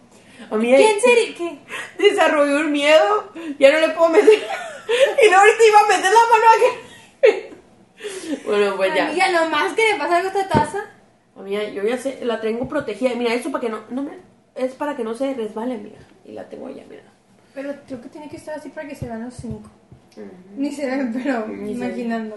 Amiga, ¿Quién sería? ¿Qué? desarrolló un miedo. Ya no le puedo meter. [laughs] y no ahorita iba a meter la mano aquí. [laughs] bueno, pues ya. Amiga, lo más que le pasa algo a esta taza. Amiga, yo ya sé, la tengo protegida. Mira, eso para que no. no me- es para que no se resbale, amiga. Y la tengo ya, mira. Pero creo que tiene que estar así para que se vean los cinco. Mm. Ni se ven, pero Ni se imaginando.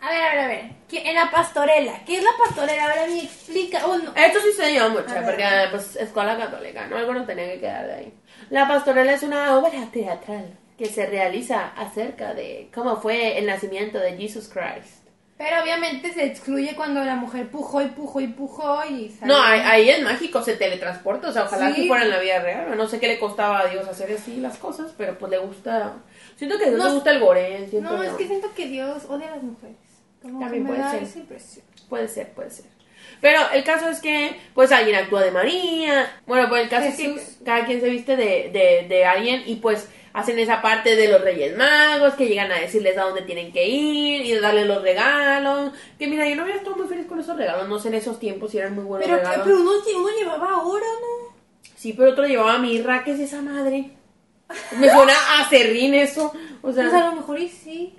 A ver, a ver, a ver. ¿Qué- En la pastorela. ¿Qué es la pastorela? Ahora me explica. Oh, no. Esto sí se dio A mucho, ver. porque pues escuela católica, ¿no? Algo no tenía que quedar de ahí. La pastorela es una obra teatral que se realiza acerca de cómo fue el nacimiento de Jesus Christ. Pero obviamente se excluye cuando la mujer pujó y pujó y pujó y salió. No, ahí, ahí es mágico, se teletransporta, o sea, ojalá Sí. que fuera en la vida real. No sé qué le costaba a Dios hacer así las cosas, pero pues le gusta. Siento que a Dios No, le gusta el gore, siento No, es no. que siento que Dios odia a las mujeres. Como También que me puede da ser. esa impresión. Puede ser, puede ser. Pero el caso es que, pues alguien actúa de María. Bueno, pues el caso es Jesús. que cada quien se viste de, de, de alguien y pues hacen esa parte de los Reyes Magos, que llegan a decirles a dónde tienen que ir y darles los regalos. Que mira, yo no hubiera estado muy feliz con esos regalos, no sé en esos tiempos si eran muy buenos Pero, regalos. que- pero uno, uno llevaba oro, ¿no? Sí, pero otro llevaba mirra, ¿qué es esa madre? Me suena a serrín eso. O [laughs] sea, Pues a lo mejor y sí.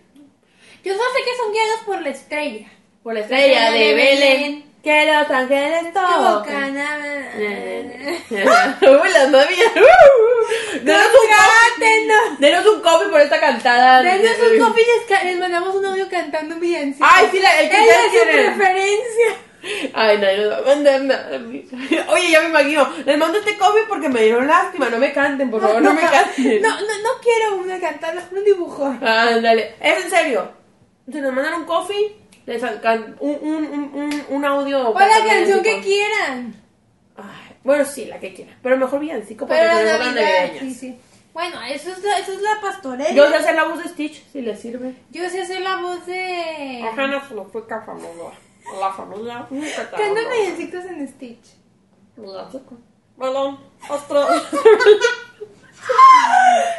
Yo solo sé que son guiados por la estrella. por la estrella estrella de de Belén, Belén. que los ángeles Que tocan. bocana. [laughs] Uy, las [laughs] mamis. Denos un copy. Denos un copy por esta cantada. Denos un copy y les ca- les mandamos un audio cantando un villancico. Ay, sí, la, el que Esa es su ustedes quieren. preferencia. Ay, nadie nos va a mandar nada. [laughs] Oye, ya me imagino. Les mando este copy porque me dieron lástima. No me canten, por favor, no me canten. [laughs] No, no, no quiero una cantada, un dibujo. Ándale. Es en serio. Si nos mandan un coffee, les sacan un, un, un, un, un audio. O la canción villancico. que quieran. Ay, Bueno, sí, la que quieran. Pero mejor villancico porque Pero la tenemos las Navidad, navideñas. sí, sí. Bueno, eso es la, eso es la pastorela. Yo voy a hacer la voz de Stitch, si le sirve. Yo sé hacer la voz de... Ojalá se lo fue cafamula. La familia. Canta villancicos en Stitch. Balón. Ostras.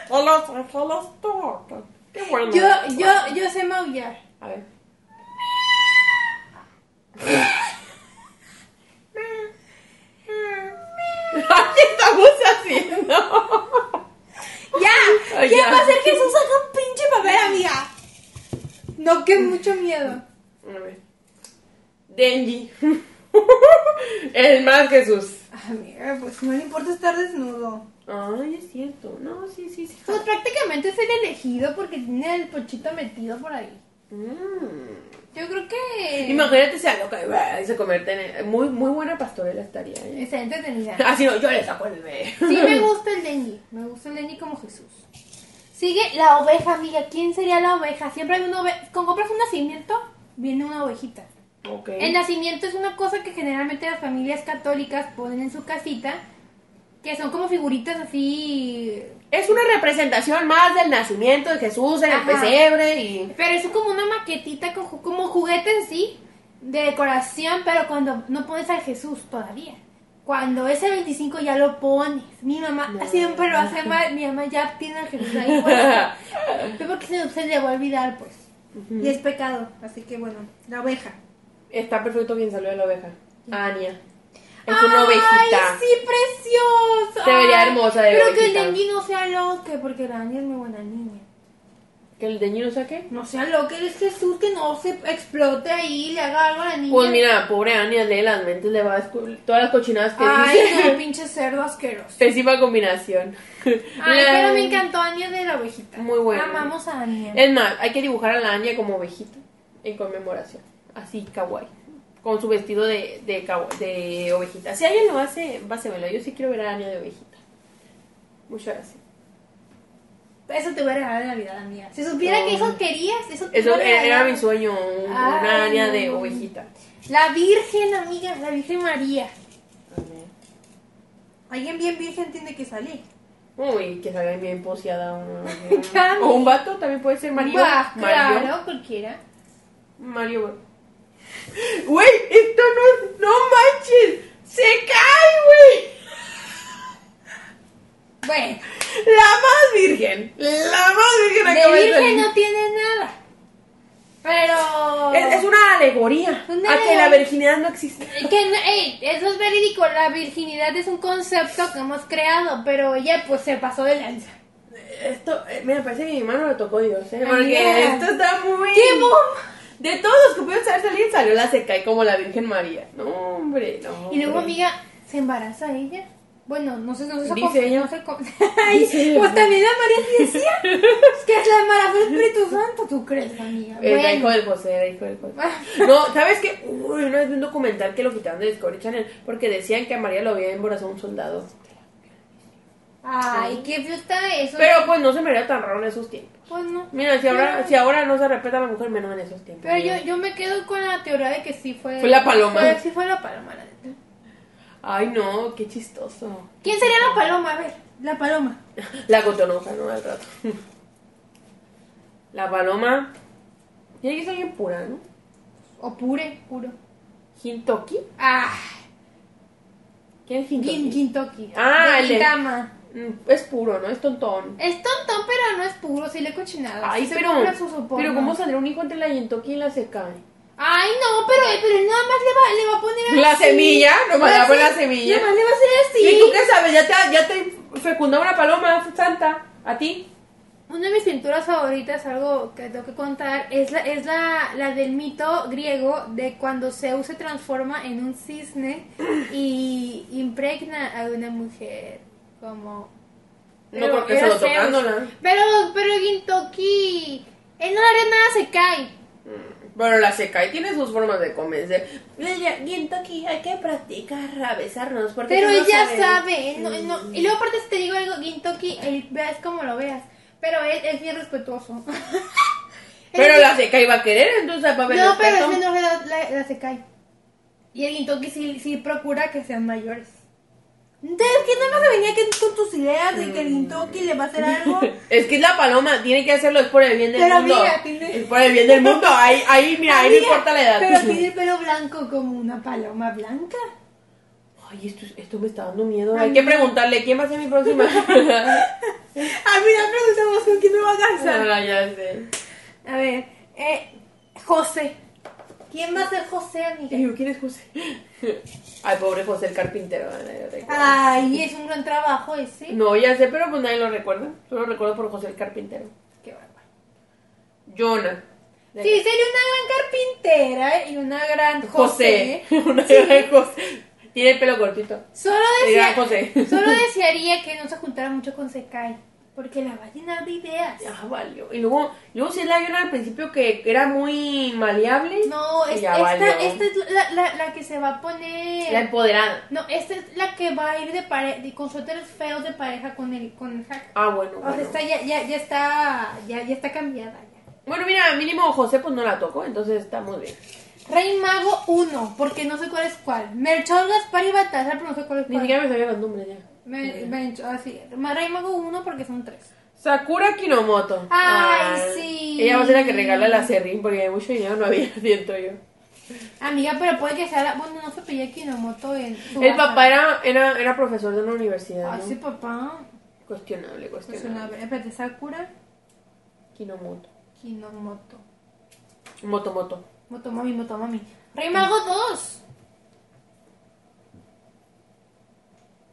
Hola, Ángeles toca. Qué bueno. Yo, yo, yo sé maullar. A ver. Mm. ¿Qué estamos haciendo? ¡Ya! Ay, ¿Quién ya. va a ser Jesús? Saca un pinche papel, amiga. No, que mucho miedo. A ver. Denji. [laughs] El más Jesús. Amiga, pues no le importa estar desnudo. Ay, es cierto. No, sí, sí, sí. Pues prácticamente es el elegido porque tiene el pochito metido por ahí. Mm. Yo creo que... Imagínate sea loca y bah, y se convierte en muy muy buena pastorela estaría. ¿eh? Está entretenida. [laughs] Así no, yo le saco el bebé. Sí me gusta el dengue, me gusta el dengue como Jesús. Sigue la oveja, amiga. ¿Quién sería la oveja? Siempre hay una oveja. Cuando compras un nacimiento, viene una ovejita. Ok. El nacimiento es una cosa que generalmente las familias católicas ponen en su casita, que son como figuritas así... Es una representación más del nacimiento de Jesús en el Ajá. pesebre [laughs] y Pero es como una maquetita, con ju- como juguete en sí, de decoración, pero cuando no pones al Jesús todavía. Cuando es el 25 ya lo pones. Mi mamá No. siempre lo hace mal. Mi mamá ya tiene al Jesús ahí. [laughs] puesto. Fue porque se, se le va a olvidar, pues. Y es pecado. Así que bueno, la oveja. está perfecto quien salió de la oveja. Ania. Es ¡Ay, una ovejita. sí, preciosa! Se vería Ay, hermosa de Pero que el ovejita. dengue no sea loque, porque la Dani es muy buena niña. ¿Que el deñino saque? No sea loque, es Jesús que no se explote ahí y le haga algo a la niña. Pues mira, pobre Ania, lee las mentes, le va a descubrir todas las cochinadas que Ay, dice. no, pinche cerdo asqueroso. [laughs] Pésima combinación. Ay, La- pero me encantó Ania de la ovejita. Muy buena. Amamos a Ania. Es más, hay que dibujar a la Anya como ovejita en conmemoración. Así, kawaii. Con su vestido de, de, kawa- de ovejita. Si alguien lo hace, pásemelo. Yo sí quiero ver a Anya de ovejita. Muchas gracias. Eso te voy a regalar de Navidad, amiga. Si supiera Ay. que eso querías, eso te Eso voy a era, era regalar. mi sueño, un- una Ay. Anya de ovejita. La Virgen, amiga, la Virgen María. Alguien bien virgen tiene que salir. Uy, que salga bien poseada [laughs] una. Cami. o un vato también puede ser Mario. Bah, Mario. claro, cualquiera. Mario. güey. Güey, esto no es. ¡No manches! ¡Se cae, Bueno, güey! La más virgen. La más virgen de acaba de virgen salir. no tiene nada. Pero... Es, es una alegoría Una a que la alegoría. virginidad no existe. Que no- ey, eso es verídico, la virginidad es un concepto que hemos creado, pero ella pues se pasó de lanza. Esto, eh, mira, parece que mi mano lo tocó Dios, ¿eh? Amiga. Porque esto está muy. ¡Qué bomba! De todos los que pudieron saber salir, salió la seca y como la Virgen María. No, hombre, no. Y luego, hombre. amiga, ¿se embaraza ella? Bueno, no sé, no sé. Dice ella. No sé cómo- [laughs] Ay, Dice ella. pues también la María sí decía. [laughs] Es que es la embarazó el Espíritu Santo, ¿tú crees, amiga? Era Bueno. Eh, Ah. hijo del José, era hijo del José. No, ¿sabes qué? Uy, una vez vi un documental que lo quitaron de Discovery Channel porque decían que a María lo había embarazado un soldado. Ay, qué feo está eso. Pero pues no se me haría tan raro en esos tiempos. pues no. Mira, si ahora, Claro. si ahora no se respeta a la mujer, menos en esos tiempos. Pero yo, yo me quedo con la teoría de que sí fue. Fue la paloma. fue- sí fue la paloma, la neta. Ay, no, qué chistoso. ¿Quién sería la paloma? A ver, la paloma. La cotonoja, ¿no? Al rato. La paloma. Tiene que ser alguien pura, ¿no? O pure, puro. Hintoki. Ah, ¿Quién es Gin, Hintoki? Gintoki. Ah, el de- Gintama. Mm, Es puro, ¿no? Es tontón. Es tontón, pero no es puro, sí le he cochinado. Ay, sí se pero. compra su soporno. Pero, ¿cómo saldrá un hijo entre la Hintoki y la Sekai? Ay, no, pero, pero él nada más le va, le va a poner La así. semilla, nomás Va a le va a poner hacer- la semilla. Nada más le va a hacer así. ¿Y tú qué sabes? Ya te, ya te fecundó una paloma santa. ¿A ti? Una de mis pinturas favoritas, algo que tengo que contar, es la, es la, la del mito griego de cuando Zeus se transforma en un cisne y impregna a una mujer como... No creo que era solo Zeus. tocándola. Pero, pero Gintoki, él no le haría nada, se cae. Pero la seca y tiene sus formas de convencer. Ella, Gintoki, hay que practicar a besarnos. Porque Pero tú no ella sabes". sabe, él no, él no- Y luego aparte si te digo algo, Gintoki, él, veas como lo veas, pero él es bien respetuoso. [laughs] Pero la seca iba a querer, entonces va a haber No, pero respeto. es menor de edad, la, la se cae. Y el Gintoki sí, sí procura que sean mayores. Entonces, ¿qué nada más venía que con tus ideas de que el Intoki le va a hacer [laughs] algo? Es que es la paloma, tiene que hacerlo, es por el bien del Pero mundo. amiga, tiene- Es por el bien del mundo, ahí, ahí, mira, ahí no Amiga, importa la edad. Pero tiene el pelo blanco como una paloma blanca. [laughs] Ay, esto, esto me está dando miedo. Ay, Hay que no. preguntarle, ¿quién va a ser mi [laughs] próxima? Ah, Al final preguntamos con quién me va a casar. [laughs] ya sé. A ver, eh, José. ¿Quién va a ser José, Y amiga? yo, ¿quién es José? Ay, pobre José el carpintero. ah, nadie lo Ah. recuerda. Ay, es un gran trabajo ese. No, ya sé, pero pues nadie lo recuerda. Solo recuerdo por José el carpintero. Qué bárbaro. Jonah. Sí, sería una gran carpintera ¿eh? y una gran José. Ah, José. [laughs] Una gran José. Tiene el pelo cortito. Solo, Era desea- José. [laughs] solo desearía que no se juntara mucho con Sekai, porque la va a llenar de ideas. Ya valió. Y luego, luego sí la Jonah al principio que era muy maleable. No, Y es- ya esta, valió. esta es la, la- la que se va a poner... La empoderada. No, esta es la que va a ir de pareja, con suéteres feos de pareja con el, con el hack. Ah, bueno. O sea, bueno. está, ya, ya, ya está, ya, ya está cambiada. Ya. Bueno, mira, mínimo José pues no la tocó, entonces estamos bien. Rey Mago 1, porque no sé cuál es cuál. Melchor, Gaspar y Baltasar, pero no sé cuál es Ni cuál. siquiera me sabía los nombres ya. Me- Melchor, así. Rey Mago 1 porque son tres. Sakura Kinomoto. Ah, Ay, sí. Ella va a ser la que regala la serrín porque de mucho dinero no había, [laughs] siento yo. Amiga, pero puede que sea la... Bueno, no se pilla Kinomoto en su El baja. papá era, era, era profesor de una universidad. Ay, ¿no? sí, papá. Cuestionable, Es una... cuestionable. Espérate, Sakura, Kinomoto. Kinomoto. Motomoto. Motomami, Motomami. Rey Mago 2.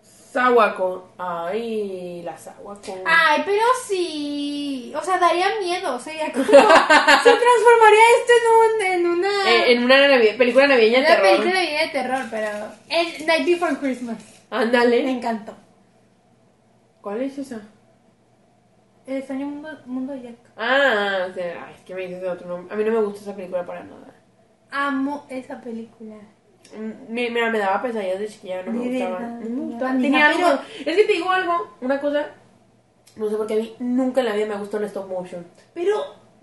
Sawako. Ay, la Sawako. Ay, pero sí. O sea, daría miedo. [laughs] Sería como. se transformaría esto en, un, en una. Eh, en una navi- película navideña de una terror. película de vida de terror, pero. En Night Before Christmas. Me Ándale. encantó. ¿Cuál es esa? El extraño mundo, mundo de Jack. Ah, o sea, ay, es que me dices de otro nombre. A mí no me gusta esa película para nada. Amo esa película. Mm, mi- Mira, me daba pesadillas de chiquilla, no me De gustaba. Mm, No verdad, me de gustaba. verdad. Tenía Pero- algo. Es que te digo algo, una cosa. No sé por qué a mí nunca en la vida me gustó el stop motion. Pero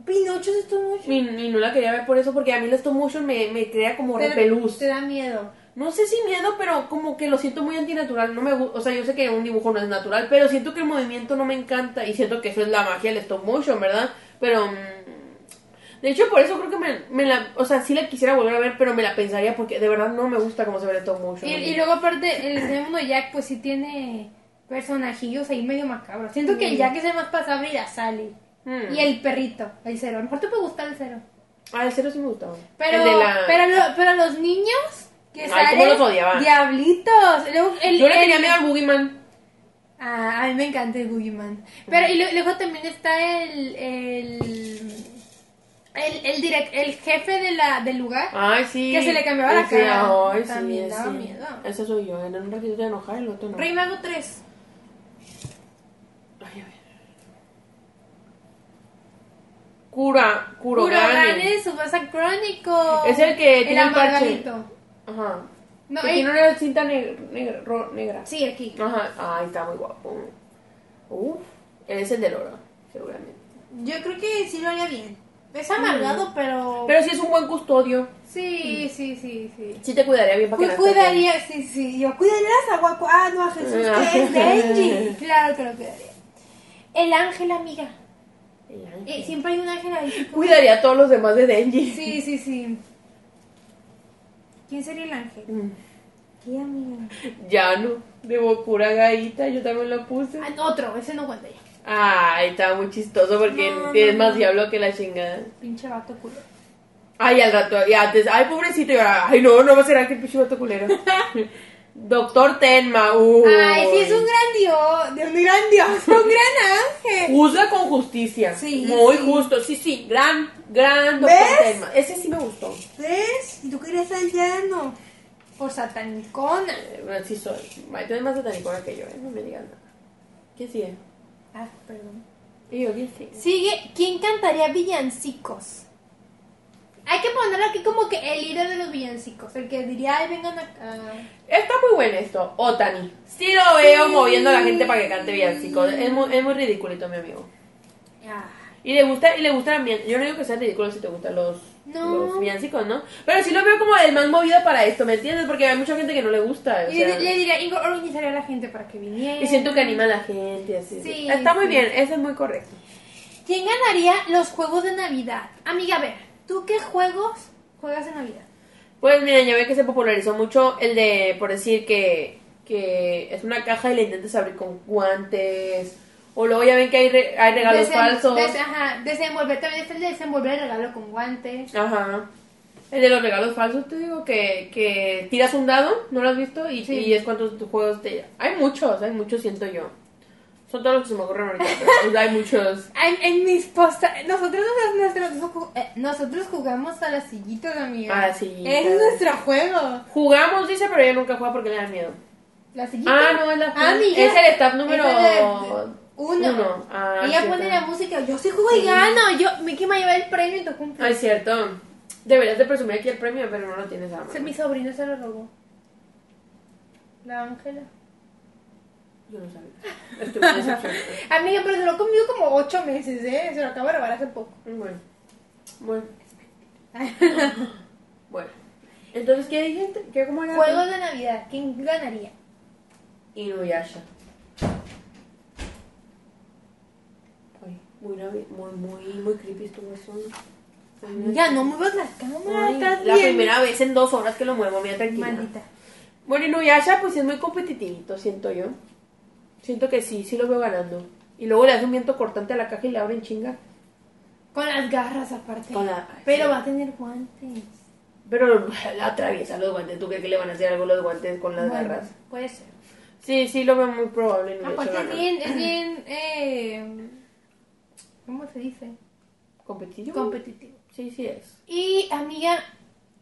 Pinocho es esto mucho. Y, y no la quería ver por eso, porque a mí el stop motion me, me crea como Te- repelús. Te da miedo. No sé si miedo, pero como que lo siento muy antinatural. No me gu- O sea, yo sé que un dibujo no es natural, pero siento que el movimiento no me encanta. Y siento que eso es la magia del stop motion, ¿verdad? Pero. mm, de hecho, por eso creo que me, me la. O sea, sí la quisiera volver a ver, pero me la pensaría porque de verdad no me gusta cómo se ve el stop motion. Mm. Y, y luego aparte, el segundo Jack pues sí tiene personajillos ahí medio macabros. Siento que el Jack es el más pasable y la Sally. Mm. Y el perrito, el cero. A lo mejor te puede gustar el cero. Ah, el cero sí me gustaba. Pero, El de la- pero, lo- pero los niños que Ay, salen... cómo los odiaba. Diablitos. Luego el- Yo le el- tenía miedo al Boogeyman. Ah, a mí me encanta el Boogeyman. Pero y lo- luego también está el... el... El, el, direc- el jefe de la, del lugar. Ay, sí. Que se le cambiaba la Ese, cara. Ay, sí, También daba ese. miedo. Ese soy yo. En un ratito te enojar, el otro no. Rey Mago 3. Ay, a ver. Cura, Kurogane. Kurogane Subasa Crónico. Es el que El tiene el parche. amargadito. Ajá. No, que ey. tiene una cinta negra, negra, ro- negra. Sí, aquí. Ajá. Ay, está muy guapo. Uf. Él es el del oro, seguramente. Yo creo que sí lo haría bien. Es amargado, pero... Mm. Pero sí es un buen custodio. Sí, sí, sí, sí. Sí te cuidaría bien para que Cu- no te ataquen. Pues cuidaría, sí, sí, yo cuidaría las aguacu... Ah, no, a Jesús, que es de [laughs] Angie. Claro que lo cuidaría. El ángel, amiga. El ángel. Eh, siempre hay un ángel ahí. Cuidaría a todos los demás de Denji. Sí, sí, sí. ¿Quién sería el ángel? Mm. ¿Qué, amiga? Llano, de Bokura Gaita, yo también lo puse. Ah, no, otro, ese no cuenta ya. Ay, estaba muy chistoso porque No, no, es no, más no. diablo que la chingada. Pinche vato culo. Ay, al rato, y antes, ay, pobrecito, y ahora, ay, no, no va a ser aquel pinche vato culero. Doctor Tenma, uy. Ay, sí, es un gran dios. De un gran dios, un gran ángel. Juzga con justicia. Sí, Muy sí. justo, sí, sí, gran, gran Doctor ¿Ves? Tenma. Ese sí me gustó. ¿Ves? Y tú querías al llano. Por satanicona. Eh, bueno, sí soy. Ay, tú eres más satanicona que yo, eh, no me digas nada. ¿Quién sigue? Ah, perdón. Y yo, ¿quién sigue? Sigue, ¿quién cantaría villancicos? Hay que ponerlo aquí como que el líder de los villancicos, el que diría, ay, vengan ah. acá. Está muy bueno esto, Otani. Sí lo veo moviendo a la gente para que cante villancico. Es muy, es muy ridiculito, mi amigo. Y le gusta, y le gusta también. Yo no digo que sea ridículo si te gustan los, No. los villancicos, ¿no? Pero sí lo veo como el más movido para esto, ¿me entiendes? Porque hay mucha gente que no le gusta. o Y sea, le, le diría, y organizaría a la gente para que viniera. y siento que anima a la gente, así. Sí, Está muy sí. bien, eso es muy correcto. ¿Quién ganaría los juegos de Navidad? Amiga, a ver, ¿tú qué juegos juegas en Navidad? Pues mira, ya ve que se popularizó mucho el de, por decir que, que es una caja y la intentas abrir con guantes. O luego ya ven que hay, re- hay regalos Desen- falsos. des- ajá, desenvolver, también está el de desenvolver el regalo con guantes. Ajá. El de los regalos falsos, te digo que, que tiras un dado, ¿no lo has visto? Y, Sí. y es cuántos juegos te... Hay muchos, hay muchos, siento yo. Son todos los que se me ocurren ahorita, pero pues, hay [laughs] muchos. En, en mis postas, nosotros, nosotros, ju- eh, nosotros jugamos a las sillitas, amiga. A las sillitas. Ese es este nuestro juego. Ah, Jugamos, dice, pero ella nunca juega porque le da miedo. La sillita. Ah, no, es la... Amiga, es el staff número... es el de- uno. uno. Ah, Ella cierto. pone la música, yo sí juego y gano. Yo, me quema llevar el premio y tu Ah, cumpleaños. es cierto. Deberías de presumir aquí el premio, pero no lo tienes a mano. Se- Mi sobrino se lo robó. La Ángela. Yo no sabía. Estoy [laughs] muy decepcionada. Amiga, pero se lo comió como ocho meses, ¿eh? Se lo acabo de robar hace poco. Bueno. [laughs] Bueno. Bueno. Entonces, ¿qué dijiste? ¿Qué, ¿Cómo era? Juegos de Navidad, ¿quién ganaría? Inuyasha. Ay, muy, navi- muy, muy, muy creepy estuvo eso. Ay, Ya, no muevas la cámara, ay, estás la bien. primera vez en dos horas que lo muevo, mira tranquila. Maldita. Bueno, Inuyasha pues es muy competitivito, siento yo. Siento que sí, sí lo veo ganando. Y luego le hace un viento cortante a la caja y le abren chinga. Con las garras aparte. Con la- ay, Pero sí. va a tener guantes. Pero [laughs] la atraviesa los guantes. ¿Tú crees que le van a hacer algo los guantes con las Bueno, garras? Puede ser. Sí, sí, lo veo muy probable. Inuyasha Aparte es ganando. bien, es bien, eh, ¿cómo se dice? ¿Competitivo? Competitivo. sí, sí es. Y amiga,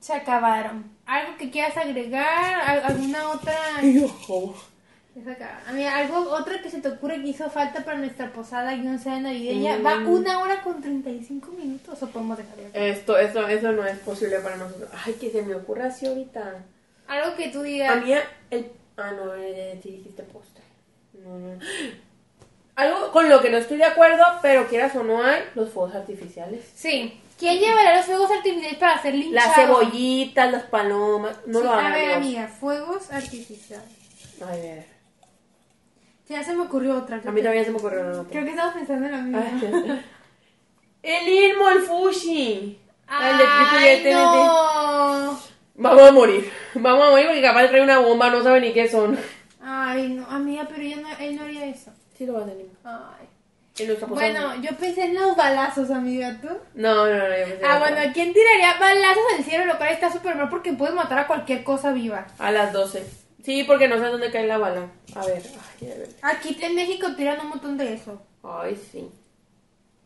se acabaron. ¿Algo que quieras agregar? ¿Al- ¿Alguna otra? Ya se acabaron. Amiga, algo, otra que se te ocurre que hizo falta para nuestra posada y no sea navideña. Va Mm. una hora con 35 minutos o podemos dejarlo. aquí? Esto, eso, eso no es posible para nosotros. Ay, que se me ocurra así ahorita. Algo que tú A digas. mí, el. Ah, no, eh, sí dijiste postre. No, no. Algo con lo que no estoy de acuerdo, pero quieras o no hay, los fuegos artificiales. Sí. ¿Quién llevará los fuegos artificiales para hacer linchados? Las cebollitas, las palomas. No Sí, lo hagan. A ver, amigos. amiga, fuegos artificiales. Ay, ver. Ya se me ocurrió otra. A creo mí que- también se me ocurrió una nota. Creo que estamos pensando en lo mismo. Ay, [laughs] ya. El Irmo, el Fushi. El de Ay, TNT. no. Vamos a morir. Vamos a morir porque capaz trae una bomba, no sabe ni qué son. Ay, no, amiga, pero yo no, él no haría eso. Sí, lo va a tener. Ay. Él lo está posando. Bueno, yo pensé en los balazos, amiga, ¿tú? No, no, no. yo pensé en Ah, otra. bueno, ¿quién tiraría balazos al cielo? Lo cual está súper mal porque puedes matar a cualquier cosa viva. A las 12. Sí, porque no sé dónde cae la bala. A ver. Ay, a ver. Aquí en México tiran un montón de eso. Ay, sí.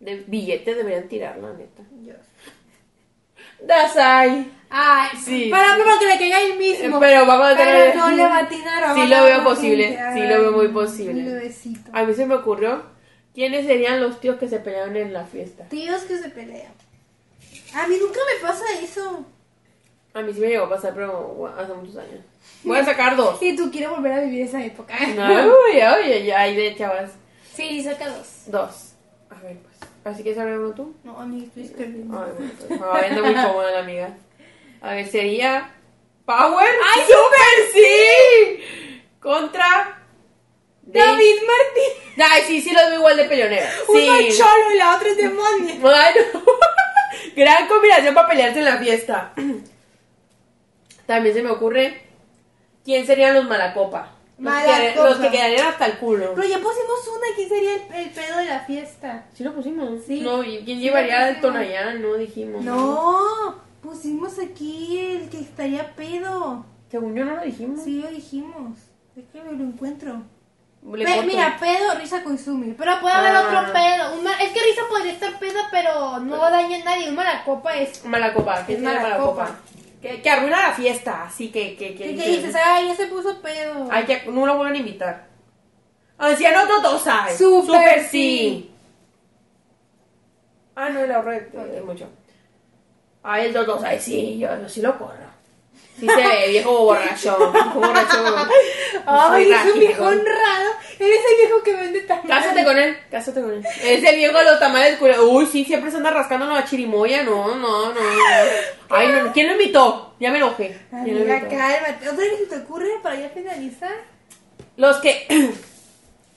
De billetes deberían tirar, la neta. Dios. Dasai. Ay, Sí, para, para que le caiga el mismo. Pero vamos a tener. [laughs] Pero no le va a atinar, va a Sí matar lo a veo la posible. gente. Sí Ay, lo veo muy posible. ludecito. A mí se me ocurrió quiénes serían los tíos que se pelearon en la fiesta. Tíos que se pelean. A mí nunca me pasa eso. A mí sí me llegó a pasar, pero gua- hace muchos años. Voy a sacar dos. Y tú quieres volver a vivir esa época. [laughs] No, oye, oye, ya hay de chavas. [laughs] Sí, saca dos. Dos. A ver, pues. ¿Así que sacar uno tú? No, amiga, estoy Ay, escribiendo. bueno, pues. Ay, anda [laughs] muy cómoda la amiga. A ver, sería. ¡Power! ¡Ay, super sí! Contra. David Martín. Ay, sí, sí, los veo igual de peleoneros. Uno Sí. es cholo y la otra es demonio. Ay, no. [laughs] Gran combinación para pelearse en la fiesta. [clears throat] También se me ocurre quién serían los malacopa. Los, que- Malacopa. los que quedarían hasta el culo. Pero ya pusimos una, ¿quién sería el, el pedo de la fiesta? Sí lo pusimos. Sí. No, ¿y quién Sí lo llevaría el pusimos. Tonayán? No dijimos. No, pusimos aquí el que estaría pedo. Según yo no lo dijimos. Sí, lo dijimos. Déjame lo encuentro. Le Pe- corto. mira, pedo, risa Koizumi. Pero puede haber Ah. otro pedo. Un ma- Es que risa podría estar peda, pero no daña a nadie. Una la copa es. Malacopa, ¿qué Es es Malacopa? Malacopa. Que, que arruina la fiesta, así que... que, que ¿Qué dices? Ay, ya se puso pedo. Ay, que no lo vuelven a invitar. Ah, Anciano Totosa. Súper Súper sí. Ah, no, el ahorro es mucho. Ay, el Totosa, sí, yo, yo sí lo corro. Sí se ve, [laughs] viejo borracho. borracho. Soy Ay, es un rápido. viejo honrado. Eres el viejo que vende tamales. Cásate con él, cásate con él. Ese viejo de los tamales cura- Uy, sí, siempre se anda rascando la chirimoya. No, no, no. no. Ay, no, ¿quién lo invitó? Ya me enojé. ¿Quién lo Amiga, invitó? cálmate. ¿Otra vez se te ocurre? Para ya finalizar. Los que. [clears throat]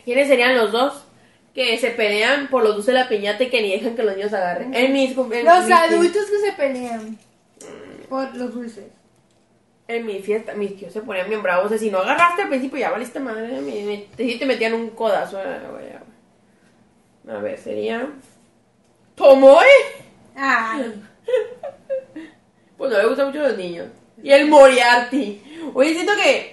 ¿Quiénes serían los dos? Que se pelean por los dulces de la piñata y que ni dejan que los niños agarren. En mis. cum- En Los mis- adultos que se pelean por los dulces. En mi fiesta, mis tíos se ponían bien bravos. O sea, si no agarraste al principio, ya valiste madre. mi- mi- te- Si te metían un codazo. eh, güey, ya, güey. A ver, sería. ¿Tomoe? Ay, Pues no le gustan mucho los niños. Y el Moriarty. Oye, siento que.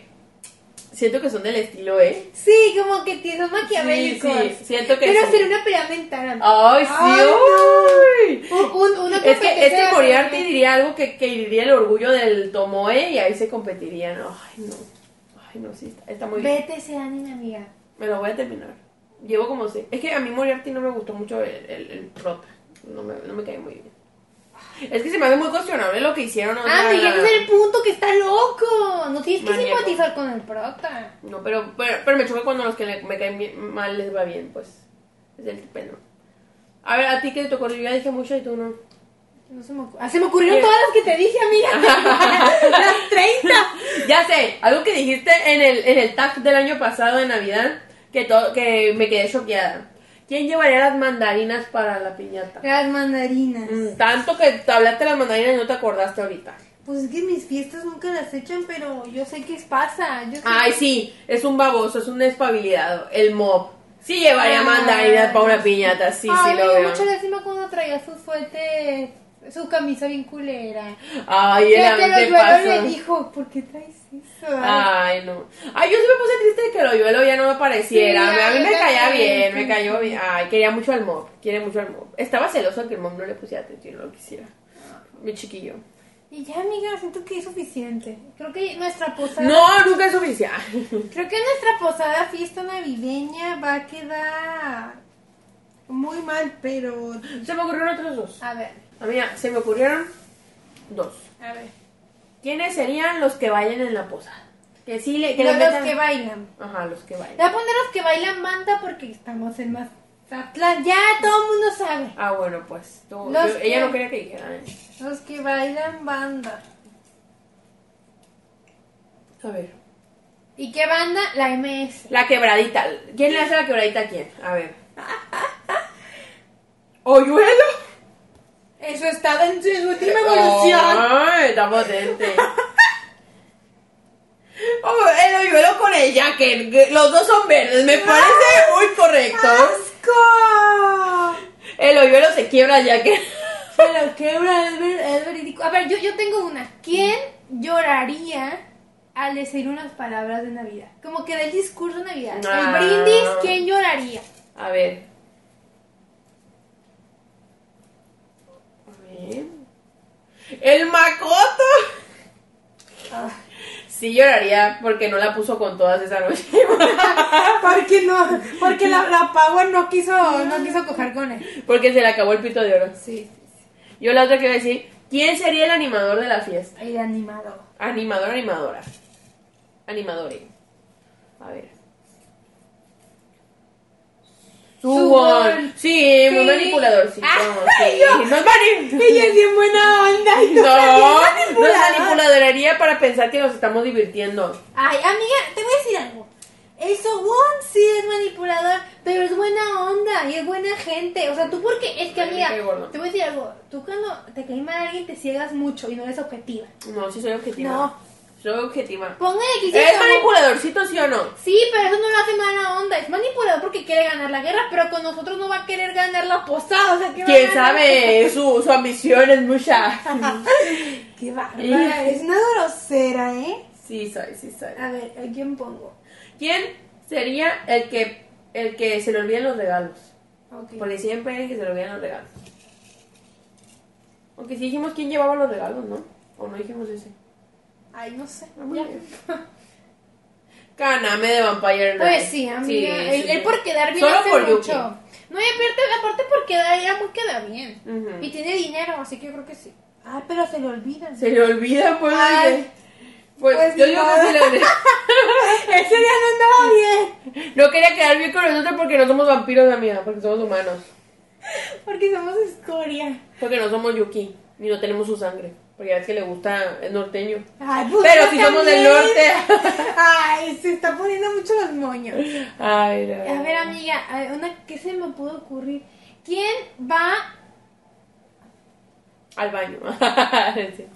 Siento que son del estilo, ¿eh? sí, como que ti- son maquiavélicos. Sí, sí, siento que Pero sí. sería una pelea mental. amiga. ¡Ay, sí! Ay, ¡ay! Un, un- una Es que competencia este de Moriarty habilidades. diría algo que, que hiriría el orgullo del Tomoe y ahí se competirían. Ay, no. Ay, no, sí, está, está muy bien. Vete ese anime, amiga. Me lo voy a terminar. Llevo como sé. Es que a mí Moriarty no me gustó mucho el, el, el prota. No me, no me cae muy bien. Es que se me hace muy cuestionable lo que hicieron. o sea, Ah, amiga, la- ese es el punto que está loco. No tienes que Maníaco. simpatizar con el prota. No, pero, pero, pero me choca cuando los que le- me caen bien- mal les va bien, pues. Es el pedo. A ver, a ti que te ocurrió, yo ya dije mucho y tú no. No se me ocurrió. se me ocurrieron ¿Qué? todas las que te dije, [laughs] amiga. las 30. [laughs] Ya sé, algo que dijiste en el, en el tag del año pasado de Navidad, que, to- que me quedé choqueada. ¿Quién llevaría las mandarinas para la piñata? Las mandarinas. Mm, tanto que te hablaste de las mandarinas y no te acordaste ahorita. Pues es que mis fiestas nunca las echan, pero yo sé que es Pasa, yo sé. Ay, sí, es un baboso, es un despabilado, el mob. Sí llevaría Ay. mandarinas para una piñata, sí, Ay, sí me lo dio veo. mucha lástima cuando traía sus fuentes, su camisa bien culera. Ay, el Ya te lo antepaso. le dijo, ¿por qué traes eso? Ay, no. Ay, yo sí me puse triste de que lo Loyuelo ya no me pareciera. Sí, a mí ay, me yo caía también, bien, me sí. cayó bien. Ay, quería mucho al mob. Quiere mucho al mob. Estaba celoso que el mob no le pusiera atención, no lo quisiera. Mi chiquillo. Y ya, amiga, siento que es suficiente. Creo que nuestra posada. No, nunca es suficiente. Creo que nuestra posada fiesta navideña va a quedar muy mal, pero [laughs] se me ocurrieron otros dos. A ver, Ah, mira, se me ocurrieron dos. a ver. ¿Quiénes serían los que bailen en la posada? Que sí le. Que No, le los metan- que bailan. Ajá, los que bailan. Voy a poner los que bailan manta porque estamos en más Zatlán, ya todo el mundo sabe. Ah, bueno, pues. tú- Los yo- ella que- no quería que dijera. ¿eh? Los que bailan banda. A ver. ¿Y qué banda? La MS. La quebradita. ¿Quién le hace la quebradita a quién? A [laughs] ver. ¿Oyuelo? Eso estaba en su última evolución. Ay, está potente. [laughs] Oh, el hoyuelo con el jacket. que Los dos son verdes. Me [laughs] parece muy correcto. ¡Asco! El hoyuelo se quiebra el [laughs] jacket. Pero quebra, es, ver- es verídico. A ver, yo, yo tengo una. ¿Quién lloraría al decir unas palabras de Navidad? Como que del discurso de Navidad. Ah. El brindis, ¿quién lloraría? A ver. A ver. El Makoto. Sí lloraría porque no la puso con todas [laughs] esa noche. Ah, [laughs] Porque no, porque la, la Power no quiso, no quiso coger con él. Porque se le acabó el pito de oro. Sí, Yo la otra que iba a decir, ¿quién sería el animador de la fiesta? el animado. Animador, animadora. Animadore. A ver. Suwon. Suwon. Sí, muy Sí. manipuladorcito. sí. No es mani- Ella es bien buena onda. y tú [laughs] también No, no es manipuladora. manipuladorería para pensar que nos estamos divirtiendo. Ay, amiga, te voy a decir algo. El Sowon sí es manipulador, pero es buena onda y es buena gente. O sea, tú porque es que Ay, me Amiga, cae gordo. te voy a decir algo. Tú cuando te cae mal a alguien te ciegas mucho y no eres objetiva. No, sí soy objetiva. No. Soy objetiva. Póngale que sí ¿Es somos- manipuladorcito, sí o no? Sí, pero eso no lo hace mala onda. Es manipulador porque quiere ganar la guerra, pero con nosotros no va a querer ganar la posada. O sea, ¿qué va a Quién ganar? sabe, su, su ambición es mucha. Qué bárbara, es una grosera, ¿eh? Sí, soy, sí, soy. A ver, ¿a quién pongo? ¿Quién sería el que el que se le olviden los regalos? Ok. Porque siempre hay el que se le olviden los regalos. Aunque sí dijimos quién llevaba los regalos, ¿no? O no dijimos ese. Ay, no sé. Ya. Kaname de Vampire Diaries. Pues sí, amiga. Sí, el, sí. el por quedar bien Solo hace por Yuki. mucho. No, y aparte, aparte por quedar, ella muy queda bien. Ujú. Y tiene dinero, así que yo creo que sí. Ay, pero se le olvidan. Mm. [laughs] Se le olvida, pues. Ay, dice. pues, pues, yo ni digo modo. que se le olvida. Ese día no andaba bien. No quería quedar bien con nosotros porque no somos vampiros, amiga, porque somos humanos. Porque somos escoria. Porque no somos Yuki, ni no tenemos su sangre. Porque es que le gusta el norteño. Ay, pues, Pero si somos del norte. [laughs] Ay, se está poniendo mucho los moños. Ay, no. A ver, amiga, a ver, una, ¿qué se me pudo ocurrir? ¿Quién va Al baño. [laughs] Sí.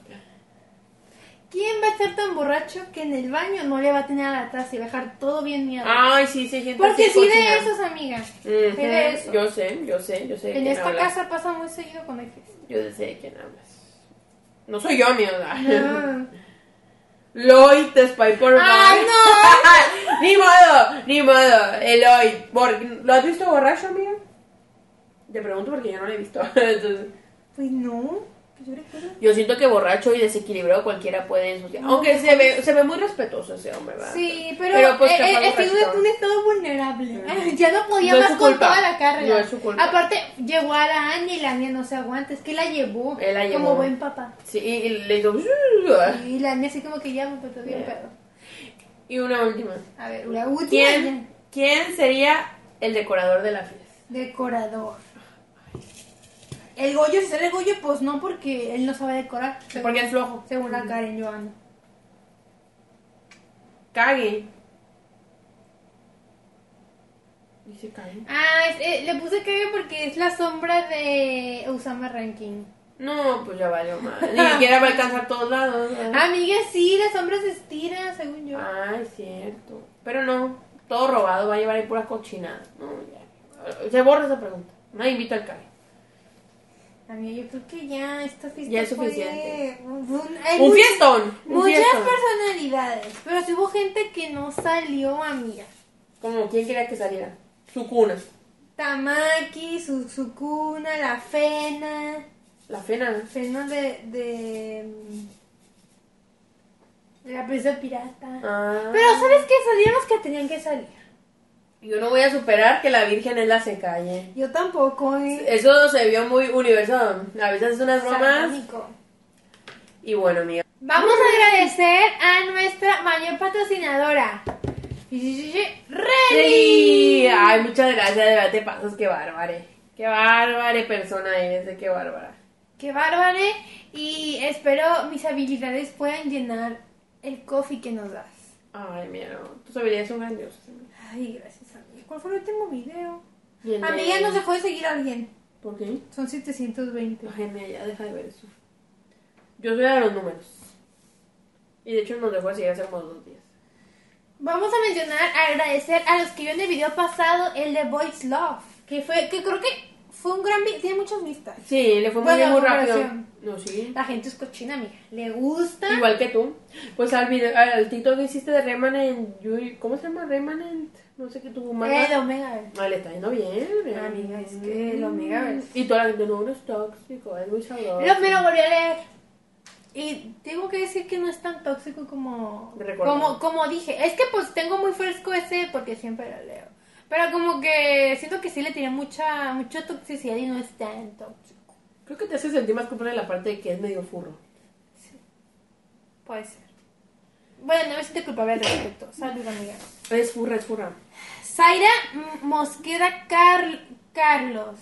¿Quién va a estar tan borracho que en el baño no le va a tener a la taza y va a dejar todo bien miedo? Ay, sí, Ah, sí, hay gente Porque así sí de cochina. esos, amiga. Ujú, Hay de eso. Yo sé, yo sé, yo sé. de en quién esta hablas. casa pasa muy seguido con [laughs] ejes. Yo sé de quién hablas. No soy yo, amiga. Ah. No. [laughs] Lloyd de Spy por ¡Ay, no! [laughs] ni modo, ni modo. Eloy. bor- ¿Lo has visto borracho, amiga? Te pregunto porque yo no lo he visto. [laughs] Entonces, Pues no, pues yo recuerdo. yo siento que borracho y desequilibrado cualquiera puede ensuciar. Aunque se ve, se ve muy respetuoso ese hombre, ¿verdad? Sí, pero, Pero, pues, eh, capaz eh, estoy borracho. en un estado vulnerable. Ay, [laughs] Ya no podía No es más su con culpa. toda la carga. No es su culpa. Aparte, llegó a la Anya y la Anya no se aguanta. Es que la llevó. Él la llevó. Ah. Como buen papá. Sí, y, y le digo. Y la Anya así como que ya me puso bien pedo. Y una última. A ver, la última. ¿Quién, ¿Quién sería el decorador de la fiesta? ya. Decorador. El Goyo, si sale el Goyo, pues no, porque él no sabe decorar. Porque es flojo. Según la Karen Joana. Cague. Dice cague. Ah, es- eh, le puse que porque es la sombra de Usama Rankin. No, pues ya valió más. Ni siquiera va a alcanzar todos lados. ¿verdad? Amiga, sí, la sombra se estira, según yo. Ah, es cierto. Pero no, todo robado, va a llevar ahí pura cochinada. No, ya. Se borra esa pregunta. Nadie invita al cague. Amiga, yo creo que ya esta fiesta Ya es fue- suficiente. un- hay Un muchas- fiestón. Un Muchas fiestón. personalidades. Pero sí hubo gente que no salió, amiga. Como quién quería que saliera. Su cuna. Tamaki, su, Sukuna, la Fena. La fena. ¿no? Fena de. de. De mm, la presa pirata. Ah. Pero ¿sabes qué? Salieron los que tenían que salir. Yo no voy a superar que la Virgen es la se calle. Yo tampoco, ¿eh? Eso se vio muy universal. A veces es unas bromas. Satánico. Y bueno, amiga. Vamos a agradecer a nuestra mayor patrocinadora. Reli. Sí. Ay, Ay, muchas gracias, de verdad te pasas, qué bárbare. Qué bárbare persona eres, de qué bárbara. Qué bárbaro. ¿eh? Y espero mis habilidades puedan llenar el coffee que nos das. Ay, mira, tus habilidades son grandiosas. Ay, gracias, amiga. ¿Cuál fue el último video? Y el de- Amiga, nos dejó de seguir a alguien. ¿Por qué? Son 720. Ay, mira, ya deja de ver eso. Yo soy de los números. Y de hecho nos dejó así hace como dos días. Vamos a mencionar, agradecer a los que vieron el video pasado, el de Boys Love. Que fue, que creo que fue un gran video. Tiene muchas vistas. Sí, le fue muy Bueno, bien, muy rápido. comparación. Ah. No, sí. La gente es cochina, amiga. Le gusta. Igual que tú. Pues al video, al TikTok que hiciste de Remanent, Yui- ¿cómo se llama? Remanent, no sé qué tu manga. El Eh, Omega. Mm. Ah, le está yendo bien, mira. Amiga, es que el Omega. Y toda la gente, no, no es tóxico, es muy saludable. Lo, me lo volví a leer. Y tengo que decir que no es tan tóxico como, Recuerdo. como como dije. Es que pues tengo muy fresco ese porque siempre lo leo. Pero como que siento que sí le tiene mucha mucha toxicidad y no es tan tóxico. Creo que te hace sentir más culpable la parte de que es medio furro. Puede ser. Bueno, no me siento culpable al respecto. Salud, amiga. Es furra, es furra. Zaira M- Mosqueda Car- Carlos.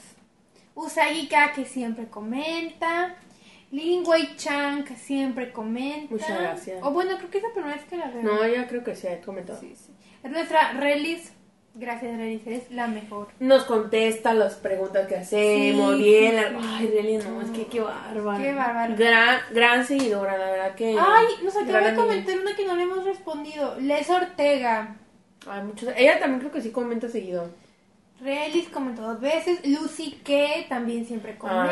Usagi K, que siempre comenta. Lin Wei Chang, que siempre comenta. Muchas gracias. O bueno, creo que es la primera vez que la veo. No, ya creo que sí, he comentado. Sí, sí. Es nuestra Relis. Gracias, Relis. Eres la mejor. Nos contesta las preguntas que hacemos, Sí, bien. sí, sí. Ay, Relly, no, es que qué bárbara. Qué bárbara. Gran, gran seguidora, la verdad que. Ay, nos acaba gran de amiga. comentar una que no le hemos respondido. Les Ortega. Ay, muchos- Ella también creo que sí comenta seguido. Relis comentó dos veces. Lucy que también siempre comenta.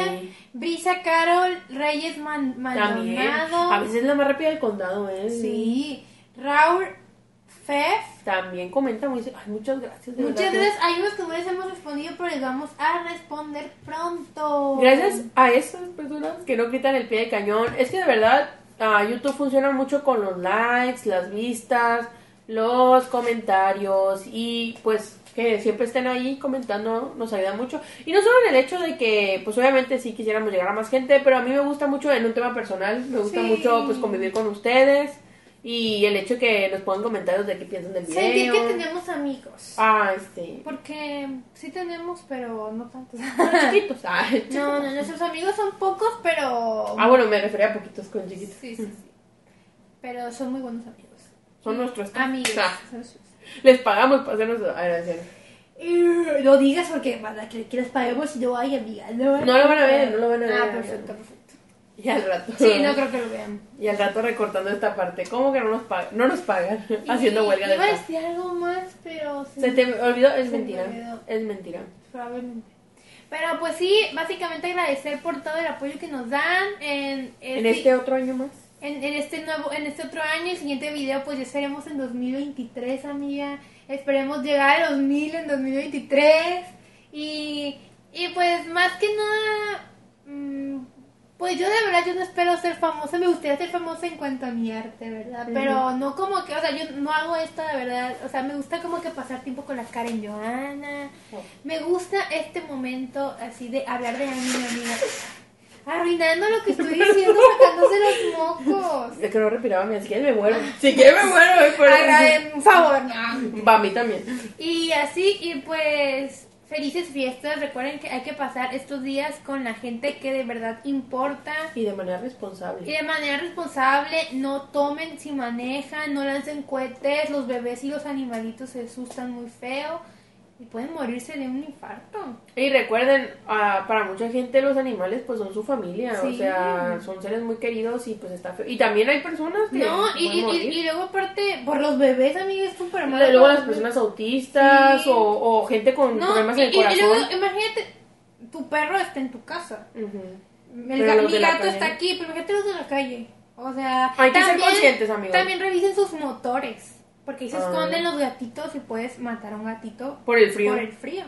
Ay, sí. Brisa Carol Reyes Man- También. Maldonado. A veces es la más rápida del condado, ¿eh? Sí. Raúl Fef. También comenta muy. Ay, muchas gracias. de Muchas verdad. gracias. Hay unos que no les hemos respondido, pero les vamos a responder pronto. Gracias a esas personas que no quitan el pie de cañón. Es que de verdad, ah, YouTube funciona mucho con los likes, las vistas, los comentarios y pues que siempre estén ahí comentando nos ayuda mucho. Y no solo en el hecho de que, pues obviamente sí quisiéramos llegar a más gente, pero a mí me gusta mucho en un tema personal, me gusta Sí. mucho pues convivir con ustedes y el hecho que nos pongan comentarios de qué piensan del video. Sentir que tenemos amigos. Ah, este. Porque sí tenemos, pero no [laughs] tantos. Chiquitos. Ah, No, no, nuestros amigos son pocos, pero. ah, bueno, me refería a poquitos con chiquitos. Sí, sí, sí. Pero son muy buenos amigos. Son nuestros amigos. Ah. Les pagamos para hacernos agradecer. Eh, No digas porque para que, que les paguemos y no hay amiga. No, No lo van a ver, no lo van a ver. Ah, [laughs] perfecto, perfecto. Y al rato. Sí, no creo que lo vean. Y al rato recortando esta parte. ¿Cómo que no nos pagan? No nos pagan. [laughs] Haciendo huelga de de Iba a paz. decir algo más, pero. se Se me- te olvidó, es Se me mentira. olvidó. Es mentira. Probablemente. Pero pues sí, básicamente agradecer por todo el apoyo que nos dan en En este otro año más. En, en este nuevo, en este otro año, el siguiente video, pues ya estaremos en 2023, amiga. Esperemos llegar a los mil en 2023. Y, y pues más que nada, mm, pues yo de verdad yo no espero ser famosa. Me gustaría ser famosa en cuanto a mi arte, ¿verdad? Pero no como que, o sea, yo no hago esto de verdad. O sea, me gusta como que pasar tiempo con la Karen Johanna. Me gusta este momento así de hablar de anime, amiga. Arruinando lo que estoy diciendo, sacándose los mocos. Es que no respiraba bien. Si quieres me muero. Ah. [laughs] Si quieres me muero. eh, pero- Haga un favor, no. Va a mí también. Y así, y pues, felices fiestas. Recuerden que hay que pasar estos días con la gente que de verdad importa. Y de manera responsable. Y de manera responsable, no tomen si manejan, no lancen cohetes. Los bebés y los animalitos se asustan muy feo y pueden morirse de un infarto. Y recuerden, ah, para mucha gente los animales pues son su familia, o Sí. sea, son seres muy queridos y pues está feo. Y también hay personas que No, y, pueden y- y- morir. y luego aparte, por los bebés, amigas, es súper malo. Y luego las personas autistas Sí. o, o gente con No, problemas y, en el y- y luego, corazón. imagínate, tu perro está en tu casa. Ujú. El Pero ga- los mi de la gato calle. está aquí, pero imagínate los de la calle. O sea, Hay que ser conscientes, amigos. También revisen sus motores. Porque ahí se Ah. esconden los gatitos y puedes matar a un gatito Por el frío. por el frío.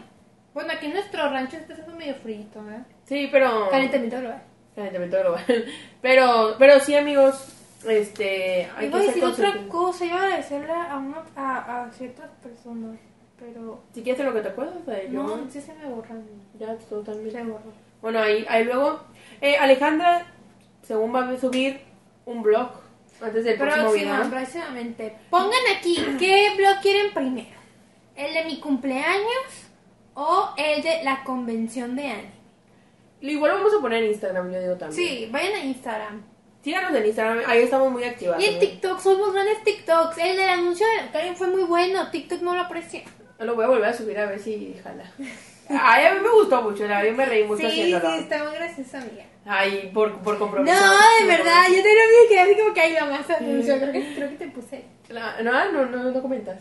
Bueno, aquí en nuestro rancho está haciendo medio frío, ¿verdad? Sí, pero... Calentamiento global. Calentamiento global. [laughs] Pero, pero sí, amigos, este... Y Hay voy a que ser decir otra conscientes. cosa, iba a agradecerle a, una, a, a ciertas personas, pero Si quieres de lo que te acuerdas, de no, yo- sí se me borran. Ya, tú también. Se borró. Bueno, ahí, ahí luego. Eh, Alejandra, según va a subir un blog antes del próximo Próxima, video. próximamente. Pongan aquí qué blog quieren primero. el de mi cumpleaños o el de la convención de anime. Igual lo vamos a poner en Instagram, yo digo también. Sí, vayan a Instagram. Síganos en Instagram, ahí estamos muy activas. Y en también. TikTok, somos grandes TikToks. El del anuncio de Karen fue muy bueno. TikTok no lo aprecia. Lo voy a volver a subir a ver si jala. Ay, a mí me gustó mucho, la verdad, yo me reí Sí, mucho sí, haciéndolo. está muy graciosa, amiga. Ay, por, por No, compromiso. de verdad, yo tenía miedo que así como que ahí lo más anuncio. Creo que, creo que te puse. La- no, ah, no, no, no comentas.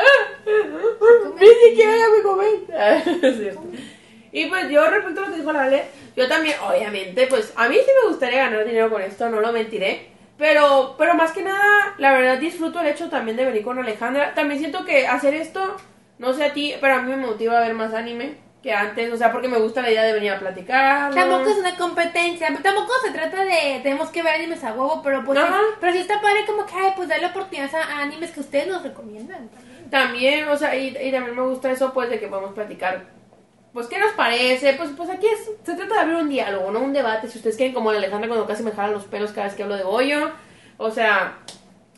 Comenta. Ni siquiera me [laughs] comenta. Es cierto. Y pues yo respecto a lo que dijo la Vale, yo también, obviamente, pues a mí sí me gustaría ganar dinero con esto, no lo mentiré. Pero, pero más que nada, la verdad disfruto el hecho también de venir con Alejandra. También siento que hacer esto, no sé a ti, pero a mí me motiva a ver más anime que antes. O sea, porque me gusta la idea de venir a platicar. Tampoco es una competencia, pero tampoco se trata de tenemos que ver animes a huevo, pero pues Ajá. es- pero sí está padre como que ay, pues darle oportunidad a a animes que ustedes nos recomiendan. También, o sea, y, y también me gusta eso, pues, de que podemos platicar. Pues, ¿qué nos parece? Pues, pues aquí es, se trata de abrir un diálogo, ¿no? Un debate, si ustedes quieren, como la Alejandra cuando casi me jalan los pelos cada vez que hablo de Goyo. O sea,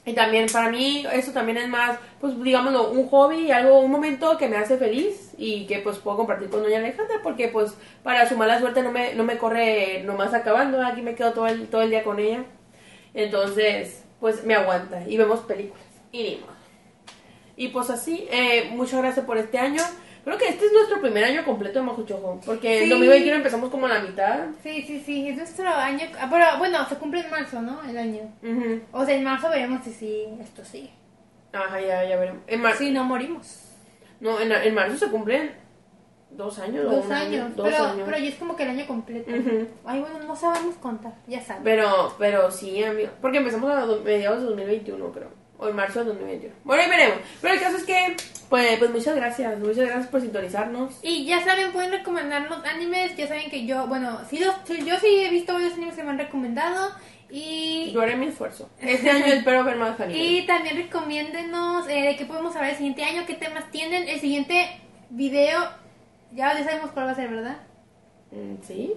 y también para mí eso también es más, pues, digámoslo, un hobby, algo, un momento que me hace feliz y que, pues, puedo compartir con doña Alejandra porque, pues, para su mala suerte no me, no me corre nomás acabando, aquí me quedo todo el, todo el día con ella. Entonces, pues, me aguanta y vemos películas. Y ni modo. Y pues así, eh, muchas gracias por este año. Creo que este es nuestro primer año completo de Majuchojo, porque en Sí. 2021 empezamos como la mitad. Sí, sí, sí, es nuestro año. ah, Pero bueno, se cumple en marzo, ¿no? El año. Ujú. O sea, en marzo veremos si sí esto sigue. Ajá, ya, ya veremos. En mar- Si no morimos. No, en, en marzo se cumplen dos años. o Dos un año, años. dos pero, años. pero ya es como que el año completo. Ujú. Ay, bueno, no sabemos contar, ya saben. Pero, pero sí, amigo. Porque empezamos a do- mediados de 2021, creo. O en marzo de 2021. Bueno, ahí veremos. Pero el caso es que, pues, pues muchas gracias. Muchas gracias por sintonizarnos. Y ya saben, pueden recomendarnos animes. Ya saben que yo, bueno, sí los, sí, yo sí he visto varios animes que me han recomendado. Y, Yo haré mi esfuerzo. Este [laughs] año espero ver más anime. y también recomiéndenos eh, de qué podemos hablar el siguiente año, qué temas tienen. El siguiente video, ya, ya sabemos cuál va a ser, ¿verdad? Mm, ¿Sí?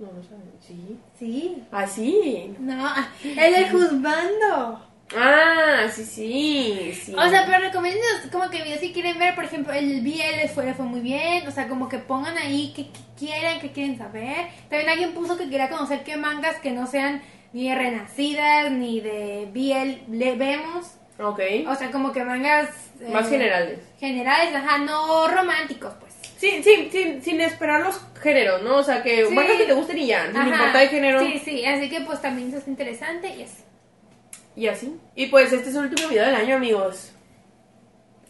No, no saben. Sí. Sí. Ah, sí. No, [laughs] ah, el del juzgando. Ah, sí, sí, sí. O sea, pero recomiéndenos como que videos si quieren ver, por ejemplo, el BL les fue, le fue muy bien, o sea, como que pongan ahí qué, qué quieren, qué quieren saber. También alguien puso que quería conocer qué mangas que no sean ni de Renacidas, ni de BL le vemos. Ok. O sea, como que mangas... eh, Más generales. Generales, ajá, no románticos, pues. Sí, sí, sí, sin esperar los géneros, ¿no? O sea, que Sí. marcas que te gusten y ya, sin Ajá. importar el género. Sí, sí, así que pues también eso es interesante y así. Y así. Y pues este es el último video del año, amigos.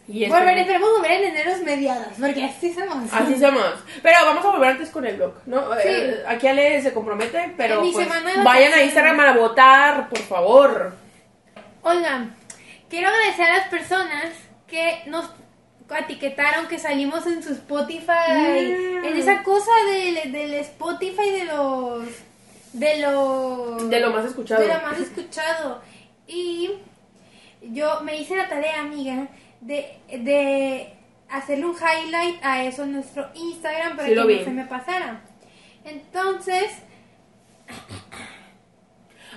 Y este- Volver, esperemos volver en enero mediados, porque así somos. Así somos. Pero vamos a volver antes con el blog, ¿no? Sí. Eh, aquí Ale se compromete, pero En mi pues, semana de vayan a vacaciones. Instagram a votar, por favor. Oigan, quiero agradecer a las personas que nos etiquetaron que salimos en su Spotify, Mm. en esa cosa del, del Spotify de los de los De lo más escuchado. de lo más escuchado. Y yo me hice la tarea, amiga, de, de hacerle un highlight a eso en nuestro Instagram para Sí, que lo vi. no se me pasara. Entonces,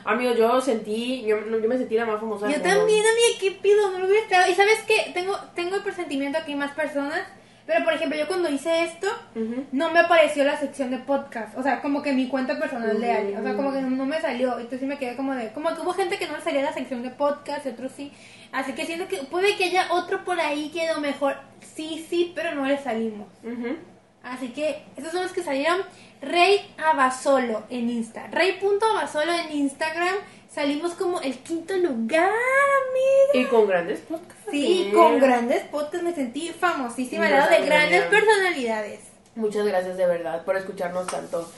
Amigos, yo sentí, yo, no, yo me sentí la más famosa. del Yo mundo. también, amiga, ¿qué pido? No lo hubiera esperado. Y sabes que tengo, tengo el presentimiento que hay más personas. Pero por ejemplo, yo cuando hice esto, Ujú. no me apareció la sección de podcast. O sea, como que mi cuenta personal de Ali. O sea, como que no me salió. Entonces me quedé como de. Como que hubo gente que no le salía la sección de podcast, y otros sí. Así que siento que puede que haya otro por ahí que a lo mejor sí, sí, pero no le salimos. Ujú. Así que estos son los que salieron. Rey Abasolo en Insta. Rey.abasolo en Instagram. Salimos como el quinto lugar, amiga. Y con grandes podcasts. Sí, Sí. con grandes podcasts me sentí famosísima al lado de grandes personalidades. Muchas gracias de verdad por escucharnos tanto.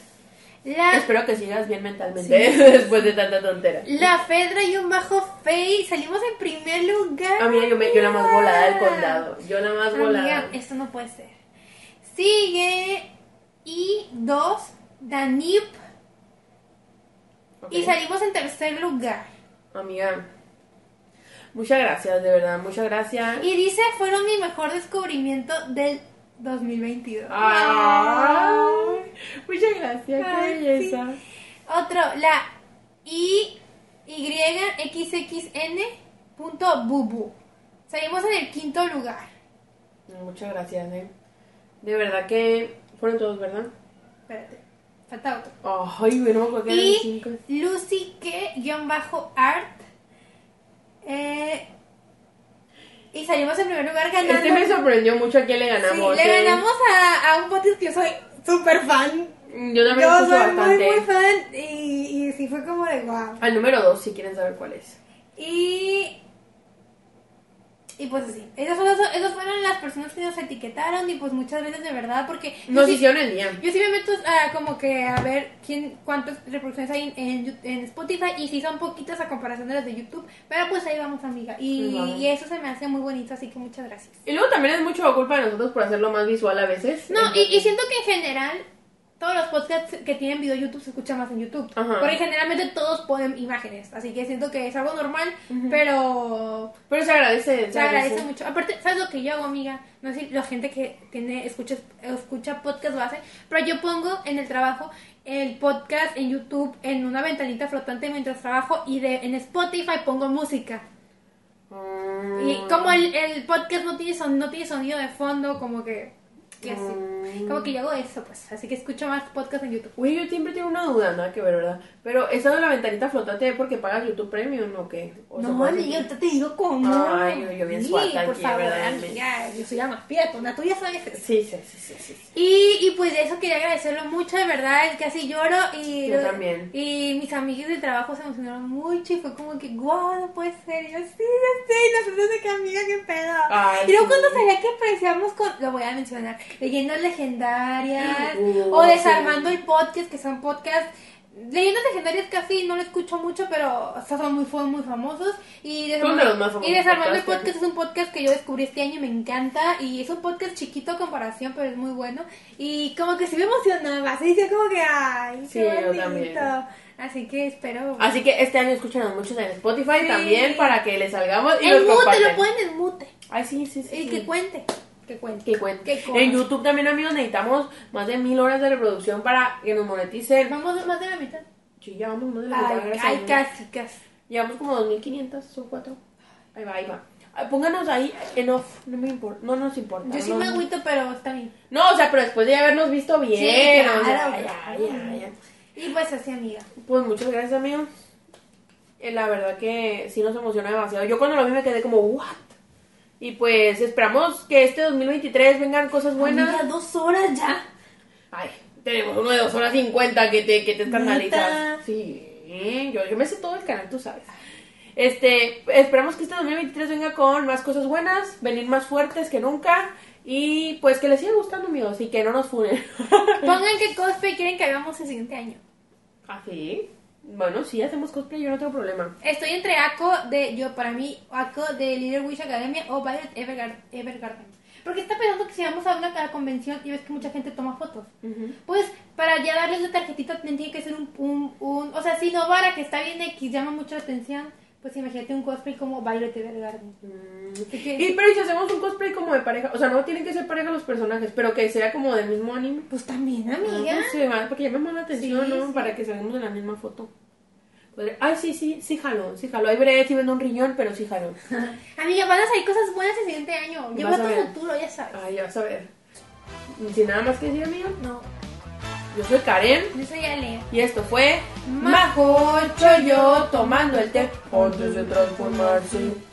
La, Espero que sigas bien mentalmente [laughs] después de tanta tontera. la Fedra Ah. y un bajo Fey salimos en primer lugar. Ah, mira, yo, me, yo la más volada del condado. Yo la más volada. Amiga, esto no puede ser. Sigue y dos, Danip. Ok. Y salimos en tercer lugar. Amiga, muchas gracias, de verdad, muchas gracias. Y dice, fueron mi mejor descubrimiento del 2022. Ah. Ay, muchas gracias, Ay, qué belleza. Otro, la I YXXN punto bubu. Salimos en el quinto lugar. Muchas gracias, eh. De verdad que fueron todos, ¿verdad? Espérate. Falta otro. Ay, güey, no me acuerdo que eran Y- cinco. Lucy que guión bajo art. Eh, y salimos en primer lugar ganando. Este me sorprendió mucho a quién le Sí, ganamos. le eh. ganamos a, a un podcast que yo soy súper fan. Yo también Yo puse soy muy, bastante. muy fan y, y sí fue como de wow. Al número dos, si quieren saber cuál es. Y. Y pues así. Esas, fueron- esas fueron las personas que nos etiquetaron y pues muchas veces de verdad porque. Nos yo sí- hicieron el día. yo sí me meto a, como que a ver quién cuántas reproducciones hay en, en, Yu- en Spotify y si son poquitas a comparación de las de YouTube, pero pues ahí vamos amiga y, Ahí vamos. y eso se me hace muy bonito, así que muchas gracias. Y luego también es mucho culpa de nosotros por hacerlo más visual a veces. No, y, y siento que en general todos los podcasts que tienen video YouTube se escucha más en YouTube. Ajá. Porque generalmente todos ponen imágenes. Así que siento que es algo normal, pero Pero se agradece. Se, se agradece mucho. Aparte, ¿sabes lo que yo hago, amiga? No sé si la gente que tiene escucha, escucha podcast lo hace, pero yo pongo en el trabajo el podcast en YouTube en una ventanita flotante mientras trabajo y de, en Spotify pongo música. Mm. Y como el, el podcast no tiene, son, no tiene sonido de fondo, como que... que así. Mm. Como que yo hago eso, pues. Así que escucho más podcast en YouTube. Güey, yo siempre tengo una duda, nada que ver, ¿verdad? Pero esa de la ventanita flotante es porque pagas YouTube Premium o qué? ¿O se No, puede amiga, hacer? ahorita te digo cómo. Ay, yo- yo bien Sí, suata por aquí, favor, verdaderamente. amiga. Yo soy la más piratona, tú ya sabes eso. Sí, sí, sí, sí, sí. sí. Y, y pues de eso quería agradecerlo mucho, de verdad, es que así lloro y... Yo también. Y mis amigos del trabajo se emocionaron mucho y fue como que, wow, no puede ser. Y yo, sí, ya sé, y nosotros de que amiga, qué pedo. Ay, y luego sí. cuando salía que aparecíamos con, lo voy a mencionar, leyendas legendarias Uh, o desarmando sí. el podcast, que son podcasts... Leyendas legendarias casi no lo escucho mucho, pero o sea, son muy, fue muy famosos. Y Son de los más famosos y Desarmando el podcasts, Podcast es un podcast que yo descubrí este año y me encanta. Y es un podcast chiquito a comparación, pero es muy bueno. Y como que sí me emocionaba. Así que como que, ay, Sí, qué yo bonito. también. Así que espero. Así que este año escúchanos muchos en Spotify Sí. también para que les salgamos y los en mute, compartan. lo pueden en mute. Ay, sí, sí, sí. Y sí. que cuente. Que cuente. Que cuente. Que cuente. En YouTube también, amigos, necesitamos más de mil horas de reproducción para que nos moneticen. Vamos más de la mitad. Sí, ya vamos más de la mitad, Ay, gracias a ay Dios. casi, casi. Llevamos como 2500, son cuatro. Ahí va, ahí va. Ay, Pónganos ahí en off, no me importa, no nos importa. Yo sí no, me agüito, pero está bien. No, o sea, pero después de habernos visto bien. Sí, o sea, claro, ya, claro. ya, ya. Y pues así, amiga. Pues muchas gracias, amigo. Eh, La verdad que sí nos emociona demasiado. Yo cuando lo vi me quedé como, ¿what? Y pues esperamos que este 2023 vengan cosas buenas. Amiga, dos horas [laughs] ya. Ay, tenemos uno de 2 horas 50 que te, que te escandalizas. Neta. Sí, yo, yo me sé todo el canal, tú sabes. Este, esperamos que este 2023 venga con más cosas buenas, venir más fuertes que nunca. Y pues que les siga gustando, amigos, y que no nos funen. Pongan que cosplay quieren que hagamos el siguiente año. Así. Bueno, ¿Ah, sí, hacemos cosplay, yo no tengo problema. Estoy entre Ako de, yo para mí, Ako de Little Wish Academia o Violet Evergar- Evergarden. Porque está pensando que si vamos a una ca- convención y ves que mucha gente toma fotos. Pues para ya darles la tarjetita también tiene que ser un, un, un- o sea, si Novara que está bien X llama mucho la atención, pues imagínate un cosplay como Violet Evergarden. Mm. Así que- Y pero ¿y si hacemos un cosplay como de pareja, o sea, no tienen que ser pareja los personajes, pero que sea como del mismo anime. Ah, Pues también, amiga. No sé, va, porque llamemos la atención, Sí, ¿no? sí. Para que salgamos en la misma foto. Podría- Ay, sí, sí, sí jaló, sí jaló. Ahí veré si vendo un riñón, pero sí [laughs] jaló. Amiga, van a salir cosas buenas el siguiente año. Llevo Vas a tu ver. futuro, ya sabes. Ay, ya vas a ver. Y Sin nada más que decir, amigo, No, yo soy Karen yo soy Ale. y esto fue Majo Majo yo tomando el té antes de transformarse.